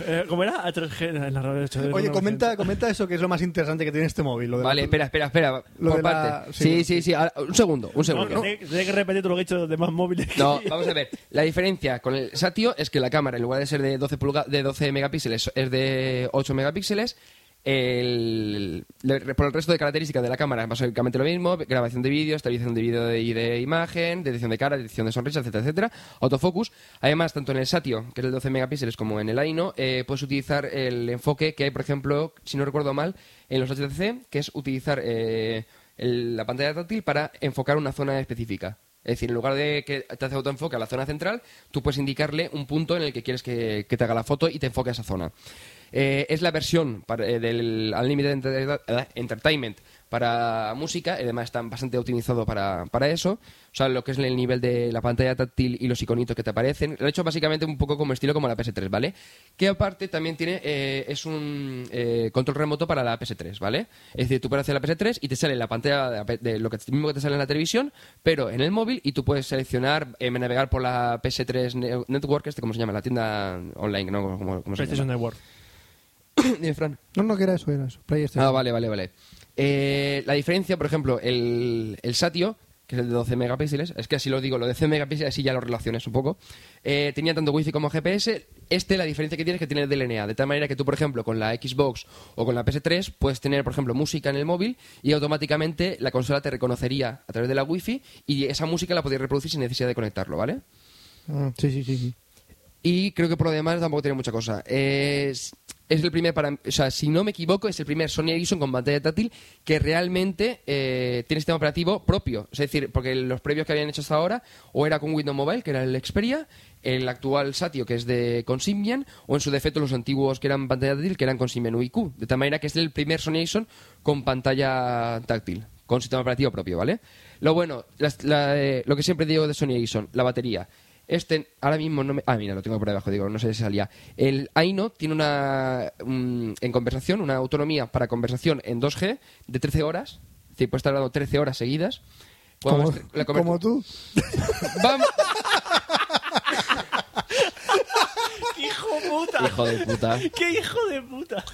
S2: Eh, ¿Cómo era? A3G en la radio ocho de
S5: Oye,
S2: uno,
S5: comenta,
S2: ochenta.
S5: comenta eso que es lo más interesante que tiene este móvil. Lo de la-
S6: Vale, espera, espera, espera.
S5: Lo
S6: Por
S5: de la-
S6: parte.
S5: sí.
S6: Sí, sí, sí. ahora- un segundo, un
S2: No, que
S6: segundo.
S2: tengo que- tengo que repetir todo lo que he dicho de los demás móviles. [laughs]
S6: No, vamos a ver. La diferencia con el Satio es que la cámara, en lugar de ser de 12, pulga- de 12 megapíxeles, es de 8 megapíxeles. El- le- por el resto de características de la cámara es básicamente lo mismo. Grabación de vídeo, estabilización de vídeo y de imagen, detección de cara, detección de sonrisa, etcétera, etcétera. Autofocus. Además, tanto en el Satio, que es de 12 megapíxeles, como en el Aino, eh, puedes utilizar el enfoque que hay, por ejemplo, si no recuerdo mal, en los HTC, que es utilizar eh, el- la pantalla táctil para enfocar una zona específica. Es decir, en lugar de que te hace autoenfoque a la zona central, tú puedes indicarle un punto en el que quieres que, que te haga la foto y te enfoque a esa zona. Eh, es la versión para- eh, del Unlimited Enter- eh, Entertainment para música, además está bastante optimizado para, para eso. O sea, lo que es el nivel de la pantalla táctil y los iconitos que te aparecen. Lo he hecho básicamente un poco como estilo como la PS3, ¿vale? Que aparte también tiene, eh, es un eh, control remoto para la PS3, ¿vale? Es decir, tú puedes hacer la PS3 y te sale la pantalla de, la P- de lo que, mismo que te sale en la televisión, pero en el móvil y tú puedes seleccionar, eh, navegar por la PS3 ne- Network, este, ¿cómo se llama? La tienda online, ¿no? ¿Cómo- cómo- cómo se
S2: PlayStation
S6: llama?
S2: Network.
S6: Dime, [coughs] Fran.
S5: No, no, que era eso, era eso. este. PlayStation.
S6: Ah, vale, vale, vale. Eh, la diferencia, por ejemplo, el, el Satio, que es el de 12 megapíxeles, es que así lo digo, lo de 12 megapíxeles, así ya lo relaciones un poco, eh, tenía tanto wifi como GPS. Este, la diferencia que tiene es que tiene DLNA, de tal manera que tú, por ejemplo, con la Xbox o con la PS3, puedes tener, por ejemplo, música en el móvil y automáticamente la consola te reconocería a través de la wifi y esa música la podías reproducir sin necesidad de conectarlo, ¿vale?
S5: Ah, sí, sí, sí. sí.
S6: Y creo que por lo demás tampoco tiene mucha cosa. Es, es el primer, para, o sea, si no me equivoco, es el primer Sony Ericsson con pantalla táctil que realmente eh, tiene sistema operativo propio. Es decir, porque los previos que habían hecho hasta ahora o era con Windows Mobile, que era el Xperia, el actual Satio, que es de con Symbian, o en su defecto los antiguos que eran pantalla táctil, que eran con Symbian UIQ. De tal manera que es el primer Sony Ericsson con pantalla táctil con sistema operativo propio, ¿vale? Lo bueno, las- la, eh, lo que siempre digo de Sony Ericsson, la batería. Este ahora mismo no me. Ah, mira, lo tengo por debajo, digo, no sé si salía. El Aino tiene una. mm, en conversación, una autonomía para conversación en 2G de 13 horas. Es decir, puedes estar hablando 13 horas seguidas.
S5: Como,
S6: Cuando este, la conver- [laughs]
S5: como tú.
S6: ¡Bam!
S2: ¡Hijo puta!
S6: [laughs] Hijo de puta.
S2: ¡Qué hijo de puta!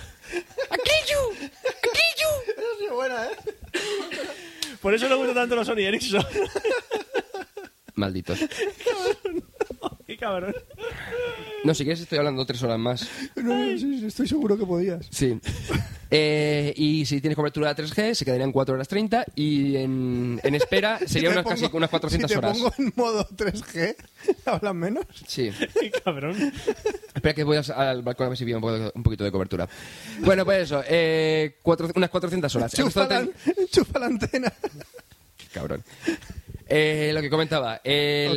S2: Por eso le gustan tanto los Sony Ericsson.
S6: Malditos.
S2: ¡Qué cabrón!
S6: No, si quieres, estoy hablando 3 horas más.
S5: No, no, sí, sí, estoy seguro que podías.
S6: Sí. Eh, y si tienes cobertura de 3G, se quedarían 4 horas 30 y en, en espera serían
S5: Si te
S6: unas casi
S5: pongo-
S6: unas 400
S5: si te
S6: horas.
S5: pongo en modo [laughs] 3G, ¿hablan menos?
S6: Sí.
S2: ¡Qué cabrón!
S6: Espera que voy a- al balcón a ver si pido un, poco- un poquito de cobertura. Bueno, pues eso. Eh, cuatro- unas
S5: [laughs]
S6: 400 horas. El resto
S5: Chupa
S6: de
S5: la,
S6: ten-
S5: chupa la antena.
S6: Cabrón. Eh, lo que comentaba.
S5: O te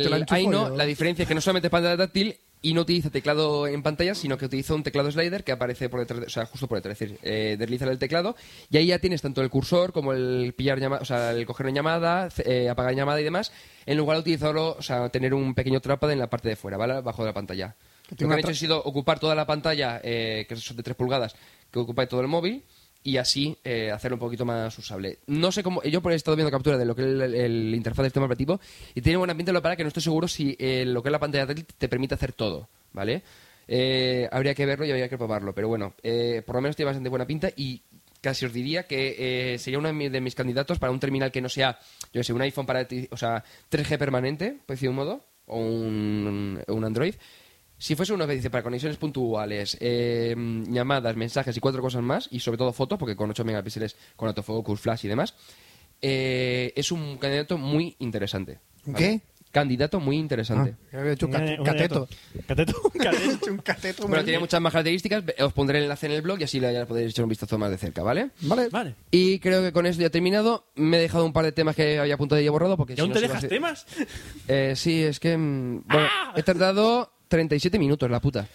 S5: la
S6: El
S5: enchufo
S6: Aino,
S5: yo.
S6: la diferencia es que no solamente es pantalla táctil y no utiliza teclado en pantalla, sino que utiliza un teclado slider que aparece por detrás, de- o sea, justo por detrás, es decir, eh, deslizar el teclado y ahí ya tienes tanto el cursor como el pillar llama- o sea, el coger una llamada, c- eh, apagar llamada y demás, en lugar de utilizarlo, o sea, tener un pequeño trápado en la parte de fuera, ¿vale? Abajo de la pantalla. Lo que
S5: tiene
S6: han
S5: una
S6: hecho
S5: tra-
S6: ha sido ocupar toda la pantalla, eh, que son de 3 pulgadas, que ocupa todo el móvil, y así eh, hacerlo un poquito más usable. No sé cómo. Yo por he estado viendo captura de lo que es el, el interfaz del sistema operativo, y tiene buena pinta lo para que no estoy seguro si eh, lo que es la pantalla táctil te permite hacer todo, ¿vale? Eh, habría que verlo y habría que probarlo, pero bueno, eh, por lo menos tiene bastante buena pinta y casi os diría que eh, sería uno de mi- de mis, candidatos para un terminal que no sea, yo qué sé, un iPhone para, ti- o sea, 3G permanente, por decir un modo, o un, un Android. Si fuese uno que dice para conexiones puntuales, eh, llamadas, mensajes y cuatro cosas más, y sobre todo fotos, porque con 8 megapíxeles, con autofocus, flash y demás, eh, es un candidato muy interesante.
S5: ¿Qué?
S6: Candidato muy interesante.
S5: Ah, había hecho un
S2: Un-
S5: cate-
S2: un
S5: cateto.
S2: Eh, Cateto. Cateto.
S5: Hecho [laughs] un cateto,
S6: Bueno,
S5: madre
S6: tiene
S5: mía.
S6: muchas más características, os pondré el enlace en el blog y así le ya podéis echar un vistazo más de cerca, ¿vale?
S5: Vale.
S2: Vale.
S6: Y creo que con esto ya he terminado. Me he dejado un par de temas que había apuntado y he borrado porque
S2: ¿Y
S6: si
S2: aún
S6: no
S2: te
S6: se va a
S2: dejas
S6: hacer-
S2: temas?
S6: Eh, sí, es que mm, bueno, he tardado 37 minutos, la puta.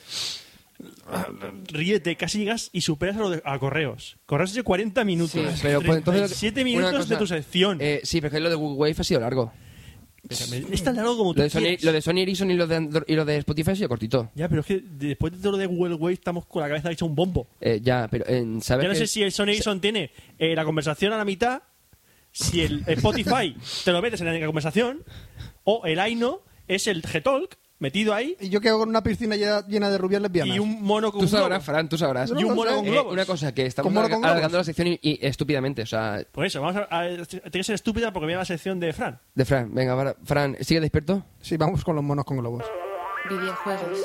S2: Ríete, casi llegas y superas a, lo de- a correos. Correos es de 40 minutos.
S6: Sí, pero pues, entonces
S2: 37
S6: una
S2: minutos
S6: cosa,
S2: de tu sección.
S6: eh, sí, pero es que lo de Google Wave ha sido largo.
S2: Espérame, es tan largo como tú
S6: Lo de Sony,
S2: quieras.
S6: lo de Sony Ericsson y lo de, Andro- y lo de Spotify ha sido cortito.
S2: Ya, pero es que después de todo lo de Google Wave estamos con la cabeza hecha un bombo.
S6: Eh, ya, pero en saber
S2: Ya no
S6: que-
S2: sé si el Sony Ericsson tiene eh, la conversación a la mitad, si el Spotify te lo metes en la conversación o el Aino es el G-Talk metido ahí
S5: ¿Y yo qué hago con una piscina llena llena de rubias lesbianas?
S2: y un mono con
S6: Tú
S2: un globo.
S6: sabrás, Fran, tú sabrás.
S5: Yo
S2: Y un
S5: no
S2: mono
S5: sé.
S2: con
S6: Eh,
S2: globos.
S6: una cosa, que estamos
S5: Con mono con
S6: alarga- alargando la
S5: globos.
S6: sección y, y estúpidamente. O sea,
S2: Por Pues eso, vamos a, a- tiene que ser estúpida porque viene la sección de Fran.
S6: de Fran, venga, para- Fran, ¿sigue despierto?
S5: Sí, vamos con los monos con globos.
S4: Videojuegos.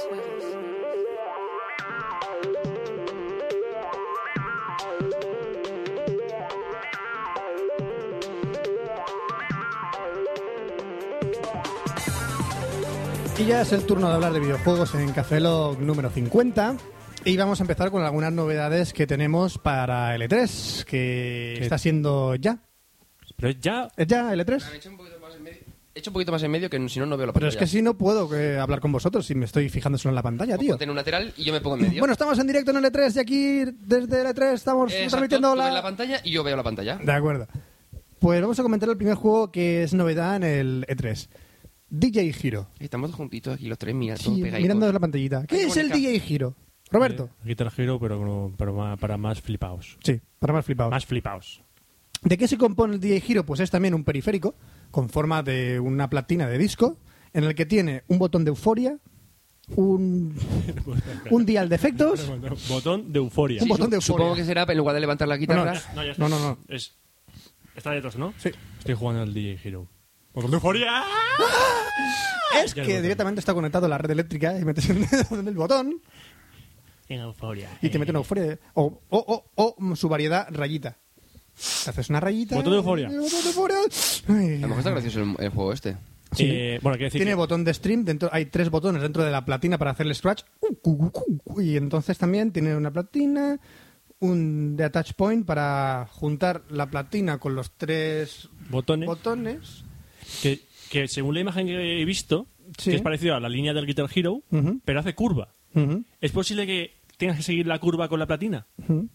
S5: Y ya es el turno de hablar de videojuegos en Café Lock número 50. Y vamos a empezar con algunas novedades que tenemos para L3, que
S2: ¿Qué?
S5: está siendo ya.
S2: Pero ya
S5: ¿Es ya L3?
S6: He hecho un poquito más en medio. He hecho un poquito más en medio que si no, no veo la
S5: Pero
S6: pantalla.
S5: es que si no puedo eh, hablar con vosotros si me estoy fijando solo en la pantalla, tío.
S6: Ponte en un lateral y yo me pongo en medio.
S5: Bueno, estamos en directo en L3 y aquí desde L3 estamos
S6: Exacto,
S5: transmitiendo
S6: tú ves
S5: la...
S6: la pantalla y yo veo la pantalla.
S5: De acuerdo. Pues vamos a comentar el primer juego que es novedad en el E E3. DJ Hero.
S6: Estamos juntitos aquí los tres, mira,
S5: Sí,
S6: todo
S5: mirando la pantallita. ¿Qué
S6: Ay,
S5: es el
S6: Mónica.
S5: DJ Hero? Roberto.
S2: Guitar Hero, pero, con- pero ma- para más flipaos.
S5: Sí, para más flipados.
S2: Más flipaos.
S5: ¿De qué se compone el DJ Hero? Pues es también un periférico con forma de una platina de disco en el que tiene un botón de euforia,
S2: [laughs]
S5: un, un dial de efectos.
S2: Botón de euforia.
S5: Un botón de euforia.
S6: Supongo que será en lugar de levantar la
S5: No, no,
S6: guitarra.
S2: No, ya está.
S5: no, no, no.
S2: Es- está detrás, ¿no?
S5: Sí.
S2: Estoy jugando al DJ Hero. ¡Botón de euforia! Ah, Ya
S5: Es
S2: el
S5: que
S2: botón.
S5: directamente está conectado a la red eléctrica y metes el dedo en el botón
S2: En euforia. eh.
S5: y te mete una euforia. de- O, o, o, o su variedad, rayita. Te haces una rayita.
S2: Botón de euforia.
S5: Botón de euforia.
S6: A lo mejor está
S5: Ay.
S6: gracioso el, el juego este.
S5: Sí.
S2: Eh, bueno, quiero decir
S5: Tiene
S2: que-
S5: botón de stream, dentro, hay tres botones dentro de la platina para hacer el scratch. Uh, cu, cu, cu, cu. Y entonces también tiene una platina, un de attach point para juntar la platina con los tres
S2: botones
S5: botones.
S2: que, que según la imagen que he visto,
S5: Sí.
S2: que es parecido a la línea del Guitar Hero,
S5: Ujú.
S2: pero hace curva.
S5: Ujú,
S2: ¿Es posible que tengas que seguir la curva con la platina?
S5: ujú.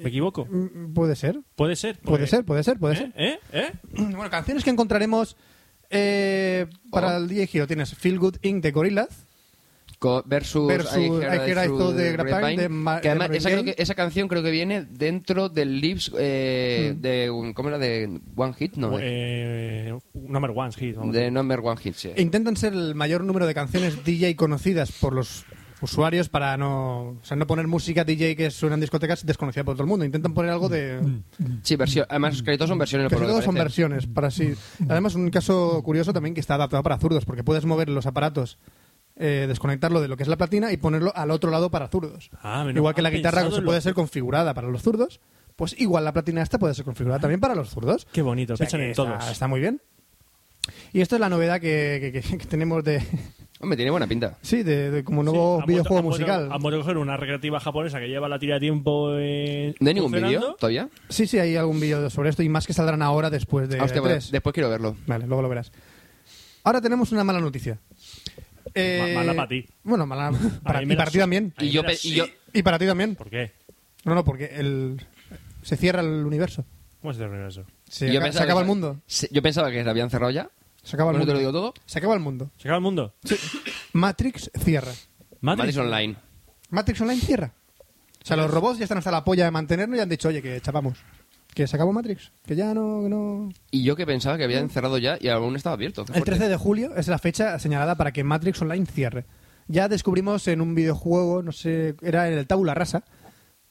S2: ¿Me equivoco?
S5: Mm, Puede ser,
S2: Puede ser.
S5: puede
S2: porque-
S5: ser, puede ser, puede
S2: ¿Eh?
S5: ser. [clears throat]
S2: ¿Eh? ¿Eh?
S5: Bueno, canciones que encontraremos eh, para
S2: Oh.
S5: el día giro. Tienes Feel Good Inc. de Gorillaz.
S6: Co- versus
S5: Versus
S6: I Hear
S5: I Hear I
S6: Through
S5: Thought de Grapevine,
S6: Grapevine,
S5: de Ma- de
S6: que además
S5: Marvin
S6: esa, creo
S5: Gaye.
S6: que- esa canción creo que viene dentro del Lips eh,
S5: Hmm.
S6: de un- ¿cómo era? de One Hit no de-
S2: Pues, Eh, number one, hit. vamos.
S6: de Number One Hit sí.
S5: Intentan ser el mayor número de canciones DJ conocidas por los usuarios para no, o sea, no poner música DJ que suena en discotecas desconocida por todo el mundo. Intentan poner algo de...
S2: Mm.
S6: Sí, versión además los créditos son versiones
S5: Que
S6: por lo que
S5: todos son
S6: parece.
S5: versiones para sí.
S2: Mm.
S5: Además, un caso curioso también que está adaptado para zurdos, porque puedes mover los aparatos, eh, desconectarlo de lo que es la platina y ponerlo al otro lado para zurdos.
S2: Ah, menos-
S5: igual que la
S2: han
S5: guitarra
S2: pensado
S5: se
S2: en
S5: puede
S2: lo-
S5: ser configurada para los zurdos, pues igual la platina esta puede ser configurada también para los zurdos.
S2: Qué bonito,
S5: O sea,
S2: piensan
S5: que
S2: en
S5: está-
S2: todos.
S5: Está muy bien. Y esto es la novedad que- que- que- que tenemos de,
S6: hombre tiene buena pinta
S5: Sí, de, de como
S2: Sí,
S5: nuevo
S2: han
S5: videojuego
S2: vuelto- han vuelto-
S5: musical.
S2: Han vuelto a coger una recreativa japonesa que lleva la tira de tiempo. eh,
S6: no hay ningún vídeo
S2: funcionando.
S6: todavía
S5: Sí, sí, hay algún vídeo sobre esto y más que saldrán ahora después de
S6: Ah, hostia, bueno,
S5: 3.
S6: después quiero verlo
S5: Vale, luego lo verás. Ahora tenemos una mala noticia. Eh,
S2: Ma- mala pa' ti. [laughs]
S5: Bueno, mala para,
S2: mí
S5: y
S2: me la
S5: para ti
S2: su-
S5: también.
S2: Ahí
S6: y yo,
S2: mira,
S6: pe- y yo
S5: Y para ti también.
S2: ¿Por qué?
S5: No, no, porque el, se cierra el universo.
S2: ¿Cómo se termina eso?
S5: Se,
S6: yo
S5: aca- se
S6: pensaba que-
S5: acaba el mundo.
S6: se- yo pensaba que se habían cerrado ya
S5: Se acaba el
S6: ¿No
S5: mundo.
S6: te lo digo todo?
S5: Se acaba el mundo.
S2: ¿Se acaba el mundo?
S5: Matrix cierra.
S6: Matrix Online
S5: Matrix Online cierra. O sea, los robots ya están hasta la polla de mantenernos y han dicho, oye, que chapamos. Que se acabó Matrix. Que ya no... Que no...
S6: y yo que pensaba que habían cerrado ya y aún estaba abierto Qué
S5: El
S6: fuerte.
S5: 13 de julio es la fecha señalada para que Matrix Online cierre. Ya descubrimos en un videojuego, no sé, era en el Tabula Rasa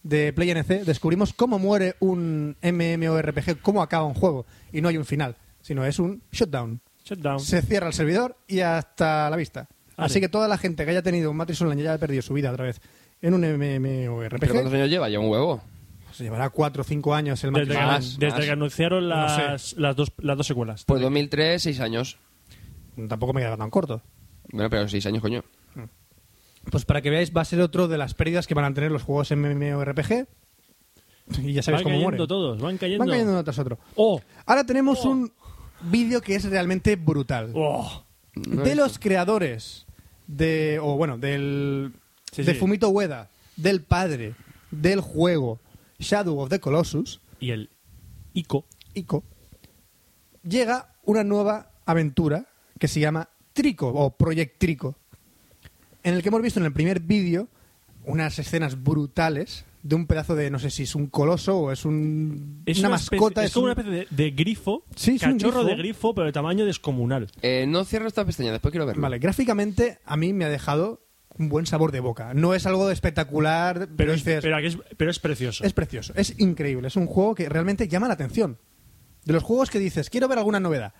S5: de PlayNC, descubrimos cómo muere un MMORPG, cómo acaba un juego. Y no hay un final, sino es un shutdown.
S2: Shutdown.
S5: Se cierra el servidor y hasta la vista.
S2: Vale.
S5: Así que toda la gente que haya tenido un Matrix Online ya haya perdido su vida otra vez en un
S6: pero cuántos
S5: MMORPG.
S6: años lleva ya un huevo
S5: Se pues llevará 4 o 5 años el
S2: Desde,
S5: Matrix
S2: que,
S5: Online.
S6: Más,
S2: desde
S6: más.
S2: que anunciaron
S5: No sé.
S2: las, las, dos, las dos secuelas.
S6: pues 2003 6 años
S5: Tampoco me queda tan corto.
S6: bueno pero 6 años coño
S5: Pues para que veáis, va a ser otro de las pérdidas que van a tener los juegos MMORPG. Y ya
S2: van
S5: sabéis cómo
S2: cayendo
S5: mueren.
S2: todos, van cayendo.
S5: Van cayendo uno tras otro.
S2: ¡Oh!
S5: Ahora tenemos
S2: Oh.
S5: un vídeo que es realmente brutal.
S2: ¡Oh!
S6: No
S5: de
S6: he
S5: los creadores de. O bueno, del.
S2: Sí,
S5: de
S2: sí.
S5: Fumito Ueda, del padre, del juego Shadow of the Colossus,
S2: Y el Ico.
S5: Ico, llega una nueva aventura que se llama Trico o Project Trico, en el que hemos visto en el primer vídeo unas escenas brutales de un pedazo de, no sé si es un coloso o es un,
S2: Es
S5: una,
S2: especie-
S5: mascota.
S2: es, como
S5: un-
S2: una especie de, de grifo,
S5: Sí, es un
S2: cachorro
S5: grifo.
S2: de grifo, pero de tamaño descomunal.
S6: Eh, no cierro esta pestaña, después quiero verlo.
S5: Vale, gráficamente a mí me ha dejado un buen sabor de boca. No es algo espectacular, pero,
S2: Pero, es,
S5: dices,
S2: pero, aquí es, pero es precioso.
S5: es precioso, es increíble, es un juego que realmente llama la atención. De los juegos que dices, quiero ver alguna novedad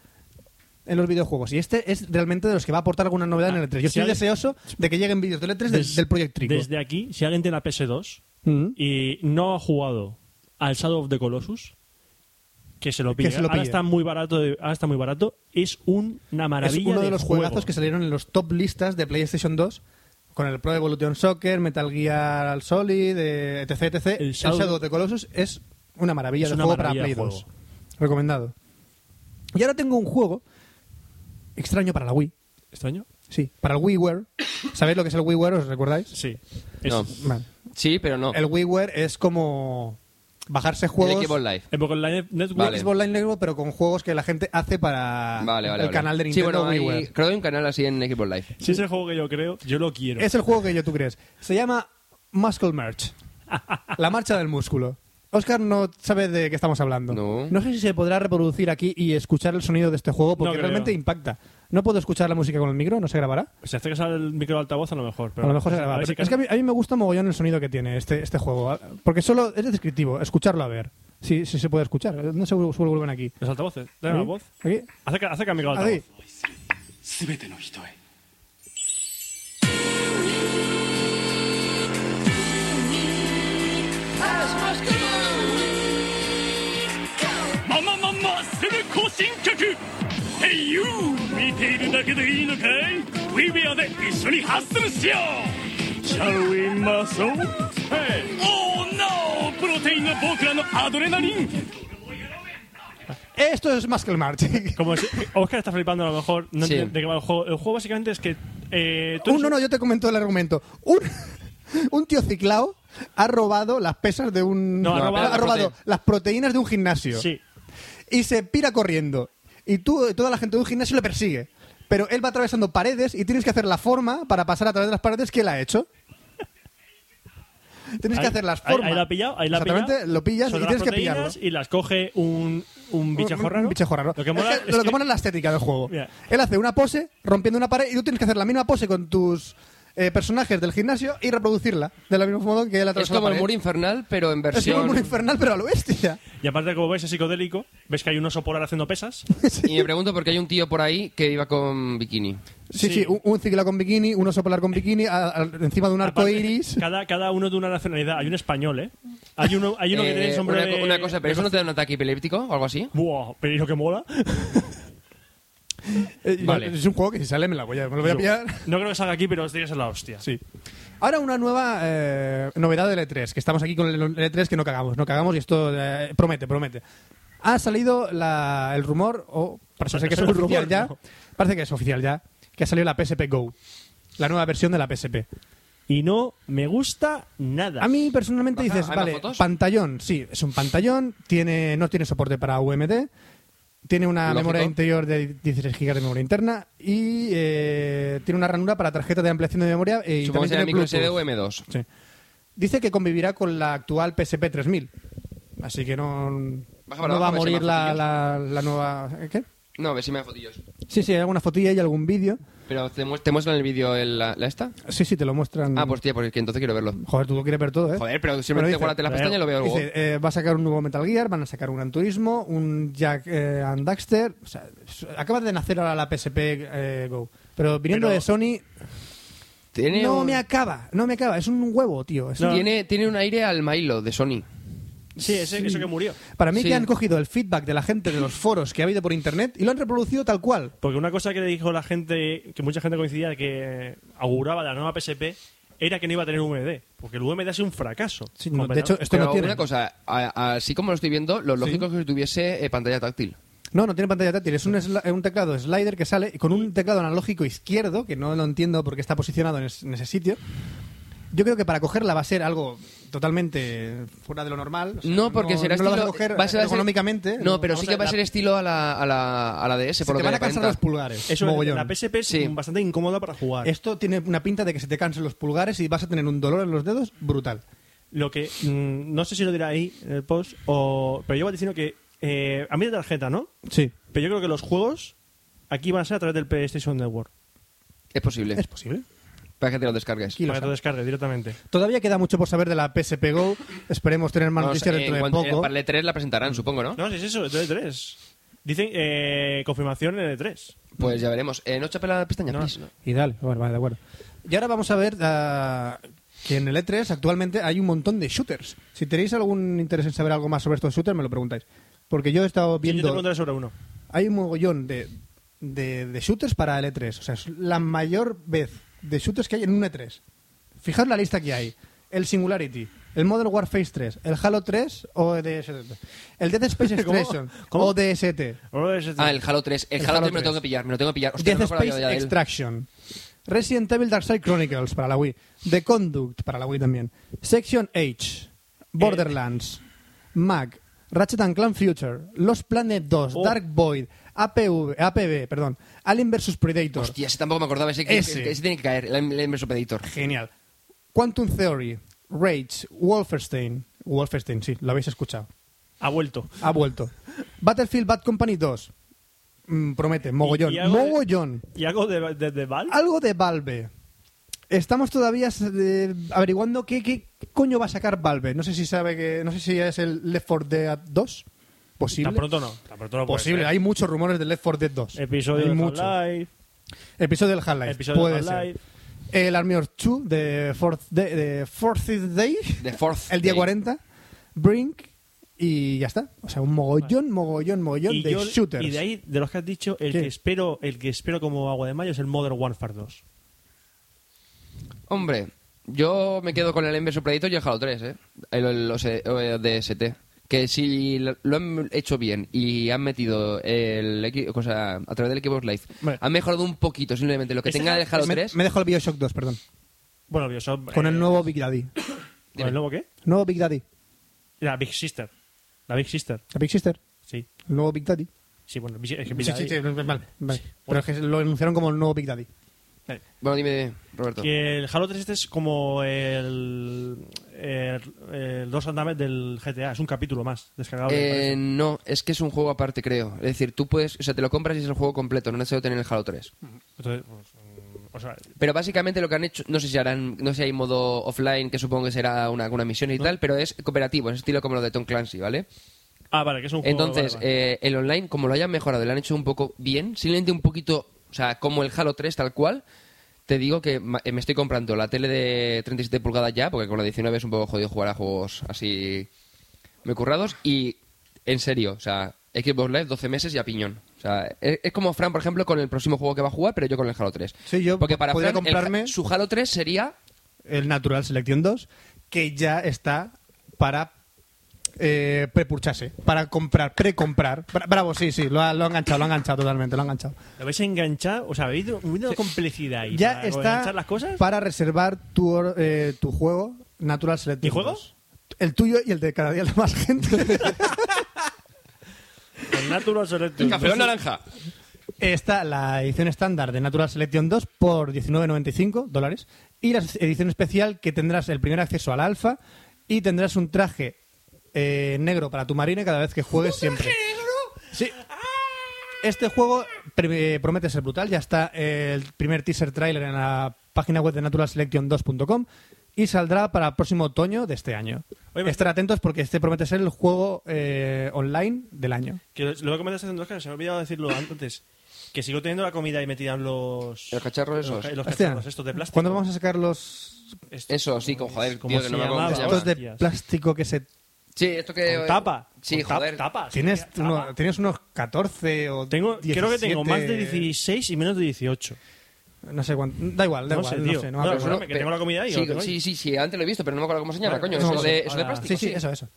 S5: en los videojuegos. Y este es realmente de los que va a aportar alguna novedad en el E3. Yo
S2: si
S5: estoy
S2: hay-
S5: deseoso de que lleguen vídeos del E3 del-
S2: Des-
S5: del Project Trico.
S2: Desde aquí, si alguien tiene la PS2
S5: Mm.
S2: y no ha jugado al Shadow of the Colossus, que se lo
S5: Que
S2: pille.
S5: se lo
S2: ahora
S5: pille.
S2: está muy barato, de- ahora está muy barato. Es un- una
S5: Es
S2: maravilla.
S5: uno de
S2: de
S5: los
S2: juego.
S5: juegazos que salieron en los top listas de PlayStation 2 con el Pro Evolution Soccer, Metal Gear al Solid, eh, etc, etc.
S2: El
S5: El Shadow,
S2: Shadow-
S5: of the Colossus es una maravilla
S2: Es
S5: de
S2: una
S5: juego
S2: maravilla
S5: para Play
S2: de juego.
S5: 2. Recomendado. Y ahora tengo un juego extraño para la Wii.
S2: ¿Extraño?
S5: Sí, para el WiiWare. ¿Sabéis lo que es el WiiWare? ¿Os recordáis?
S2: Sí. Es
S6: No.
S5: Vale.
S6: Sí, pero no.
S5: El WiiWare es como bajarse
S6: El
S5: juegos...
S6: Xbox Live.
S2: Epoch Online Network.
S6: Vale.
S5: Xbox Live Network, pero con juegos que la gente hace para
S6: Vale, vale.
S5: el
S6: vale.
S5: canal de
S6: Sí,
S5: Nintendo
S6: bueno, hay-
S5: WiiWare.
S6: creo que hay un canal así en Xbox Live.
S2: Si es el juego que yo creo, yo lo quiero.
S5: Es el juego que yo tú crees. Se llama Muscle March. La marcha del músculo. Oscar no sabe de qué estamos hablando.
S6: No.
S5: sé si se podrá reproducir aquí y escuchar el sonido de este juego
S2: No
S5: porque
S2: creo.
S5: realmente impacta. No puedo escuchar la música con el micro, no se grabará.
S2: Si acercas al micro altavoz, a lo mejor. Pero
S5: a lo mejor se
S2: A
S5: grabará.
S2: ver si
S5: es que a mí, a mí me gusta mogollón el sonido que tiene este, este juego. Porque solo es descriptivo, escucharlo a ver. Si si se puede escuchar. No se vuel- suele volver aquí.
S2: Los altavoces. Dale a la voz.
S5: Aquí.
S2: Acerca, acerca el micro altavoz.
S5: Ahí. Esto es Muscle March. [laughs]
S2: Como si Oscar está flipando a lo mejor, no
S6: Sí.
S2: entiende de qué va el juego. El juego básicamente es que eh, tú
S5: Un- Oh, no, no, yo te comento el argumento. Un, [laughs] un tío ciclao ha robado las pesas de un.
S2: No, ha robado-
S5: ha robado las proteínas de un gimnasio.
S2: Sí.
S5: Y se pira corriendo. Y tú, toda la gente de un gimnasio le persigue. Pero él va atravesando paredes y tienes que hacer la forma para pasar a través de las paredes que él ha hecho. Tienes que
S2: Ahí-
S5: hacer las
S2: ahí-
S5: formas.
S2: Ahí la ha pillado, ahí la ha
S5: Exactamente,
S2: pillado.
S5: lo pillas
S2: Son
S5: y
S2: las
S5: tienes que pillarlo.
S2: proteínas Y las coge un, un bichejo
S5: Un-
S2: raro.
S5: Un bichejo raro.
S2: Lo que mola
S5: es que
S2: es
S5: lo que
S2: que-
S5: mola es la estética del juego.
S2: Mira.
S5: Él hace una pose rompiendo una pared y tú tienes que hacer la misma pose con tus eh, personajes del gimnasio y reproducirla de la misma modo que él
S6: Es
S5: atravesó la
S6: como el
S5: pared.
S6: muro infernal, pero
S5: [laughs] Es
S6: en
S5: como el
S6: versión.
S5: muro infernal, pero a lo bestia. [laughs]
S2: Y aparte, como ves, es psicodélico. Ves que hay un oso polar haciendo pesas.
S6: Y me pregunto por qué hay un tío por ahí que iba con bikini.
S5: Sí, sí,
S2: Sí.
S5: un, un cicla con bikini, un oso polar con bikini, a- a- encima de un arco
S2: Aparte,
S5: iris.
S2: Cada, cada uno de una nacionalidad. Hay un español, ¿eh? Hay uno, hay uno que
S6: Eh,
S2: tiene el sombrero
S6: una, co-
S2: de-
S6: una cosa, pero
S2: de-
S6: eso no te da un ataque epiléptico o algo así.
S2: Buah, pero ¿y lo que mola?
S5: Eh,
S6: Vale.
S5: Es un juego que si sale me, la voy a, me lo voy a pillar.
S2: No creo que salga aquí, pero os digas la hostia.
S5: Sí. Ahora una nueva eh, novedad del E3, que estamos aquí con el E3 que no cagamos, no cagamos y esto eh, promete, promete. Ha salido la- el rumor, o parece
S2: sea, [laughs]
S5: que es
S2: es un
S5: oficial
S2: rumor,
S5: ya,
S2: ¿no?
S5: parece que es oficial ya, que ha salido la PSP Go, la nueva versión de la PSP.
S2: Y no me gusta nada.
S5: A mí personalmente
S6: Baja,
S5: dices,
S6: ¿hay más
S5: vale,
S6: fotos?
S5: pantallón, sí, es un pantallón, tiene, no tiene soporte para UMD, tiene una
S6: Lógico.
S5: memoria interior de 16 GB de memoria interna y eh, tiene una ranura para tarjeta de ampliación de memoria eh, y
S6: Supongo
S5: también
S6: que será
S5: tiene
S6: micro SD
S5: Bluetooth.
S6: o M2.
S5: Sí. Dice que convivirá con la actual PSP 3000. Así que no,
S6: Baja para
S5: no
S6: abajo,
S5: va a
S6: que se
S5: morir la,
S6: llaman
S5: la, la nueva... ¿eh? ¿Qué?
S6: No, a ver si me da fotillos.
S5: Sí, sí, hay alguna fotilla y algún vídeo.
S6: Pero te, muest- te muestran el vídeo el- la, la esta.
S5: Sí, sí, te lo muestran.
S6: Ah, pues tía, porque entonces quiero verlo.
S5: Joder, tú lo quieres ver todo, ¿eh?
S6: Joder, pero simplemente
S5: Mm. dice-
S6: guárdate la
S2: Pero-
S6: pestaña y lo veo luego.
S5: Dice, eh, va a sacar un nuevo Metal Gear, van a sacar un Gran Turismo, un Jack eh, and Daxter. O sea, s- acaba de nacer ahora la PSP eh, Go. Pero viniendo
S2: Pero-
S5: de Sony,
S6: Tiene,
S5: no
S6: un,
S5: me acaba, no me acaba. Es un huevo, tío. Es
S2: No.
S6: tiene, tiene un aire al Milo de Sony.
S2: Sí, ese, eso que murió.
S5: Para mí
S6: Sí.
S5: que han cogido el feedback de la gente de los foros que ha habido por internet y lo han reproducido tal cual.
S2: Porque una cosa que le dijo la gente, que mucha gente coincidía que auguraba la nueva PSP, era que no iba a tener UMD. Porque el UMD ha sido un fracaso.
S5: Sí, no, de hecho, esto
S6: pero
S5: Este no tiene.
S6: una cosa, a- así como lo estoy viendo, lo lógico es que tuviese eh, pantalla táctil.
S5: No, no tiene pantalla táctil. Es un, sli- un teclado slider que sale con un teclado analógico izquierdo, que no lo entiendo porque está posicionado en, es- en ese sitio. Yo creo que para cogerla va a ser algo totalmente fuera de lo normal. O sea,
S6: No, porque será
S5: no lo
S6: estilo...
S5: vas a coger
S6: va a ser-
S5: económicamente.
S6: No, pero
S5: Vamos
S6: sí
S5: a-
S6: que va a ser estilo a la, a la, a la DS,
S5: se
S6: por lo
S5: te
S6: que
S5: van
S6: me
S5: a cansar los
S6: aparenta.
S5: pulgares.
S2: Eso,
S5: mogollón.
S2: la PSP es
S6: Sí.
S2: bastante incómoda para jugar.
S5: Esto tiene una pinta de que se te cansen los pulgares y vas a tener un dolor en los dedos brutal.
S2: Lo que. mm, no sé si lo dirá ahí en el post, o, pero yo voy diciendo que. eh, a mí de tarjeta, ¿no?
S5: Sí.
S2: Pero yo creo que los juegos aquí van a ser a través del PlayStation Network.
S6: Es posible.
S5: ¿Es posible?
S6: Para que te lo descargues.
S5: Y lo
S2: para que
S5: sabe.
S2: lo descargues directamente.
S5: Todavía queda mucho por saber de la PSP Go. Esperemos tener más
S6: Vamos,
S5: noticias
S6: eh,
S5: dentro
S6: en
S5: de
S6: cuanto- eh,
S5: poco. Mm.
S6: para el E3 la presentarán, supongo, ¿no?
S2: No, si es eso, de 3 Dicen eh, confirmación en E3.
S6: Pues ya veremos. Eh, no chapela la pestaña, please, ¿no?
S5: Y dale, bueno, vale, de acuerdo. Y ahora vamos a ver ah, que en el E3 actualmente hay un montón de shooters. Si tenéis algún interés en saber algo más sobre estos shooters, me lo preguntáis. Porque yo he estado
S2: Yo te
S5: viendo...
S2: preguntaré sobre uno.
S5: hay un mogollón de, de, de shooters para el E3. O sea, es la mayor vez de shooters que hay en un E3. Fijaos la lista que hay. El Singularity, el Modern Warfare 3, el Halo 3 o DST. El Dead
S2: [laughs]
S5: Space
S2: ¿Cómo?
S5: Extraction
S2: ¿Cómo?
S5: o DST.
S2: Uno de esos-
S6: Ah, el Halo 3. El,
S5: El
S6: Halo
S5: Halo
S6: 3 me lo tengo
S5: 3.
S6: que pillar, me lo tengo que pillar. Hostia,
S5: Death
S6: no me acordaba
S5: Space
S6: ya de él.
S5: Extraction. Resident Evil Darkseid Chronicles para la Wii. The Conduct para la Wii también. Section H. Borderlands.
S2: Eh.
S5: Mag. Ratchet and Clan Future. Los Planet 2.
S2: Oh.
S5: Dark Void. APV, APB, perdón. Alien vs Predator.
S6: Hostia, ese tampoco me acordaba. Ese, que-
S5: Ese.
S6: que- ese tiene que caer, el, el inverso Predator.
S5: Genial. Quantum Theory. Rage. Wolfenstein. Wolfenstein, sí, lo habéis escuchado.
S2: Ha vuelto. [laughs]
S5: Ha vuelto. Battlefield Bad Company 2. Mm, promete, mogollón.
S2: Y- y algo de-
S5: mogollón. Ah,
S2: ¿Y algo de, de, de Valve?
S5: Algo de Valve. Estamos todavía eh, averiguando qué, qué coño va a sacar Valve. No sé si sabe que. No sé si es el Left 4 Dead 2. Posible.
S2: Tan pronto no. Tan pronto no puede
S5: Posible.
S2: ser.
S5: Hay muchos rumores del Left 4 Dead 2.
S2: Episodio
S5: Hay
S2: de
S5: mucho.
S2: Half-Life.
S5: Episodio del Half-Life.
S2: Episodio
S5: Puede
S2: de
S5: ser.
S2: Half-Life.
S5: El Army of Two de Fourth, Day- de Fourth Day.
S6: The Fourth.
S5: El día
S6: Day.
S5: 40. Brink. Y ya está. O sea, un mogollón, mogollón, mogollón
S2: Y,
S5: de
S2: yo-
S5: shooters.
S2: y de ahí, de los que has dicho, el
S5: ¿Qué?
S2: que espero el que espero como agua de mayo es el Modern Warfare 2.
S6: Hombre, yo me quedo con el inverso Predator y el Halo 3, ¿eh? El, el- los, eh, DST. Que si lo lo han hecho bien y han metido el equi- o sea, a través del Xbox Live,
S5: Hombre.
S6: han mejorado un poquito simplemente lo que
S2: Ese
S6: tenga el Halo
S5: me,
S6: 3
S5: me dejo el Bioshock 2, perdón.
S2: Bueno, Bioshock,
S5: Con
S2: eh,
S5: el nuevo Big Daddy.
S2: ¿Con el nuevo qué?
S5: Nuevo Big Daddy.
S2: La Big Sister. La Big Sister,
S5: La Big Sister.
S2: sí.
S5: El nuevo Big Daddy.
S2: Sí, bueno, es que
S5: Sí,
S2: mira,
S5: sí, sí,
S2: ahí-
S5: vale, vale. Pero
S2: Bueno.
S5: es que lo anunciaron como el nuevo Big Daddy.
S2: eh,
S6: Bueno, dime, Roberto.
S2: que el Halo 3 este es como el, el, el Dos Andames del GTA, es un capítulo más descargado. me
S6: Eh,
S2: parece.
S6: no, es que es un juego aparte, creo. Es decir, tú puedes, o sea, te lo compras y es el juego completo, no necesito tener el Halo 3.
S2: Entonces, pues, mm, o sea,
S6: Pero básicamente lo que han hecho, no sé si harán, no sé si hay modo offline, que supongo que será una, alguna misión y tal, pero es cooperativo, es estilo como lo de Tom Clancy, ¿vale?
S2: ah, [laughs] vale, que es un juego.
S6: Entonces,
S2: vale, vale.
S6: eh, el online, como lo hayan mejorado, lo han hecho un poco bien, simplemente un poquito, o sea, como el Halo 3 tal cual, te digo que ma- eh, me estoy comprando la tele de 37 pulgadas ya, porque con la 19 es un poco jodido jugar a juegos así me currados, y en serio, o sea, Xbox Live 12 meses y a piñón. O sea, e, es, es como Fran, por ejemplo, con el próximo juego que va a jugar, pero yo con el Halo 3.
S5: Sí, yo
S6: porque para
S5: podría
S6: Fran, el-
S5: comprarme-
S6: su Halo 3 sería
S5: El Natural Selection 2, que ya está para eh, prepurcharse, para comprar, precomprar. Bra- Bravo, sí, sí, lo ha, lo ha enganchado, lo ha enganchado totalmente, lo ha enganchado.
S2: ¿Lo habéis enganchado? O sea, ¿habéis visto complejidad ahí?
S5: Ya
S2: para
S5: está
S2: enganchar las cosas?
S5: para reservar tu, or- eh, tu juego Natural Selection
S2: ¿Mi juego?
S5: 2. El tuyo y el de cada día de
S2: [laughs]
S5: más gente.
S2: Con Natural Selection.
S6: naranja.
S5: Está la edición estándar de Natural Selection 2 por 19.95 dólares y la edición especial que tendrás el primer acceso al alfa y tendrás un traje eh, negro para tu marine cada vez que juegues siempre. Sí. Este juego pre- eh, promete ser brutal. Ya está el primer teaser trailer en la página web de naturalselection2.com y saldrá para el próximo otoño de este año.
S2: Oye, me-
S5: Estar atentos porque este promete ser el juego eh, online del año.
S2: Que lo lo voy a comentar hace dos que se me ha olvidado decirlo antes. Que sigo teniendo la comida y metida en los.
S6: Los cacharros esos.
S2: Los, ca- los
S5: Hostia,
S2: cacharros estos de plástico.
S5: Este ¿Cuándo vamos a sacar los
S2: Esto-
S6: Eso, sí, con joder,
S2: ¿Cómo
S6: tío, que
S2: se
S6: no me acuerdo cómo se
S2: llamaba?
S5: Estos de
S2: Hostias.
S5: plástico que se...
S6: Sí, esto que...
S2: Con tapa.
S6: Sí,
S2: Con tap-
S6: joder.
S2: Tapa, sí,
S5: Tienes,
S2: tapa.
S5: uno- tienes unos 14 o
S2: Tengo, creo que
S5: 17,
S2: tengo más de 16 y menos de 18.
S5: No sé cuánto. Da igual, da
S2: No
S5: igual.
S2: sé,
S5: no
S2: tío.
S5: sé, no
S2: No,
S5: me
S2: pero
S5: acuerdo.
S2: Perdóname, que tengo la comida ahí,
S6: Sí,
S2: ¿o tengo ahí?
S6: sí, sí, sí, antes lo he visto, pero no me acuerdo cómo se llama,
S2: Bueno, no
S6: coño. eso
S2: me
S6: es
S2: acuerdo.
S6: de, eso de
S2: Ahora-
S6: plástico.
S5: Sí, sí, eso, eso.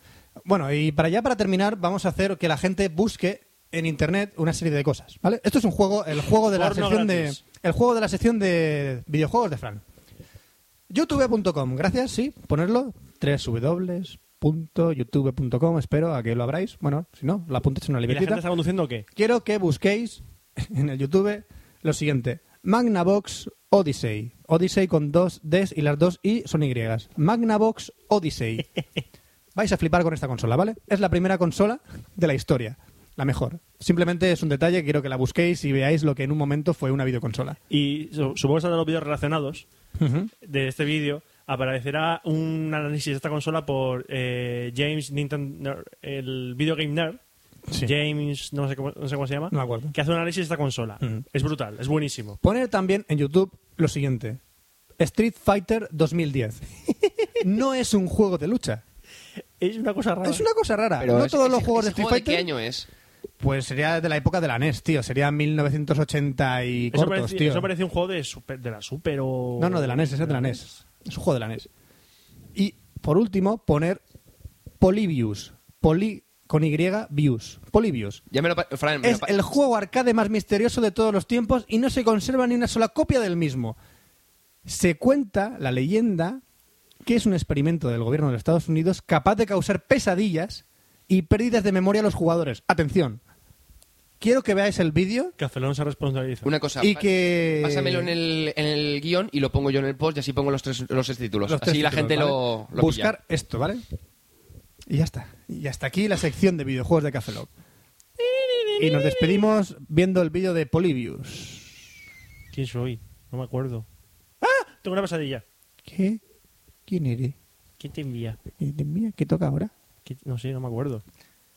S5: Bueno, y para ya para terminar, vamos a hacer que la gente busque en internet una serie de cosas, ¿vale? Esto es un juego, el juego de la
S2: Porno
S5: sección
S2: gratis.
S5: de el juego de la sección de videojuegos de Fran. youtube.com, gracias, sí, ponerlo www.youtube.com, espero a que lo abráis. Bueno, si no, lo apuntéis en una
S2: ¿Y la gente
S5: libretita.
S2: está conduciendo o qué?
S5: Quiero que busquéis en el YouTube lo siguiente. Magnavox Odyssey. Odyssey con dos Ds y las dos I son Y. Magnavox Odyssey.
S6: [laughs]
S5: Vais a flipar con esta consola, ¿vale? Es la primera consola de la historia. La mejor. Simplemente es un detalle, quiero que la busquéis y veáis lo que en un momento fue una videoconsola.
S2: Y su- supongo que saldrán los vídeos relacionados de este vídeo. Aparecerá un análisis de esta consola por eh, James Nintendo, el video game nerd.
S5: Sí.
S2: James, no sé, cómo, no sé cómo se llama.
S5: No me acuerdo.
S2: Que hace un análisis de esta consola.
S5: Mm.
S2: Es brutal, es buenísimo.
S5: Poner también en YouTube lo siguiente. Street Fighter
S6: [laughs]
S5: 2010. No es un juego de lucha.
S2: Es una cosa rara.
S5: Es una cosa rara.
S6: Pero
S5: no
S6: ese-
S5: todos los
S6: ese-
S5: juegos
S6: ese
S5: de Street
S6: juego
S5: Fighter.
S6: ¿De qué año es?
S5: Pues sería de la época de la NES, tío. Sería 1980 y
S2: Eso,
S5: cortos,
S2: parece,
S5: tío.
S2: eso parece un juego de, super- de la Super o...
S5: No, no, de la NES, ese es de la
S2: E
S5: NES. Es un juego de la NES. Y por último, poner Polybius. Poly con Y, views. Polybius.
S6: Ya me lo pa- Fran, me lo
S5: Es
S6: pa-
S5: el juego arcade más misterioso de todos los tiempos y no se conserva ni una sola copia del mismo. Se cuenta la leyenda que es un experimento del gobierno de los Estados Unidos capaz de causar pesadillas y pérdidas de memoria a los jugadores. Atención. Quiero que veáis el vídeo.
S2: Cafelón se responsabiliza.
S6: Una cosa.
S5: Y
S6: pa-
S5: que-
S6: Pásamelo en el, en el guión y lo pongo yo en el post y así pongo los tres, los tres títulos.
S5: Los
S6: Pues así
S5: tres
S6: la
S5: títulos,
S6: gente
S5: ¿vale?
S6: lo, lo
S5: Buscar esto, ¿vale? Y ya está. Y hasta aquí la sección de videojuegos de Café Lock. Y nos despedimos viendo el vídeo de Polybius.
S2: ¿Quién soy? No me acuerdo. ¡Ah! Tengo una pesadilla.
S5: ¿Qué? ¿Quién eres?
S2: ¿Quién te envía?
S5: ¿Eres mía? Eh, ¿Qué toca ahora?
S2: ¿Qui- No sé, no me acuerdo.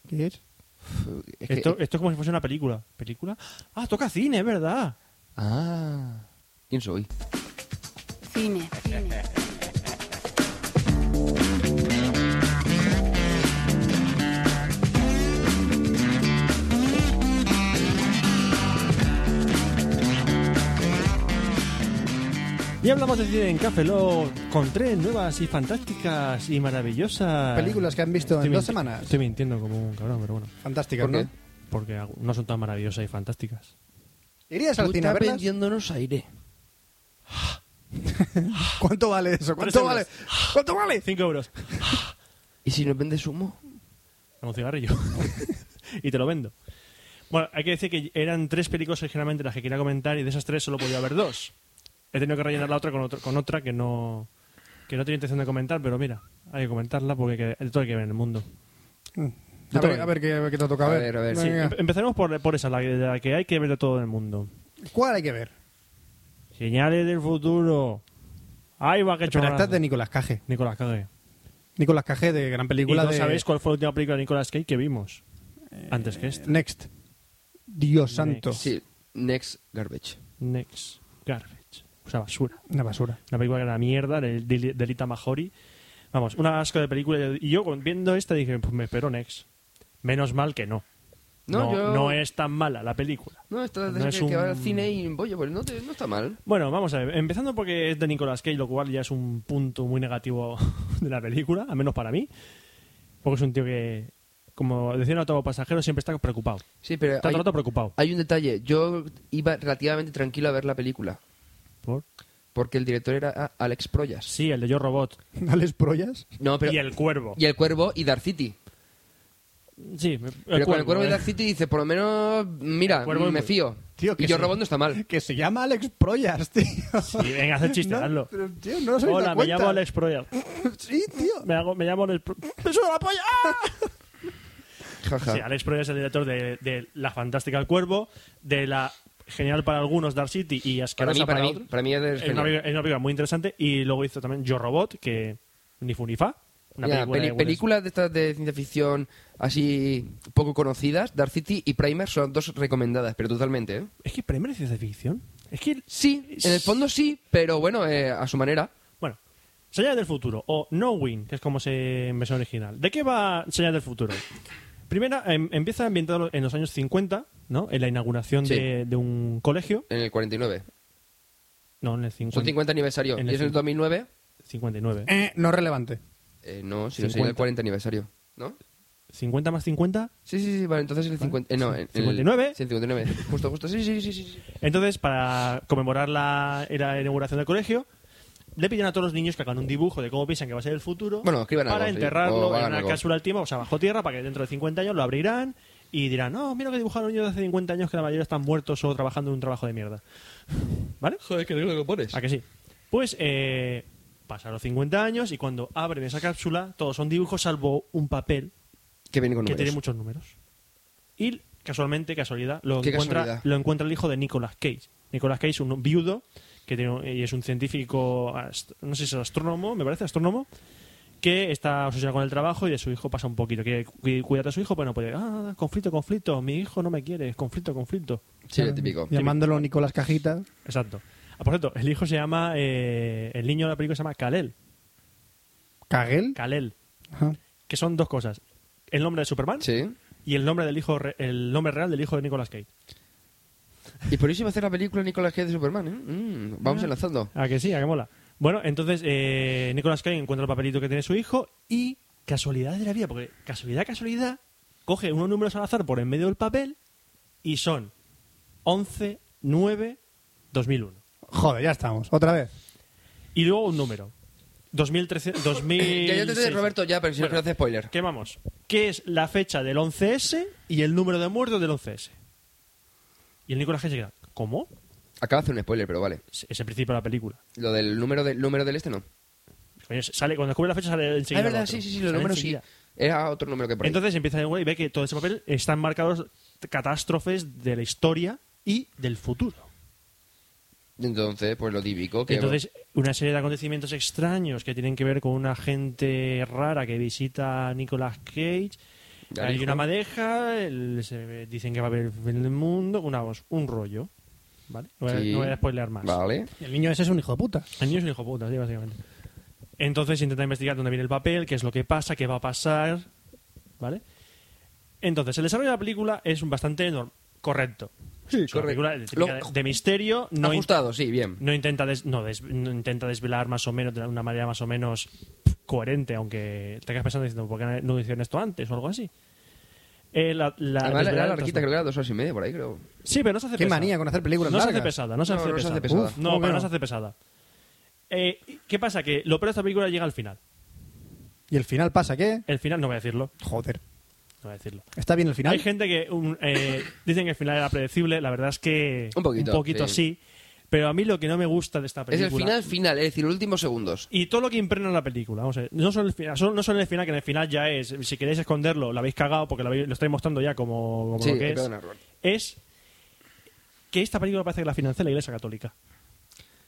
S5: ¿Qué es?
S6: pilla. Es que-
S2: Esto, esto es como si fuese una película. ¿Película? Ah, toca cine, es verdad.
S6: Ah. ¿Quién soy?
S4: Cine. Cine.
S2: Y hablamos de cine en Café Lock con tres nuevas y fantásticas y maravillosas...
S5: Películas que han visto en
S2: Ah, Estoy
S5: dos
S2: minti-
S5: semanas.
S2: Estoy mintiendo como un cabrón, pero bueno.
S5: Fantástica,
S6: ¿Por qué?
S5: ¿no?
S2: Porque algu- no son tan maravillosas y fantásticas.
S5: ¿Irías al cine a verlas?
S6: aire.
S5: ¿Cuánto vale eso? ¿Cuánto vale?
S2: euros.
S5: ¿Cuánto vale?
S2: Cinco euros.
S6: ¿Y si nos vendes humo?
S2: Dame un cigarrillo. [laughs] y te lo vendo. Bueno, hay que decir que eran tres películas originalmente las que quería comentar y de esas tres solo podía haber dos. He tenido que rellenar la otra con, otro- con otra que no que no tenía intención de comentar, pero mira, hay que comentarla porque que, de todo hay que ver en el mundo.
S5: A ver, a ver qué, a ver qué te toca
S6: A
S5: ver.
S6: ver, a ver,
S2: Sí,
S5: Venga.
S2: em- empezaremos por, por esa, la, que- la que hay que ver de todo en el mundo.
S5: ¿Cuál hay que ver?
S2: Señales del futuro. Ahí va que
S5: Pero
S2: chorrada.
S5: esta es de Nicolas Cage.
S2: Nicolás Cage.
S5: Nicolas Cage de gran
S2: ¿Y
S5: película
S2: no
S5: de
S2: sabéis cuál este? fue la última película de Nicolás Cage que vimos? Antes que esta.
S5: Next. Dios santo.
S6: Sí. Next Garbage.
S2: Next Garbage. O sea, basura.
S5: Una basura. [laughs]
S2: Una película que era una mierda, de, de, de Lita Majori. Vamos, una asco de película. Y yo viendo esta dije, pues me espero Next. Menos mal que no.
S6: No, yo-
S2: no es tan mala la película.
S6: No, esta
S2: No es
S6: es que, que va
S2: un-
S6: al cine y voy pues no, te- no está mal.
S2: Bueno, vamos a ver. Empezando porque es de Nicolas Cage, lo cual ya es un punto muy negativo [laughs] de la película, al menos para mí. Porque es un tío que, como decía un autobús pasajero, siempre está preocupado.
S6: Sí, pero
S2: Está todo
S6: hay,
S2: el rato preocupado.
S6: hay un detalle. Yo iba relativamente tranquilo a ver la película.
S2: Por-
S6: Porque el director era ah, Alex Proyas.
S2: Sí, el de Yo Robot.
S5: ¿Alex Proyas?
S6: No, pero...
S2: y el cuervo.
S6: y el cuervo y Dark City.
S2: Sí, el
S6: pero con el cuervo
S2: eh.
S6: y Dark City dice, por lo menos, mira,
S2: El cuervo
S6: me
S2: es-
S6: fío.
S5: Tío, que
S6: y yo
S5: sí.
S6: robando
S2: [laughs]
S6: está mal.
S5: Que se llama Alex Proyas, tío.
S2: Sí, venga, haz el chiste,
S5: [laughs] no,
S2: hazlo.
S5: pero, tío, no os habéis
S2: Hola,
S5: dado
S2: me
S5: cuenta.
S2: llamo Alex Proyas.
S5: Sí,
S2: [laughs]
S5: tío.
S2: Me, hago- me llamo Alex Pro- ¡Me suda la polla!
S6: Jaja.
S2: Sí, Alex Proyas es el director de, de La Fantástica El Cuervo, de la genial para algunos Dark City y
S6: para, mí,
S2: asquerosa
S6: para,
S2: para,
S6: mí,
S2: otros.
S6: para mí es
S2: Es una,
S6: genial.
S2: película, es una película muy interesante y luego hizo también Yo Robot, que ni fu ni fa. Una
S6: Ya,
S2: película, eh,
S6: peli-
S2: de Will
S6: películas de estas de ciencia ficción así poco conocidas, Dark City y Primer son dos recomendadas, pero totalmente. ¿eh?
S2: Smith. Es que Primer es ciencia ficción. Es que,
S6: Sí, en el fondo sí, pero bueno, eh, a su manera.
S2: bueno, Señal del Futuro o Knowing, que es como se en versión original. ¿De qué va Señal del Futuro? Primera, em, empieza ambientado en los años 50, ¿no? En la inauguración
S6: Sí.
S2: de, de un colegio.
S6: En el 49.
S2: No, en el 50,
S6: Son 50 aniversario.
S2: En
S6: y
S2: el
S6: es en el
S2: cin-
S6: 2009.
S2: 59.
S5: Eh, no relevante.
S6: Eh, no, si no
S2: 50.
S6: sería el 40 aniversario. ¿No?
S2: 50 más 50.
S6: Sí, sí, sí, vale, entonces en el 50. eh, no, en el-
S2: 59.
S6: sí, en 59. Justo, justo. Sí, sí, sí, sí. sí.
S2: Entonces, para conmemorar la, era la inauguración del colegio, le pidieron a todos los niños que hagan un dibujo de cómo piensan que va a ser el futuro
S6: Bueno, escriban
S2: para
S6: algo, sí.
S2: enterrarlo
S6: O
S2: en
S6: hagan
S2: una
S6: algo.
S2: cápsula del tiempo, o sea, bajo tierra, para que dentro de 50 años lo abrirán y dirán, no, mira que dibujaron niños de hace 50 años que la mayoría están muertos o trabajando en un trabajo de mierda. [laughs] ¿Vale?
S8: Joder, que negro que pones.
S2: ¿A que sí? Pues eh, pasaron 50 años y cuando abren esa cápsula, todos son dibujos salvo un papel
S6: Que viene con
S2: que tiene
S6: números.
S2: muchos números. Y casualmente, casualidad, lo
S6: ¿Qué
S2: encuentra,
S6: casualidad?
S2: lo encuentra el hijo de Nicolas Cage. Nicolas Cage, un viudo que tiene, un- y es un científico, ast- no sé si es astrónomo, me parece astrónomo, que está obsesionado con el trabajo y de su hijo pasa un poquito. Quiere cu- cuidar a su hijo, pero no puede. Ah, conflicto, conflicto, mi hijo no me quiere, conflicto, conflicto.
S6: Sí, lo típico.
S5: Llamándolo Nicolás Cajita.
S2: Exacto. Ah, por cierto, el hijo se llama, eh, el niño de la película se llama Kalel.
S5: ¿Cagel?
S2: Kalel,
S5: Ajá.
S2: que son dos cosas. El nombre de Superman
S6: Sí.
S2: y el nombre del hijo, re- el nombre real del hijo de Nicolas Cage.
S6: Y por eso iba a hacer la película Nicolas Cage de Superman, ¿eh? Mm,
S2: Ah.
S6: vamos enlazando.
S2: ¿A que sí? ¿A que mola? Bueno, entonces eh, Nicolas Cage encuentra el papelito que tiene su hijo y casualidad de la vida, porque casualidad, casualidad, coge unos números al azar por en medio del papel y son 11, 9, 2001.
S5: Joder, ya estamos. Otra vez.
S2: Y luego un número. 2013, 2000.
S6: [laughs] Ya, ya te estoy, Roberto, ya, pero si no quiero hacer spoiler.
S2: ¿Qué vamos? ¿Qué es la fecha del 11S y el número de muertos del 11S? Y el Nicolas Cage se queda, ¿cómo?
S6: Acaba de hacer un spoiler, pero vale.
S2: Es es el principio de la película.
S6: Lo del número, del número del este no.
S2: Coño, sale, cuando descubre la fecha sale
S6: Ah,
S2: enseguida.
S6: es verdad,
S2: otro.
S6: sí, sí, sí, los
S2: Sale
S6: números sí.
S2: enseguida.
S6: Era otro número que por ahí.
S2: Entonces empieza el güey y ve que todo ese papel están marcados catástrofes de la historia y del futuro.
S6: Entonces, pues lo típico. Que
S2: Entonces, una serie de acontecimientos extraños que tienen que ver con una gente rara que visita a Nicolas Cage.
S6: Al
S2: Hay
S6: hijo.
S2: una madeja, el- se- dicen que va a haber el fin del mundo, una, voz, un rollo. ¿Vale? No voy, a-
S6: Sí.
S2: no voy a spoilear más.
S6: Vale.
S5: El niño ese es un hijo de puta.
S2: El niño es un hijo puta, sí, básicamente. Entonces intenta investigar dónde viene el papel, qué es lo que pasa, qué va a pasar, ¿vale? Entonces, el desarrollo de la película es un bastante norm- correcto. Sí,
S6: correcto.
S2: de, típica
S6: Lo-
S2: de- de misterio, no, in-
S6: Ajustado, sí, bien.
S2: no intenta des- no, des- no intenta desvelar más o menos de una manera más o menos coherente, aunque te quedas pensando diciendo, ¿por qué no hicieron esto antes o algo así? Eh, la, la-
S6: Además,
S2: desvelar
S6: era
S2: el
S6: larguita,
S2: trasno-
S6: creo que era dos horas y media por ahí, creo.
S2: Sí, pero no se hace
S5: Qué
S2: pesada.
S5: manía con hacer películas
S2: No se
S5: largas.
S2: hace pesada, no se,
S6: No,
S2: hace,
S6: no se
S2: pesada.
S6: hace pesada.
S2: Uf, no,
S5: ¿Cómo que
S2: pero no
S5: no?
S2: se hace pesada. Eh, ¿Qué pasa? Que lo peor de esta película llega al final.
S5: ¿Y el final pasa qué?
S2: El final no voy a decirlo.
S5: Joder.
S2: No voy a decirlo.
S5: ¿Está bien el final?
S2: Hay gente que un, eh, dicen que el final era predecible. La verdad es que
S6: Un poquito,
S2: así. Pero a mí lo que no me gusta de esta
S6: Es
S2: película
S6: el final final, es decir, los últimos segundos.
S2: y todo lo que impregna la película. Vamos a ver, no solo el final, solo- no solo el final que en el final ya es. Si queréis esconderlo, lo habéis cagado porque lo, habéis- lo estáis mostrando ya como, como
S6: Sí,
S2: lo que es.
S6: perdona, Robert.
S2: Es que esta película parece que la financia la Iglesia Católica.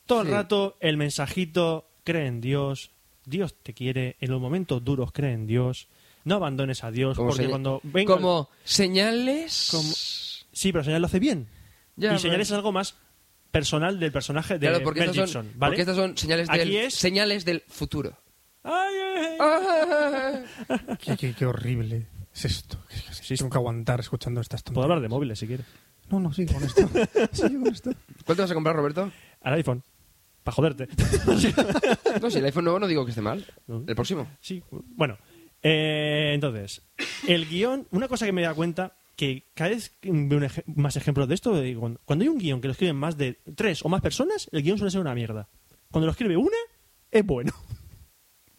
S2: Todo el
S6: Sí.
S2: rato el mensajito cree en Dios, Dios te quiere, en los momentos duros cree en Dios, no abandones a Dios
S6: Como,
S2: Pues porque
S6: señal-
S2: cuando venga
S6: como señales.
S2: Como- Sí, pero señal lo hace bien.
S6: Ya,
S2: y señales es
S6: pero-
S2: algo más personal del personaje de
S6: Claro, porque
S2: Mel
S6: estas,
S2: Gibson,
S6: son,
S2: ¿vale?
S6: porque estas son señales del,
S2: Aquí es-
S6: señales del futuro.
S2: ¡Ay, ay, ay!
S6: Ah.
S5: Qué, qué- qué horrible es esto. Que- que- que Tengo que aguantar escuchando estas
S2: Puedo
S5: tonterías.
S2: hablar de móviles si quieres.
S5: No, no, sigue con esto. sigue con esto.
S6: ¿Cuál te vas a comprar, Roberto?
S2: Al iPhone. Para joderte. [laughs]
S6: No, si el iPhone nuevo no digo que esté mal.
S2: No.
S6: El próximo.
S2: sí, bueno. Eh, entonces, el guión, una cosa que me da cuenta, que cada vez que veo un ej- más ejemplos de esto, de cuando, cuando hay un guión que lo escriben más de tres o más personas, el guión suele ser una mierda. Cuando lo escribe una, es bueno.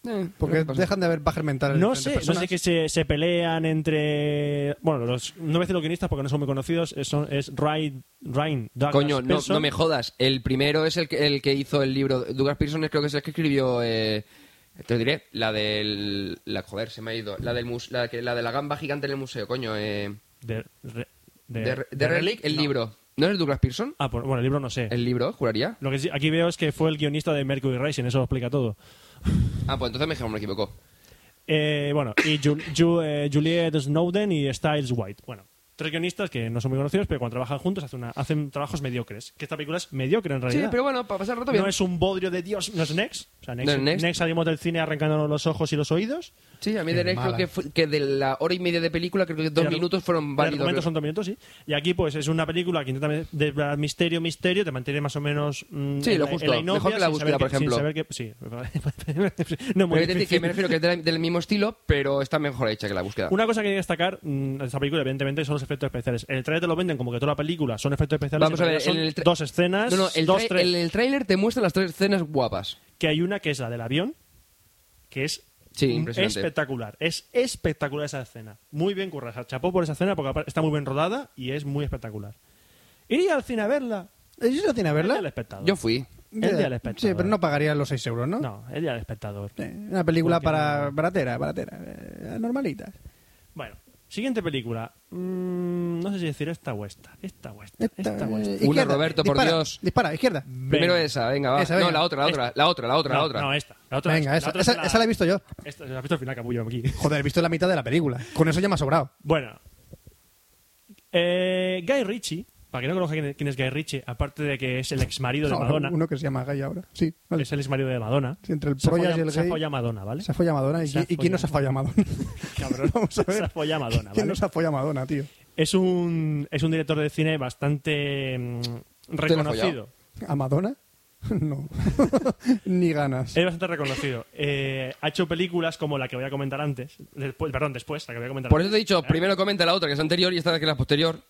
S6: Eh,
S5: Porque
S6: ¿qué pasa?
S5: dejan de haber pajas mentales. de
S2: No
S5: diferentes
S2: sé, no
S5: personas.
S2: sé que se, se pelean entre... Bueno, los, no voy a decir los guionistas porque no son muy conocidos, es, son, es Ryan, Ryan Douglas
S6: Coño, no,
S2: Pearson.
S6: no me jodas. El primero es el que, el que hizo el libro. Douglas Pearson es creo que es el que escribió. eh, te lo diré. La del. La, joder, se me ha ido. La, del mus- la, que- la de la gamba gigante en el museo, coño. Eh,
S2: De, re- de-
S6: de, de
S2: de
S6: Relic, el
S2: no.
S6: libro. ¿No es Douglas Pearson?
S2: Ah, por- bueno, el libro no sé.
S6: El libro, juraría.
S2: Lo que sí- aquí veo es que fue el guionista de Mercury Rising, eso lo explica todo.
S6: Ah, pues entonces me dijeron, me equivocó.
S2: Eh, bueno, y Ju- Ju- eh, Juliet Snowden y Styles White. Bueno, tres guionistas que no son muy conocidos, pero cuando trabajan juntos hacen, una- hacen trabajos mediocres. Que esta película es mediocre en realidad.
S6: Sí, pero bueno, para pasar el rato bien.
S2: no es un bodrio de Dios, no es Next. O sea, Next,
S6: No es Next.
S2: Next salimos del cine arrancándonos los ojos y los oídos.
S6: Sí, a mí de Relic
S5: mala.
S6: creo que, fue- que de la hora y media de película, creo que dos
S2: El argu-
S6: minutos
S2: el
S6: fueron válidos.
S2: argumento son dos minutos, sí. Y aquí, pues, es una película que intenta desvelar misterio, misterio, te mantiene más o menos. mm,
S6: Sí,
S2: en
S6: lo
S2: la-
S6: justo.
S2: en la inopia,
S6: Mejor que la
S2: sin saber
S6: búsqueda, por
S2: que- sin
S6: ejemplo.
S2: saber que- sí. [laughs] no es
S6: Pero
S2: muy
S6: que te- que
S2: difícil.
S6: me refiero que es del, del mismo estilo, pero está mejor hecha que la búsqueda.
S2: Una cosa que hay que destacar mm, de esta película, evidentemente, son los efectos especiales. En el trailer te lo venden como que toda la película son efectos especiales.
S6: Vamos
S2: en
S6: a ver,
S2: realidad
S6: en
S2: son
S6: el tra-
S2: dos escenas,
S6: No, no, el,
S2: dos,
S6: trai-
S2: tres,
S6: el, el tráiler te muestra las tres escenas guapas.
S2: que hay una que es la del avión, que es
S6: Sí, impresionante.
S2: Espectacular. Es espectacular esa escena. Muy bien currada. Chapó por esa escena porque aparte está muy bien rodada y es muy espectacular. Iría al cine a verla.
S5: ¿Ellos no tienen a
S2: El día del
S5: verla?
S2: espectador.
S6: Yo fui.
S2: El día del
S5: Sí,
S2: espectador.
S5: pero no pagaría los 6 euros, ¿no?
S2: No, el día del espectador.
S5: Sí, Una película
S2: Porque
S5: para baratera, baratera, eh, normalita.
S2: Bueno, siguiente película. Mm, no sé si decir esta o esta. Esta o esta. Esta,
S5: Esta,
S2: o esta.
S5: eh,
S6: Una, Roberto, por
S5: dispara,
S6: Dios.
S5: Dispara, izquierda.
S6: Primero esa, venga, va.
S5: Esa,
S6: No,
S5: venga.
S6: la otra, la otra, la otra, la otra,
S2: no,
S6: la otra.
S2: No, esta. La otra
S5: Venga,
S2: la
S5: esa,
S2: otra
S5: esa,
S2: es
S5: esa la he visto yo.
S2: Esta, la he visto al final, capullo, aquí. [laughs]
S5: Joder, he visto la mitad de la película. Con eso ya me ha sobrado.
S2: Bueno. Eh, Guy Ritchie, para que no conozca quién es- quién es Guy Ritchie, aparte de que es el ex marido de
S5: Ahora,
S2: Madonna.
S5: Uno que se llama Gay ahora. Sí, vale.
S2: Es el ex marido de Madonna.
S5: Sí, entre el
S2: se ha
S5: Proyas
S2: follado-
S5: y el
S2: se ha
S5: gay-
S2: follado a Madonna, ¿vale?
S5: Se ha follado a Madonna. ¿Y,
S2: Se ha
S5: y quién nos ha follado a Madonna?
S2: Cabrón.
S5: [laughs] Vamos a ver.
S2: Se ha follado a Madonna,
S5: ¿Quién
S2: ¿vale?
S5: nos ha follado a Madonna, tío?
S2: Es un es un director de cine bastante mm,
S6: follado?
S2: reconocido.
S5: ¿A Madonna? [laughs] No. Ni ganas.
S2: Es bastante reconocido. Eh, ha hecho películas como la que voy a comentar antes. Después, perdón, después, la que voy a comentar
S6: Por eso
S2: antes. Eh,
S6: te he dicho, primero comenta la otra, que es anterior, y esta que es la posterior.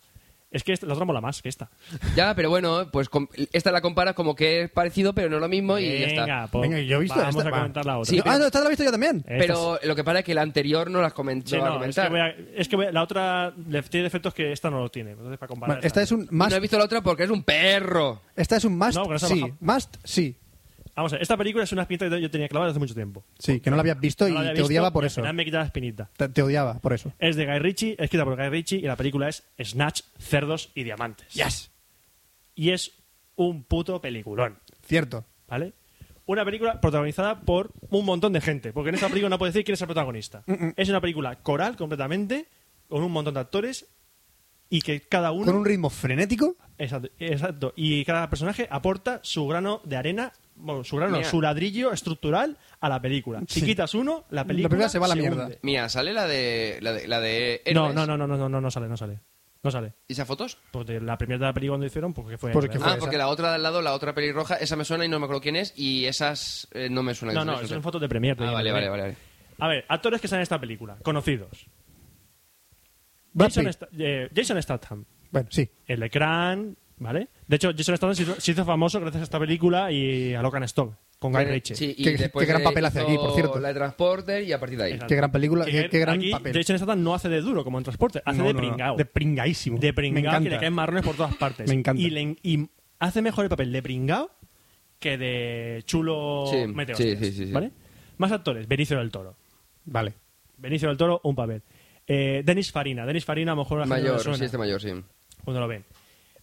S2: Es que esta, la otra mola más que esta.
S6: Ya, pero bueno, pues com- esta la comparas como que es parecido, pero no es lo mismo, y ya está.
S2: pues,
S5: Venga, yo he visto
S2: Vamos
S5: esta,
S2: a
S5: va.
S2: comentar la otra. Eh,
S6: Sí,
S5: Yo- ah, no, esta la he visto yo también.
S2: Esta
S6: Pero lo que pasa es que la anterior no la comen-
S2: Sí,
S6: no va a
S2: no, es
S6: comentar.
S2: que, voy a- es que voy a- la otra le- tiene defectos que esta no lo tiene. Entonces, para comparar.
S5: Vale, esta es un
S6: Y
S5: must.
S6: No he visto la otra porque es un perro.
S5: Esta es un must.
S2: No, porque no se ha
S5: sí.
S2: bajado.
S5: Must, sí.
S2: Vamos a ver, esta película es una espinita que yo tenía clavada desde hace mucho tiempo.
S5: Sí, que no la habías visto
S2: No la
S5: y
S2: había
S5: te
S2: visto
S5: odiaba por
S2: y al
S5: eso.
S2: final me quitaba la espinita.
S5: Te, te odiaba por eso.
S2: Es de Guy Ritchie, escrita por Guy Ritchie y la película es Snatch, Cerdos y Diamantes.
S5: Yes.
S2: Y es un puto peliculón,
S5: Cierto.
S2: ¿vale? Una película protagonizada por un montón de gente, porque en esta película no puedes decir quién es el protagonista.
S5: Mm,
S2: Es una película coral completamente, con un montón de actores y que cada uno...
S5: Con un ritmo frenético.
S2: Exacto, exacto. Y cada personaje aporta su grano de arena, bueno, su grano,
S6: Mira.
S2: su ladrillo estructural a la película. Si
S5: Sí.
S2: quitas uno, la película,
S5: película se va a la mierda.
S2: hunde.
S6: Mira, sale la de. La de, la de
S2: No,
S6: Héroes.
S2: no, no, no, no, no, no sale, no sale. No sale.
S6: ¿Y esas fotos?
S2: Porque la primera de la película cuando hicieron, porque fue.
S5: Porque fue-
S6: Ah,
S5: esa.
S6: porque la otra de al lado, la otra pelirroja, esa me suena y no me acuerdo quién es, y esas eh, no me suena.
S2: No, no, son fotos de Premiere.
S6: Ah, vale, vale, vale. vale.
S2: ¿eh? A ver, actores que salen en esta película, conocidos.
S5: Brad
S2: Jason,
S5: Pitt.
S2: Sta- eh, Jason Statham,
S5: Bueno, sí.
S2: el de Cran, ¿vale? De hecho, Jason Statham se hizo, se hizo famoso gracias a esta película y a Locan Stock, con Guy
S6: Vale,
S2: Ritchie.
S6: Sí, y
S5: Qué-
S6: después
S5: qué gran
S6: eh,
S5: papel hace aquí,
S6: hizo
S5: por cierto.
S6: La de Transporter y a partir de ahí.
S2: Exacto.
S5: Qué gran película,
S2: Que
S5: qué, qué gran
S2: aquí
S5: papel.
S2: Jason Statham no hace de duro como en transporte, hace
S5: No,
S2: de
S5: no, no.
S2: pringao.
S5: De pringaísimo.
S2: De
S5: Me
S2: pringao
S5: encanta.
S2: que le caen marrones por todas partes.
S5: Me encanta.
S2: Y, le- y hace mejor el papel de pringao que de chulo
S6: Sí,
S2: meteo.
S6: sí, sí, sí, sí.
S2: ¿Vale? Más actores. Benicio del Toro.
S5: Vale.
S2: Benicio del Toro, un papel. Eh, Denis Farina. Denis Farina a lo mejor a la gente no le
S6: Mayor,
S2: suena
S6: sí, este mayor, sí.
S2: cuando lo ven.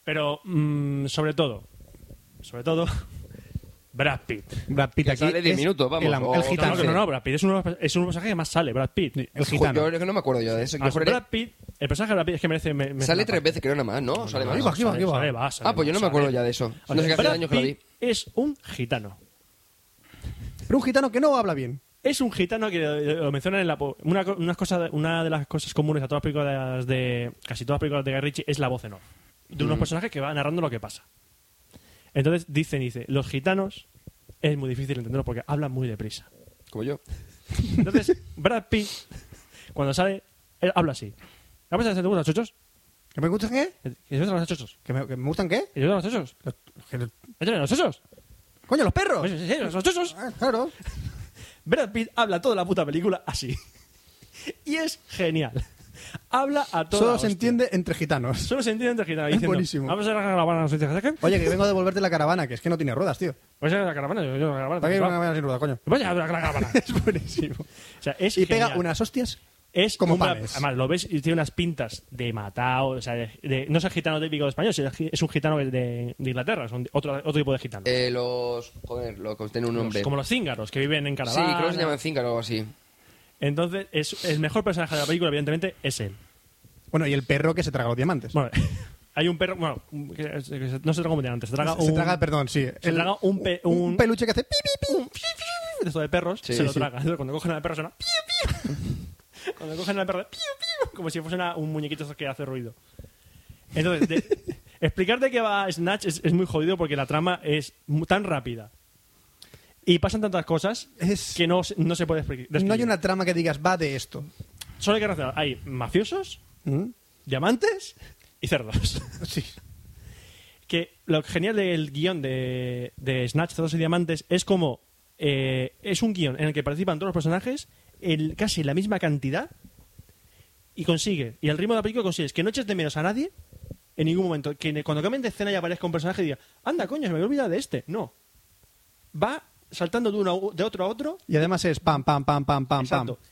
S2: Pero mm, sobre todo, sobre todo, [laughs] Brad Pitt.
S5: Brad Pitt aquí
S6: sale diez
S5: es
S6: minutos, vamos,
S5: El, am-
S6: o-
S5: el
S6: no,
S5: gitano.
S2: No, no, no, no, Brad Pitt es uno, de los- es uno de los personajes que más sale, Brad Pitt.
S5: El
S6: Jo,
S5: gitano.
S6: Yo es que no me acuerdo yo de eso. Yo
S2: Ah,
S6: juré-
S2: Brad Pitt, el personaje de Brad Pitt es que merece... me- merece
S6: Sale
S2: una
S6: tres
S2: parte.
S6: veces, creo nada más, ¿no? Sale más.
S5: Ahí va, aquí va, aquí va.
S2: Sale, va, sale,
S6: Ah, pues yo no me
S2: sale.
S6: acuerdo ya de eso. No sé qué hace
S2: Brad
S6: años que lo vi.
S2: Pitt Es un gitano.
S5: Pero un gitano que no habla bien.
S2: Es un gitano que eh, lo mencionan en la. po- Una, co- unas cosas, una de las cosas comunes a todas las películas de. casi todas las películas de Guy Ritchie es la voz en off. De
S6: Mm.
S2: unos personajes que va narrando lo que pasa. Entonces dicen, dice, los gitanos es muy difícil entenderlo porque hablan muy deprisa.
S6: Como yo.
S2: Entonces,
S6: [laughs]
S2: Brad Pitt, cuando sale, él habla así. ¿Qué pasa? ¿Te gustan los chochos?
S5: ¿Que me gustan qué?
S2: ¿Que te gustan los chochos?
S5: ¿Que me, que me gustan qué?
S2: ¿Que te gustan los chochos?
S5: Los- que los-
S2: ¿Que te gustan los chochos?
S5: Oh. ¡Coño, los perros!
S2: Pues, sí, sí, los chochos.
S5: Ah, claro.
S2: Brad Pitt habla toda la puta película así. [laughs] Y es genial. Habla a toda
S5: Solo
S2: hostia.
S5: se entiende entre gitanos.
S2: Solo se entiende entre gitanos.
S5: Es
S2: diciendo,
S5: buenísimo.
S2: Vamos a la caravana. ¿no? Vamos
S5: Oye, que vengo a devolverte la caravana, que es que no tiene ruedas, tío.
S2: a la caravana. Yo, yo, la caravana.
S5: ¿Para qué
S2: también
S5: hay una
S2: va.
S5: caravana sin ruedas, coño?
S2: Vamos a la caravana.
S5: [laughs] Es buenísimo.
S2: O sea, es
S5: Y pega
S2: genial.
S5: unas hostias.
S2: Es
S5: como
S2: un Brad-
S5: panes.
S2: Además, lo ves y tiene unas pintas de matado. O sea, de- de- no es el gitano típico español, sino es un gitano de, de Inglaterra. Es un- otro, otro tipo de gitano.
S6: Eh, los. Joder, lo tiene un nombre.
S2: Como los cíngaros que viven en
S6: Sí,
S2: caravana.
S6: creo que se llaman Zinca o algo así.
S2: Entonces, es, el mejor personaje de la película, evidentemente, es él.
S5: Bueno, y el perro que se traga los diamantes.
S2: Bueno, [laughs] hay un perro. Bueno, que- que se- no se traga un diamante, se traga
S5: se,
S2: un.
S5: se traga,
S2: [laughs]
S5: perdón, sí.
S2: se traga un pe- un-
S5: peluche que hace pi, pi, pi.
S2: de esto de perros,
S6: Sí,
S2: se lo
S6: sí.
S2: traga. Entonces, cuando cogen al perro suena. piu, piu. [laughs] cuando cogen al perro, piu, piu, como si fuese una- un muñequito esos que hace ruido. Entonces, de- [laughs] explicarte que va Snatch es, es muy jodido porque la trama es mu- tan rápida. Y pasan tantas cosas
S5: Es-
S2: que no, se- no se puede expli- describir.
S5: No hay una trama que digas, va de esto.
S2: Solo hay que relacionar. Hay mafiosos,
S5: ¿Mm?
S2: diamantes y cerdos.
S5: Sí.
S2: que lo genial del guión de, de Snatch, Cerdos y Diamantes es como eh, es un guión en el que participan todos los personajes el, casi la misma cantidad y consigue, y el ritmo de la película consigues que no eches de menos a nadie en ningún momento. Que ne- cuando cambien de escena y aparezca un personaje y diga, anda, coño, se me había olvidado de este. No. Va saltando de, uno a u- de otro a otro.
S5: Y además es pam, pam, pam, pam, pam,
S2: Exacto.
S5: pam.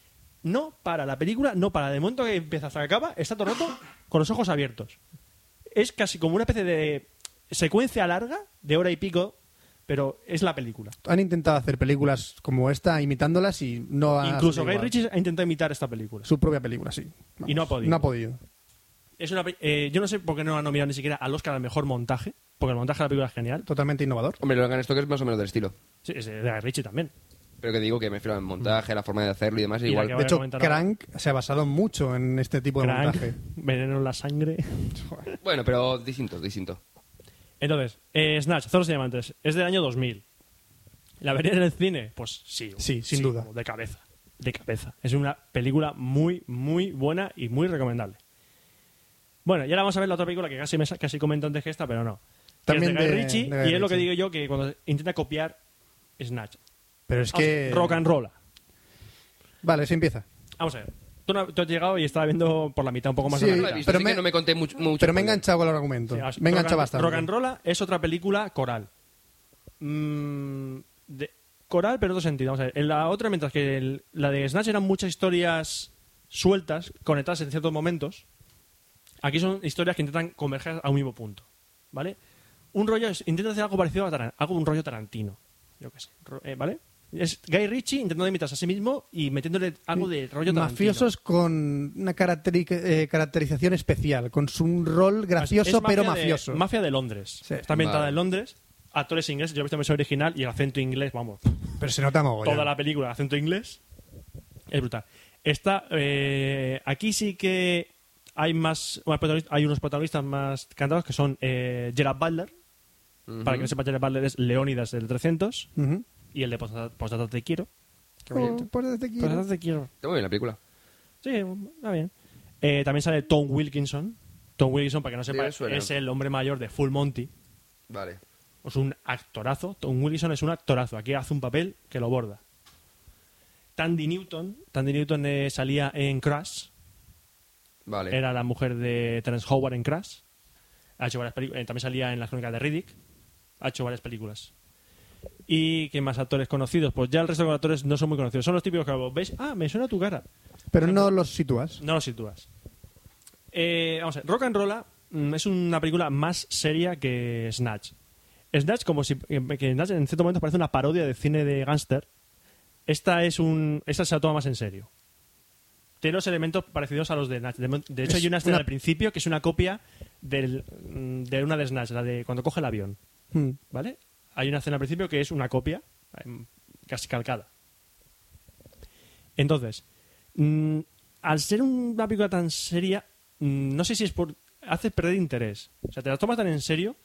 S2: No para la película, no para. De momento que empieza hasta que acaba, está todo el rato con los ojos abiertos. Es casi como una especie de secuencia larga de hora y pico, pero es la película.
S5: Han intentado hacer películas como esta imitándolas y no ha
S2: Incluso
S5: sido
S2: Guy
S5: igual.
S2: Ritchie ha intentado imitar esta película.
S5: Su propia película, sí.
S2: Y no ha podido.
S5: No ha podido.
S2: Es una pe- eh, yo no sé por qué no la han nominado ni siquiera al Oscar al mejor montaje, porque el montaje de la película es genial.
S5: Totalmente innovador.
S6: Hombre, lo que esto que es más o menos del estilo.
S2: Sí, es de Guy Ritchie también.
S6: Pero que digo que me refiero al montaje, la forma de hacerlo y demás.
S2: Y la
S6: igual.
S5: De
S2: voy a
S5: hecho,
S2: comentar ahora.
S5: Crank se ha basado mucho en este tipo de
S2: Crank,
S5: montaje.
S2: Veneno en la sangre.
S6: Bueno, pero distinto, distinto.
S2: Entonces, eh, Snatch, Zorros y Diamantes, es del año 2000. ¿La vería en el cine? Pues sí.
S5: Sí, sin duda.
S2: De cabeza. De cabeza. Es una película muy, muy buena y muy recomendable. Bueno, y ahora vamos a ver la otra película que casi, me sa- casi comento antes que esta, pero no. Que
S5: También
S2: es de Guy
S5: de-
S2: Ritchie,
S5: de Guy
S2: y es lo que
S5: Ritchie.
S2: digo yo que cuando intenta copiar Snatch.
S5: Pero es
S2: Vamos a
S5: que.
S2: ver, Ah, Rock and roll.
S5: Vale, se empieza.
S2: Vamos a ver. Tú, no- tú has llegado y estaba viendo por la mitad, un poco más
S5: Sí,
S2: de la
S6: No
S2: mitad.
S6: la he visto,
S5: pero
S6: así
S5: me-
S6: que no me conté mucho. mucho
S5: Pero me he
S6: spoiler.
S5: enganchado con el argumento.
S2: Sí,
S5: Me he enganchado
S2: rock and-
S5: bastante.
S2: Rock and Roll es otra película coral. Mm, de- coral, pero en otro sentido. Vamos a ver. En la otra, mientras que el- la de Snatch eran muchas historias sueltas, conectadas en ciertos momentos, aquí son historias que intentan converger a un mismo punto. ¿Vale? Un rollo es, intenta hacer algo parecido a Taran- algo, un rollo tarantino. Yo qué sé. ro- eh, ¿Vale? Es Guy Ritchie intentando imitarse a sí mismo y metiéndole algo de rollo tarantino.
S5: Mafiosos con una caracteri- eh, caracterización especial, con su- un rol gracioso
S2: Es mafia
S5: pero
S2: de-
S5: mafioso.
S2: mafia de Londres.
S5: Sí.
S2: Está ambientada
S6: Vale.
S2: en Londres. Actores ingleses, yo he visto la versión original y el acento inglés, vamos,
S5: Pero se nota mogollón.
S2: toda la película, el acento inglés, es brutal. Está, eh, aquí sí que hay más, bueno, protagonista- hay unos protagonistas más cantados que son eh, Gerard Butler, para que no sepa, Gerard Butler es Leónidas del 300
S5: Ujú.
S2: y el de Postdata Postdata Te Quiero.
S5: Oh, pues desde aquí.
S2: Postdata Te Quiero.
S6: Está muy bien la película.
S2: Sí, está bien. Eh, también sale Tom Wilkinson. Tom Wilkinson, para que no sepa,
S6: me suena.
S2: es el hombre mayor de Full Monty.
S6: Vale.
S2: Es un actorazo. Tom Wilson es un actorazo. Aquí hace un papel que lo borda. Tandy Newton. Tandy Newton eh, salía en Crash.
S6: Vale.
S2: Era la mujer de Terence Howard en Crash. Ha hecho varias películas. eh, también salía en las crónicas de Riddick. Ha hecho varias películas. ¿Y qué más actores conocidos? Pues ya el resto de los actores no son muy conocidos. Son los típicos que vos veis. Ah, me suena tu cara.
S5: Pero no los sitúas.
S2: No lo sitúas. Eh, vamos a ver, Rock and Roll es una película más seria que Snatch. Snatch, como si, que que Snatch en cierto momento parece una parodia de cine de gángster. Esta es un. Esta se la toma más en serio. Tiene los elementos parecidos a los de Snatch. De, mo- de hecho,
S5: Es
S2: hay una escena
S5: una-
S2: al principio que es una copia del, mm, de una de Snatch, la de cuando coge el avión.
S5: Mm.
S2: ¿vale? Hay una escena al principio que es una copia, em, casi calcada. Entonces, mm, al ser una película tan seria, mm, no sé si es por. haces perder interés. O sea, te la tomas tan en serio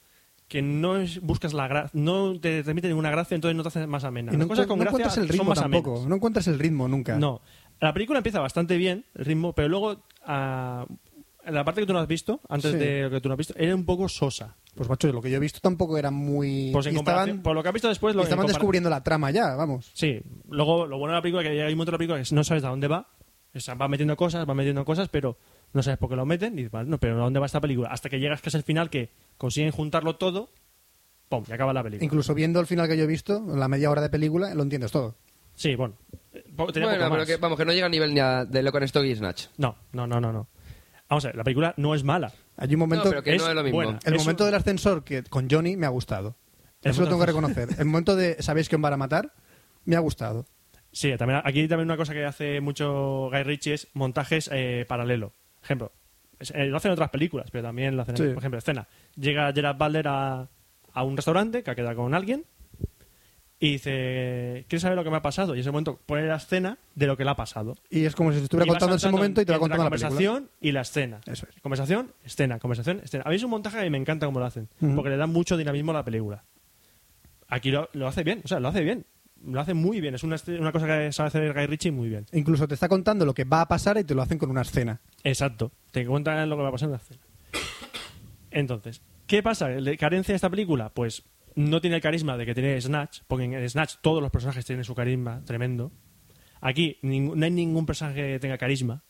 S2: que no es- buscas la gra- no te transmite ninguna gracia, entonces no te haces más amena.
S5: Y
S2: Las
S5: no,
S2: cosas
S5: encuent-
S2: con
S5: no
S2: gracia
S5: encuentras el
S2: son
S5: ritmo
S2: más
S5: tampoco.
S2: amenas.
S5: No encuentras el ritmo nunca.
S2: No. La película empieza bastante bien, el ritmo, pero luego ah, la parte que tú no has visto, antes
S5: Sí.
S2: de lo que tú no has visto, era un poco sosa.
S5: Pues macho, lo que yo he visto tampoco era muy.
S2: Pues en
S5: y
S2: comparación-
S5: estaban,
S2: por lo que has visto después,
S5: y
S2: lo en
S5: estaban
S2: compara-
S5: descubriendo la trama ya, vamos.
S2: Sí, luego lo bueno de la película es que llega un momento de la película que no sabes de dónde va. O sea, va metiendo cosas, va metiendo cosas, pero no sabes por qué lo meten. Y dices, "Vale, no, pero ¿a dónde va esta película? Hasta que llegas casi al final que consiguen juntarlo todo, ¡pum! Y acaba la película.
S5: Incluso viendo el final que yo he visto, la media hora de película, lo entiendes todo.
S2: sí, bueno. eh, po- tenía
S6: Bueno,
S2: poco
S6: pero
S2: más.
S6: que, vamos, que no llega al nivel ni a- de Locan Stock y Snatch.
S2: No, no, no, no, no. Vamos a ver, la película no es mala.
S5: Hay un momento.
S6: No, pero que
S2: es
S6: no es lo mismo.
S2: buena.
S5: El
S2: Eso-
S5: momento del ascensor que con Johnny me ha gustado.
S2: El
S5: Eso lo tengo que
S2: momento-
S5: reconocer. El momento de ¿sabéis quién van a matar? Me ha gustado.
S2: Sí, también, aquí también una cosa que hace mucho Guy Ritchie es montajes eh, paralelo. Ejemplo, es- eh, lo hacen en otras películas, pero también lo hacen. en-
S5: Sí.
S2: Por ejemplo, escena. Llega Gerard Butler a, a un restaurante que ha quedado con alguien y dice: ¿Quieres saber lo que me ha pasado? Y en ese momento pone la escena de lo que le ha pasado.
S5: Y es como si se estuviera
S2: Y va
S5: contando en ese
S2: saltando
S5: momento y te lo ha
S2: entre
S5: contado en la película.
S2: conversación y la escena.
S5: Eso es.
S2: Conversación, escena, conversación, escena. A mí es un montaje que me encanta cómo lo hacen,
S5: Ujú.
S2: porque le da mucho dinamismo a la película. Aquí lo, lo hace bien, o sea, lo hace bien. Lo hace muy bien, es una, esce- una cosa que sabe hacer Guy Ritchie muy bien.
S5: Incluso te está contando lo que va a pasar y te lo hacen con una escena.
S2: Exacto, te cuentan lo que va a pasar en la escena. Entonces, ¿qué pasa? ¿Le- ¿Carencia de esta película? Pues no tiene el carisma de que tiene Snatch, porque en Snatch todos los personajes tienen su carisma tremendo. Aquí ning- no hay ningún personaje que tenga carisma.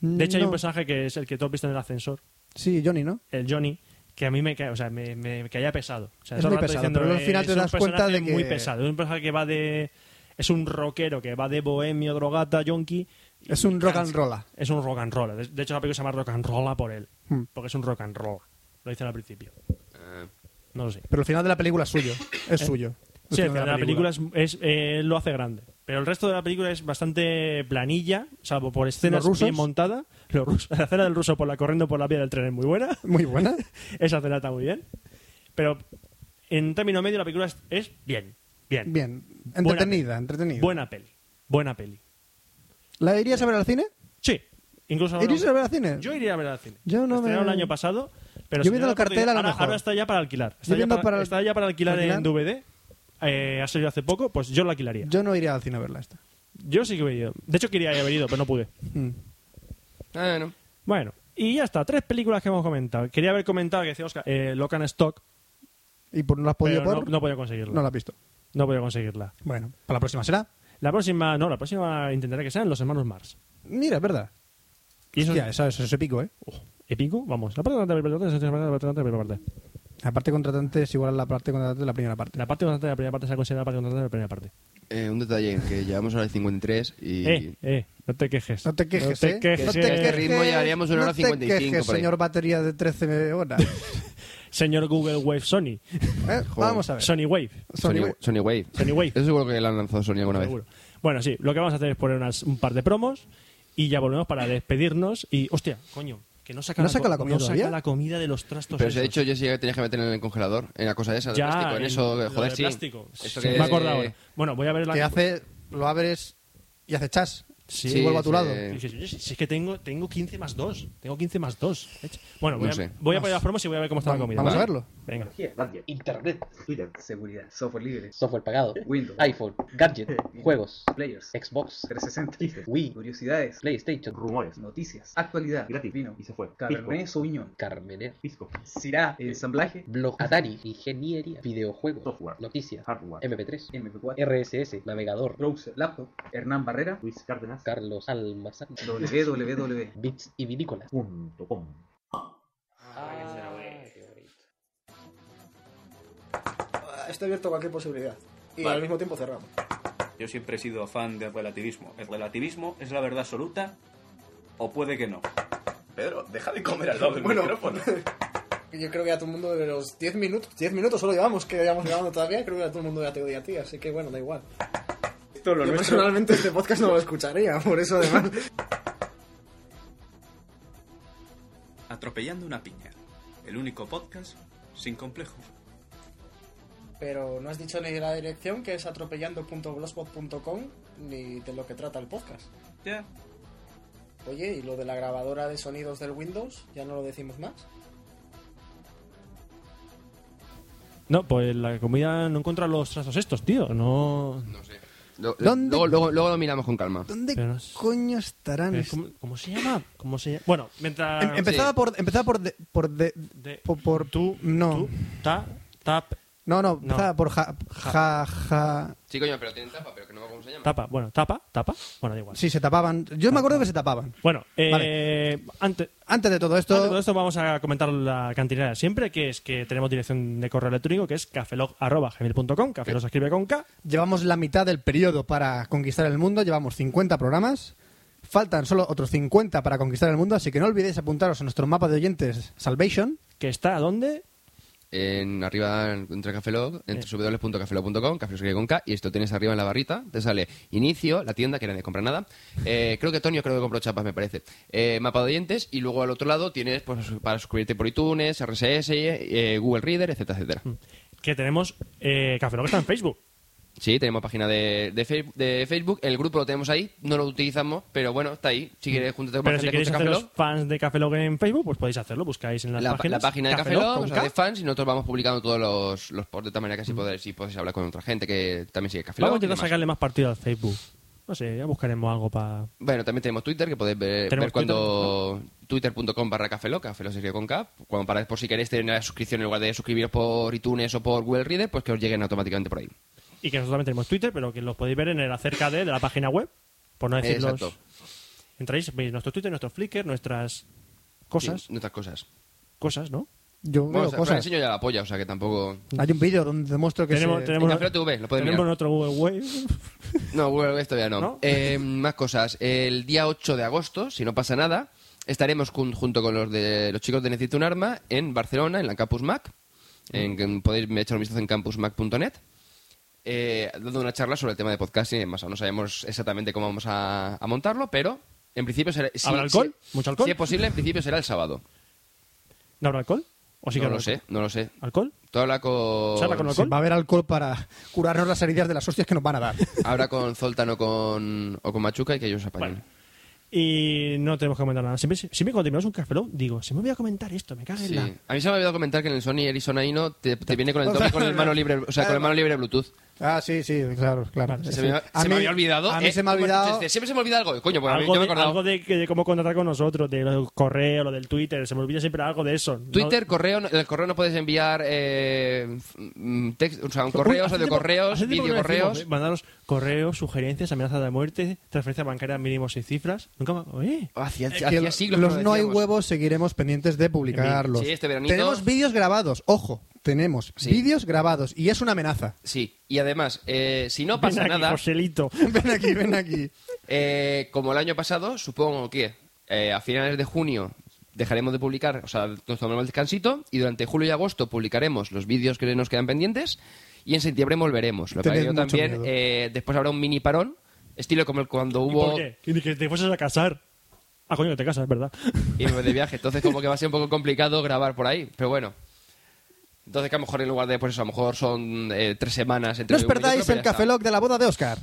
S2: De hecho, hay
S5: No.
S2: un personaje que es el que todos viste en el ascensor,
S5: Sí, Johnny, ¿no?
S2: el Johnny, que a mí me, cae- o sea, me, me caía pesado. O sea,
S5: Es
S2: todo el
S5: muy
S2: rato
S5: pesado,
S2: diciendo,
S5: pero al
S2: eh,
S5: final te
S2: es un
S5: das cuenta
S2: personaje
S5: de que-
S2: muy pesado. Es un personaje que va de... Es un rockero que va de bohemio, drogata, yonki. y
S5: Es un rock and
S2: cansa.
S5: rolla.
S2: Es un rock and roll. De, de hecho, la película se llama rock and rolla por él.
S5: Hmm.
S2: Porque es un rock and roll. Lo dicen al principio. No lo sé.
S5: Pero el final de la película es suyo. Es suyo. El
S2: Eh, Sí, el final de la película es, es, eh, lo hace grande. Pero el resto de la película es bastante planilla, salvo por escenas
S5: ¿Los rusos?
S2: bien montadas. Los rusos- [laughs] La escena del ruso por la corriendo por la vía del tren es muy buena.
S5: Muy buena.
S2: [laughs] Esa escena está muy bien. Pero en término medio la película es, es bien. Bien.
S5: Bien.
S2: Buena
S5: Entretenida,
S2: peli.
S5: entretenida.
S2: Buena peli. Buena peli.
S5: ¿La irías a ver al cine?
S2: Sí. Incluso ahora-
S5: ¿Irías a ver al cine?
S2: Yo iría a ver al cine.
S5: Yo no
S2: Estrenado
S5: me-
S2: el año pasado. Pero
S5: Yo
S2: si
S5: viendo
S2: tengo
S5: el cartel,
S2: oportunidad-
S5: a lo
S2: ahora,
S5: mejor.
S2: ahora está ya para alquilar.
S5: Yo
S2: Está, ya
S5: viendo
S2: para,
S5: para-
S2: está ya para alquilar, en
S5: alquilar.
S2: DVD. Eh, ha salido hace poco, pues yo la alquilaría. Yo,
S5: Yo no iría al cine a verla esta.
S2: sí que hubiera ido. De hecho, quería haber ido, pero no pude.
S5: Mm.
S9: Ah, no.
S2: Bueno, y ya está. Tres películas que hemos comentado. Quería haber comentado que decía Oscar, eh, Locan Stock,
S5: ¿Y por, no la has podido
S2: pero no,
S5: por?
S2: no podía conseguirla.
S5: No la has visto.
S2: No podía conseguirla.
S5: Bueno, para la próxima será.
S2: La próxima, no, la próxima intentaré que sean Los Hermanos Mars.
S5: Mira, es verdad.
S2: Y eso
S5: Hostia, eso, eso es épico, ¿eh?
S2: épico, vamos. La parte de
S5: La parte contratante es igual a la parte contratante de la primera parte.
S2: la parte contratante de la primera parte se ha considerado la parte contratante de la primera parte.
S6: Eh, un detalle, que llevamos a las 53 y...
S2: Eh, eh, no te quejes.
S5: No te quejes,
S2: No te
S5: ¿eh?
S2: quejes,
S5: no te
S2: eh.
S5: quejes.
S6: Este ritmo ya haríamos una
S5: no
S6: hora
S5: te
S6: 55
S5: quejes,
S6: por ahí.
S5: señor batería de 13
S6: [laughs]
S5: horas.
S2: Señor Google Wave Sony.
S5: ¿Eh? Vamos a ver.
S2: Sony Wave.
S6: Sony,
S5: Sony-
S6: Sony Wave.
S2: Sony Wave.
S6: Eso seguro que la han lanzado Sony alguna vez.
S2: Seguro. Bueno, sí, lo que vamos a hacer es poner unas- un par de promos y ya volvemos para despedirnos. Y, hostia, coño, que no saca,
S5: ¿No
S2: la,
S5: saca
S2: co-
S5: la comida
S2: no saca
S5: todavía?
S2: la comida de los trastos.
S6: Pero se ha
S2: esos.
S6: dicho Jessica que tenías que meter en el congelador, en la cosa esa, de
S2: Ya,
S6: plástico, en eso,
S2: lo
S6: joder,
S2: de
S6: sí.
S2: plástico.
S6: Eso
S2: Sí,
S6: que- eh,
S2: me he acordado ahora. Bueno, voy a ver la.
S5: Que hace, lo abres y hace chas.
S2: Sí,
S5: y vuelvo a tu
S6: sí.
S5: lado.
S2: Sí, sí, sí, sí, Si es que tengo, tengo 15 más 2. Tengo 15 más 2. Bueno, voy,
S6: No
S2: a,
S6: sé.
S2: voy a poner las promos y voy a ver cómo está la comida.
S5: Vamos a
S2: ¿vale?
S5: verlo.
S2: Venga.
S10: Tecnología, Internet, Twitter, seguridad, software libre,
S11: Software pagado.
S10: Windows,
S11: iPhone.
S10: [laughs]
S11: Gadget. Juegos.
S10: players,
S11: Xbox.
S10: 360, chistes,
S11: Wii.
S10: curiosidades,
S11: PlayStation.
S10: rumores, noticias, actualidad, gratis, vino y se fue, Cabernet Sauvignon,
S11: Carmener.
S10: Pisco, Sirá,
S11: Eh,
S10: ensamblaje,
S11: Blog. Atari. Ingeniería. Videojuegos.
S10: Software.
S11: Noticias.
S10: hardware,
S11: MP3.
S10: MP4,
S11: RSS. Navegador.
S10: browser, laptop, Hernán Barrera, Luis Cárdenas,
S11: Carlos Almazán.
S10: www.
S11: Bits y vinícolas.
S3: Está Ah, abierto a cualquier posibilidad. Y
S10: Vale.
S3: al mismo tiempo cerramos.
S10: Yo siempre he sido fan del relativismo. ¿El relativismo es la verdad absoluta o puede que no? Pedro, deja de comer al lado del micrófono.
S3: Yo creo que a todo el mundo de los 10 minutos, 10 minutos solo llevamos que hayamos grabado todavía, creo que a todo el mundo ya te odia a ti, así que bueno, da igual.
S10: Esto lo
S3: Yo personalmente este podcast no lo escucharía, por eso además.
S10: Atropellando una piña. El único podcast sin complejos.
S3: Pero no has dicho ni de la dirección, que es atropellando.blogspot.com, ni de lo que trata el podcast.
S10: Ya.
S3: Oye, ¿y lo de la grabadora de sonidos del Windows? ¿Ya no lo decimos más?
S2: No, pues la comida no encuentra los trastos estos, tío. No.
S6: No sé. Lo-
S5: ¿Dónde?
S6: Luego, luego- luego lo miramos con calma.
S5: [laughs] ¿Dónde
S2: Pero no sé.
S5: coño estarán?
S2: eh, ¿Cómo, Ah, cómo se llama? ¿Cómo se llama? Bueno, mientras.
S5: Em- empezaba por... Empezaba por... de- por, de-
S2: De-
S5: por, por- No.
S2: Eh, Tú, ta, tap,
S5: No, no. Empezaba por ja, ja, ja...
S9: Sí, coño, pero tienen tapa, pero que no me acuerdo cómo se llama.
S2: tapa. Bueno, tapa, tapa. Bueno, da igual.
S5: Sí, se tapaban. Yo
S2: Ah,
S5: me acuerdo que se tapaban.
S2: Bueno, eh, antes.
S5: Antes de todo esto...
S2: Antes de todo esto vamos a comentar la cantinera de siempre, que es que tenemos dirección de correo electrónico, que es cafelog.gmail.com, cafelog se escribe con K,
S5: Llevamos la mitad del periodo para conquistar el mundo, llevamos 50 programas. Faltan solo otros 50 para conquistar el mundo, así que no olvidéis apuntaros a nuestro mapa de oyentes Salvation.
S2: que está ¿dónde?
S6: En, arriba entre Cafelog, entre www.cafelog.com, Cafelog escribe con K, y esto tienes arriba en la barrita, te sale inicio, la tienda, que nadie compra nada. Eh, creo que Tonio creo que compró chapas, me parece. Eh, mapa de oyentes, y luego al otro lado tienes pues, para suscribirte por iTunes, RSS, eh, Google Reader, etcétera, etcétera.
S2: Mm. Que tenemos eh, Cafelog está en Facebook.
S6: Sí, tenemos página de, de, Fe- de Facebook, el grupo lo tenemos ahí, no lo utilizamos, pero bueno, está ahí. Si quieres, júntate con
S2: Pero
S6: más
S2: si
S6: gente que
S2: queréis
S6: escucha
S2: haceros
S6: Cafelog.
S2: fans de Cafelog en Facebook, pues podéis hacerlo, buscáis en las
S6: la,
S2: páginas.
S6: la página de Café
S2: Cafelog
S6: Lock,
S2: con
S6: o sea,
S2: K. Mm.
S6: de fans, y nosotros vamos publicando todos los, los posts de tal manera que así podéis, si podéis hablar con otra gente que también sigue Café
S2: Vamos a
S6: Lock y
S2: intentar
S6: demás.
S2: sacarle más partido al Facebook. No sé, ya buscaremos algo para...
S6: Bueno, también tenemos Twitter, que podéis ver,
S2: Tenemos
S6: ver cuando... Twitter.com barra Café Lock, Café Lock se escribe con K. Cuando para, por si queréis tener la suscripción, en lugar de suscribiros por iTunes o por Google Reader, pues que os lleguen automáticamente por ahí.
S2: Y que nosotros también tenemos Twitter, pero que los podéis ver en el acerca de, de la página web, por no decirlos.
S6: Eh, Exacto.
S2: Entráis, veis nuestro Twitter, nuestro Flickr, nuestras cosas,
S6: Sí, nuestras cosas.
S2: cosas, ¿no?
S5: Yo
S6: Bueno,
S5: veo
S6: o sea,
S5: cosas.
S6: Fran enseño ya la polla, o sea que tampoco.
S5: Hay un vídeo donde demuestro que
S2: Tenemos-
S5: se-
S2: tenemos-
S6: En Café Lock TV, lo pueden
S2: Tenemos
S6: mirar.
S2: nuestro Google Wave.
S6: No, bueno, esto ya no.
S2: ¿No?
S6: Eh, más cosas. El día 8 de agosto, si no pasa nada, estaremos jun- junto con los de los chicos de Necesito un Arma en Barcelona, en la Campus Mac. En, que podéis echar un vistazo en campusmac.net. eh, dando una charla sobre el tema de podcasting y demás. Aún No sabemos exactamente cómo vamos a, a montarlo, pero en principio será. si-
S2: ¿Habrá alcohol?
S6: si-
S2: ¿Mucho alcohol?
S6: Si es posible, en principio será el sábado.
S2: [laughs] ¿No habrá alcohol? ¿O sí que
S6: no
S2: habrá
S6: lo sé, no lo sé.
S2: ¿Alcohol?
S6: Todo habla con.
S2: ¿Se habla con
S5: se
S2: alcohol?
S5: va a haber alcohol para curarnos las heridas de las hostias que nos van a dar.
S6: Habla con Zoltan o con, o con Machuca y que ellos apañen.
S2: Y no tenemos que comentar nada. Siempre, siempre cuando terminamos un café, Lock, digo, se me voy a comentar esto, me cago en
S6: Sí.
S2: la...
S6: A mí se me ha olvidado comentar que en el Sony Ericsson Aino te, te viene con
S5: [laughs]
S6: el
S5: O
S6: toque
S5: sea,
S6: con el mano libre, o sea, con el mano libre Bluetooth.
S5: Ah, sí, sí, claro, claro.
S2: Vale,
S5: Sí,
S6: Se
S5: sí.
S6: me,
S5: A
S6: se me
S5: mí-
S6: había olvidado.
S5: A mí
S6: eh,
S5: se me ha
S6: bueno,
S5: olvidado.
S6: se- Siempre se me olvida algo. Coño, pues a mí
S2: algo,
S6: yo me he
S2: de,
S6: acordado.
S2: algo de, que- de cómo contratar con nosotros, de los correos, lo del Twitter, se me olvida siempre algo de eso. No-
S6: Twitter, correo, no- en el correo no puedes enviar eh, f- mm, text- o sea, un
S2: Uy,
S6: correo,
S2: hace
S6: audio
S2: tiempo-
S6: correos,
S2: hace tiempo que
S6: video
S2: no decimos,
S6: correos.
S2: ¿eh? Mandaros correos, sugerencias, amenaza de muerte, transferencia bancaria mínimo sin cifras. Nunca más. ¿Eh?
S6: Hacía,
S5: Es que
S6: hacía
S5: lo-
S6: siglos. que
S5: los no hay
S6: decíamos.
S5: huevos seguiremos pendientes de publicarlos.
S6: Sí, este veranito.
S5: Tenemos vídeos grabados, ojo, tenemos
S6: Sí.
S5: vídeos grabados y es una amenaza. [laughs]
S6: Sí, y además, eh, si no pasa
S2: Ven aquí,
S6: nada,
S2: Joselito.
S5: ven aquí, ven aquí.
S6: Eh, como el año pasado, supongo que eh, a finales de junio dejaremos de publicar, o sea, nos tomaremos el descansito y durante julio y agosto publicaremos los vídeos que nos quedan pendientes y en septiembre volveremos. Lo que
S5: Tened
S6: yo
S5: mucho
S6: también,
S5: miedo.
S6: eh, después habrá un mini parón, estilo como el cuando
S2: ¿Y
S6: [laughs] hubo...
S2: por qué? Y que te fueses a casar. Ah, coño, que te casas,
S6: [laughs]
S2: ¿verdad?
S6: y me voy de viaje. Entonces, como que va a ser un poco complicado grabar por ahí, pero bueno. Entonces, que a lo mejor en lugar de, pues eso, a lo mejor son eh, tres semanas entre
S5: No os
S6: uno y otro,
S5: perdáis
S6: pero
S5: el
S6: ya está.
S5: café lock de la boda de Oscar.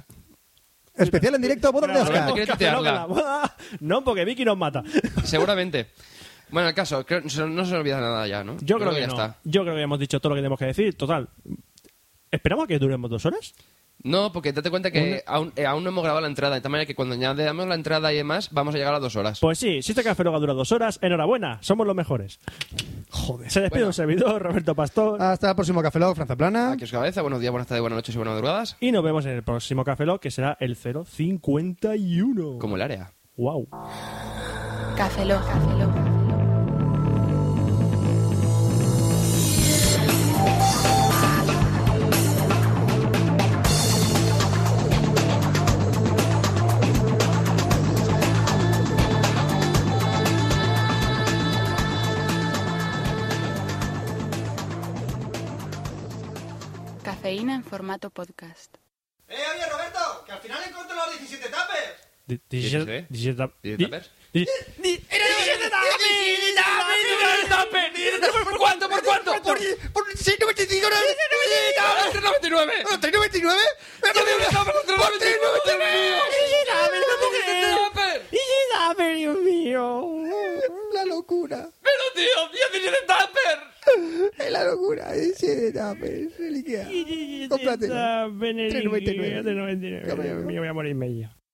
S5: Especial en directo, boda de
S2: Pero,
S5: Oscar.
S6: ¿quieres
S2: Café Lock a la [laughs]
S6: tutearla?
S2: boda. No, porque Vicky nos mata.
S6: Seguramente. Bueno, el caso, creo- no se nos olvida nada ya, ¿no?
S2: Yo creo que
S6: ya
S2: no.
S6: está.
S2: Yo creo que hemos dicho todo lo que tenemos que decir. Total. ¿Esperamos a que duremos dos horas?
S6: No, porque date cuenta que aún, eh, aún no hemos grabado la entrada. De tal manera que cuando añadamos la entrada y demás, vamos a llegar a dos horas.
S2: Pues sí, si este café Lock ha durado dos horas, enhorabuena, somos los mejores.
S5: Joder. Ah.
S2: Se despide
S6: Bueno.
S2: un servidor, Roberto Pastor,
S5: Hasta el próximo café lock, Franza Plana.
S6: Aquí os cabeza. Buenos días, buenas tardes, buenas noches y buenas madrugadas.
S2: y nos vemos en el próximo café Lock, que será el 051.
S6: Como el área.
S2: Wow.
S4: Café Lock. Café Lock. Cafeína en formato podcast.
S12: ¡Eh, oye, Roberto! ¡Que al final encontré los 17 tapes!
S2: Di- 17
S6: ¿Dieciséis?
S2: 17 tap-
S6: ¿Dieciséis
S2: di-
S6: tapers?
S2: di-
S6: Eh,
S1: ¿Por cuánto? ¿Por cuánto? ¿Por 6,99?
S5: Eh,
S6: Eh.
S1: ¿6,99? ¿6,99?
S2: Dios mío.
S5: Eh, La locura.
S1: ¡Pero, tío! ¡17 tupper!
S5: Es la locura. Eh, Es reliquia. [laughs]
S2: 17
S5: Cómprate.
S2: tap-
S5: 3,99.
S2: Dios mío, voy a morirme ya.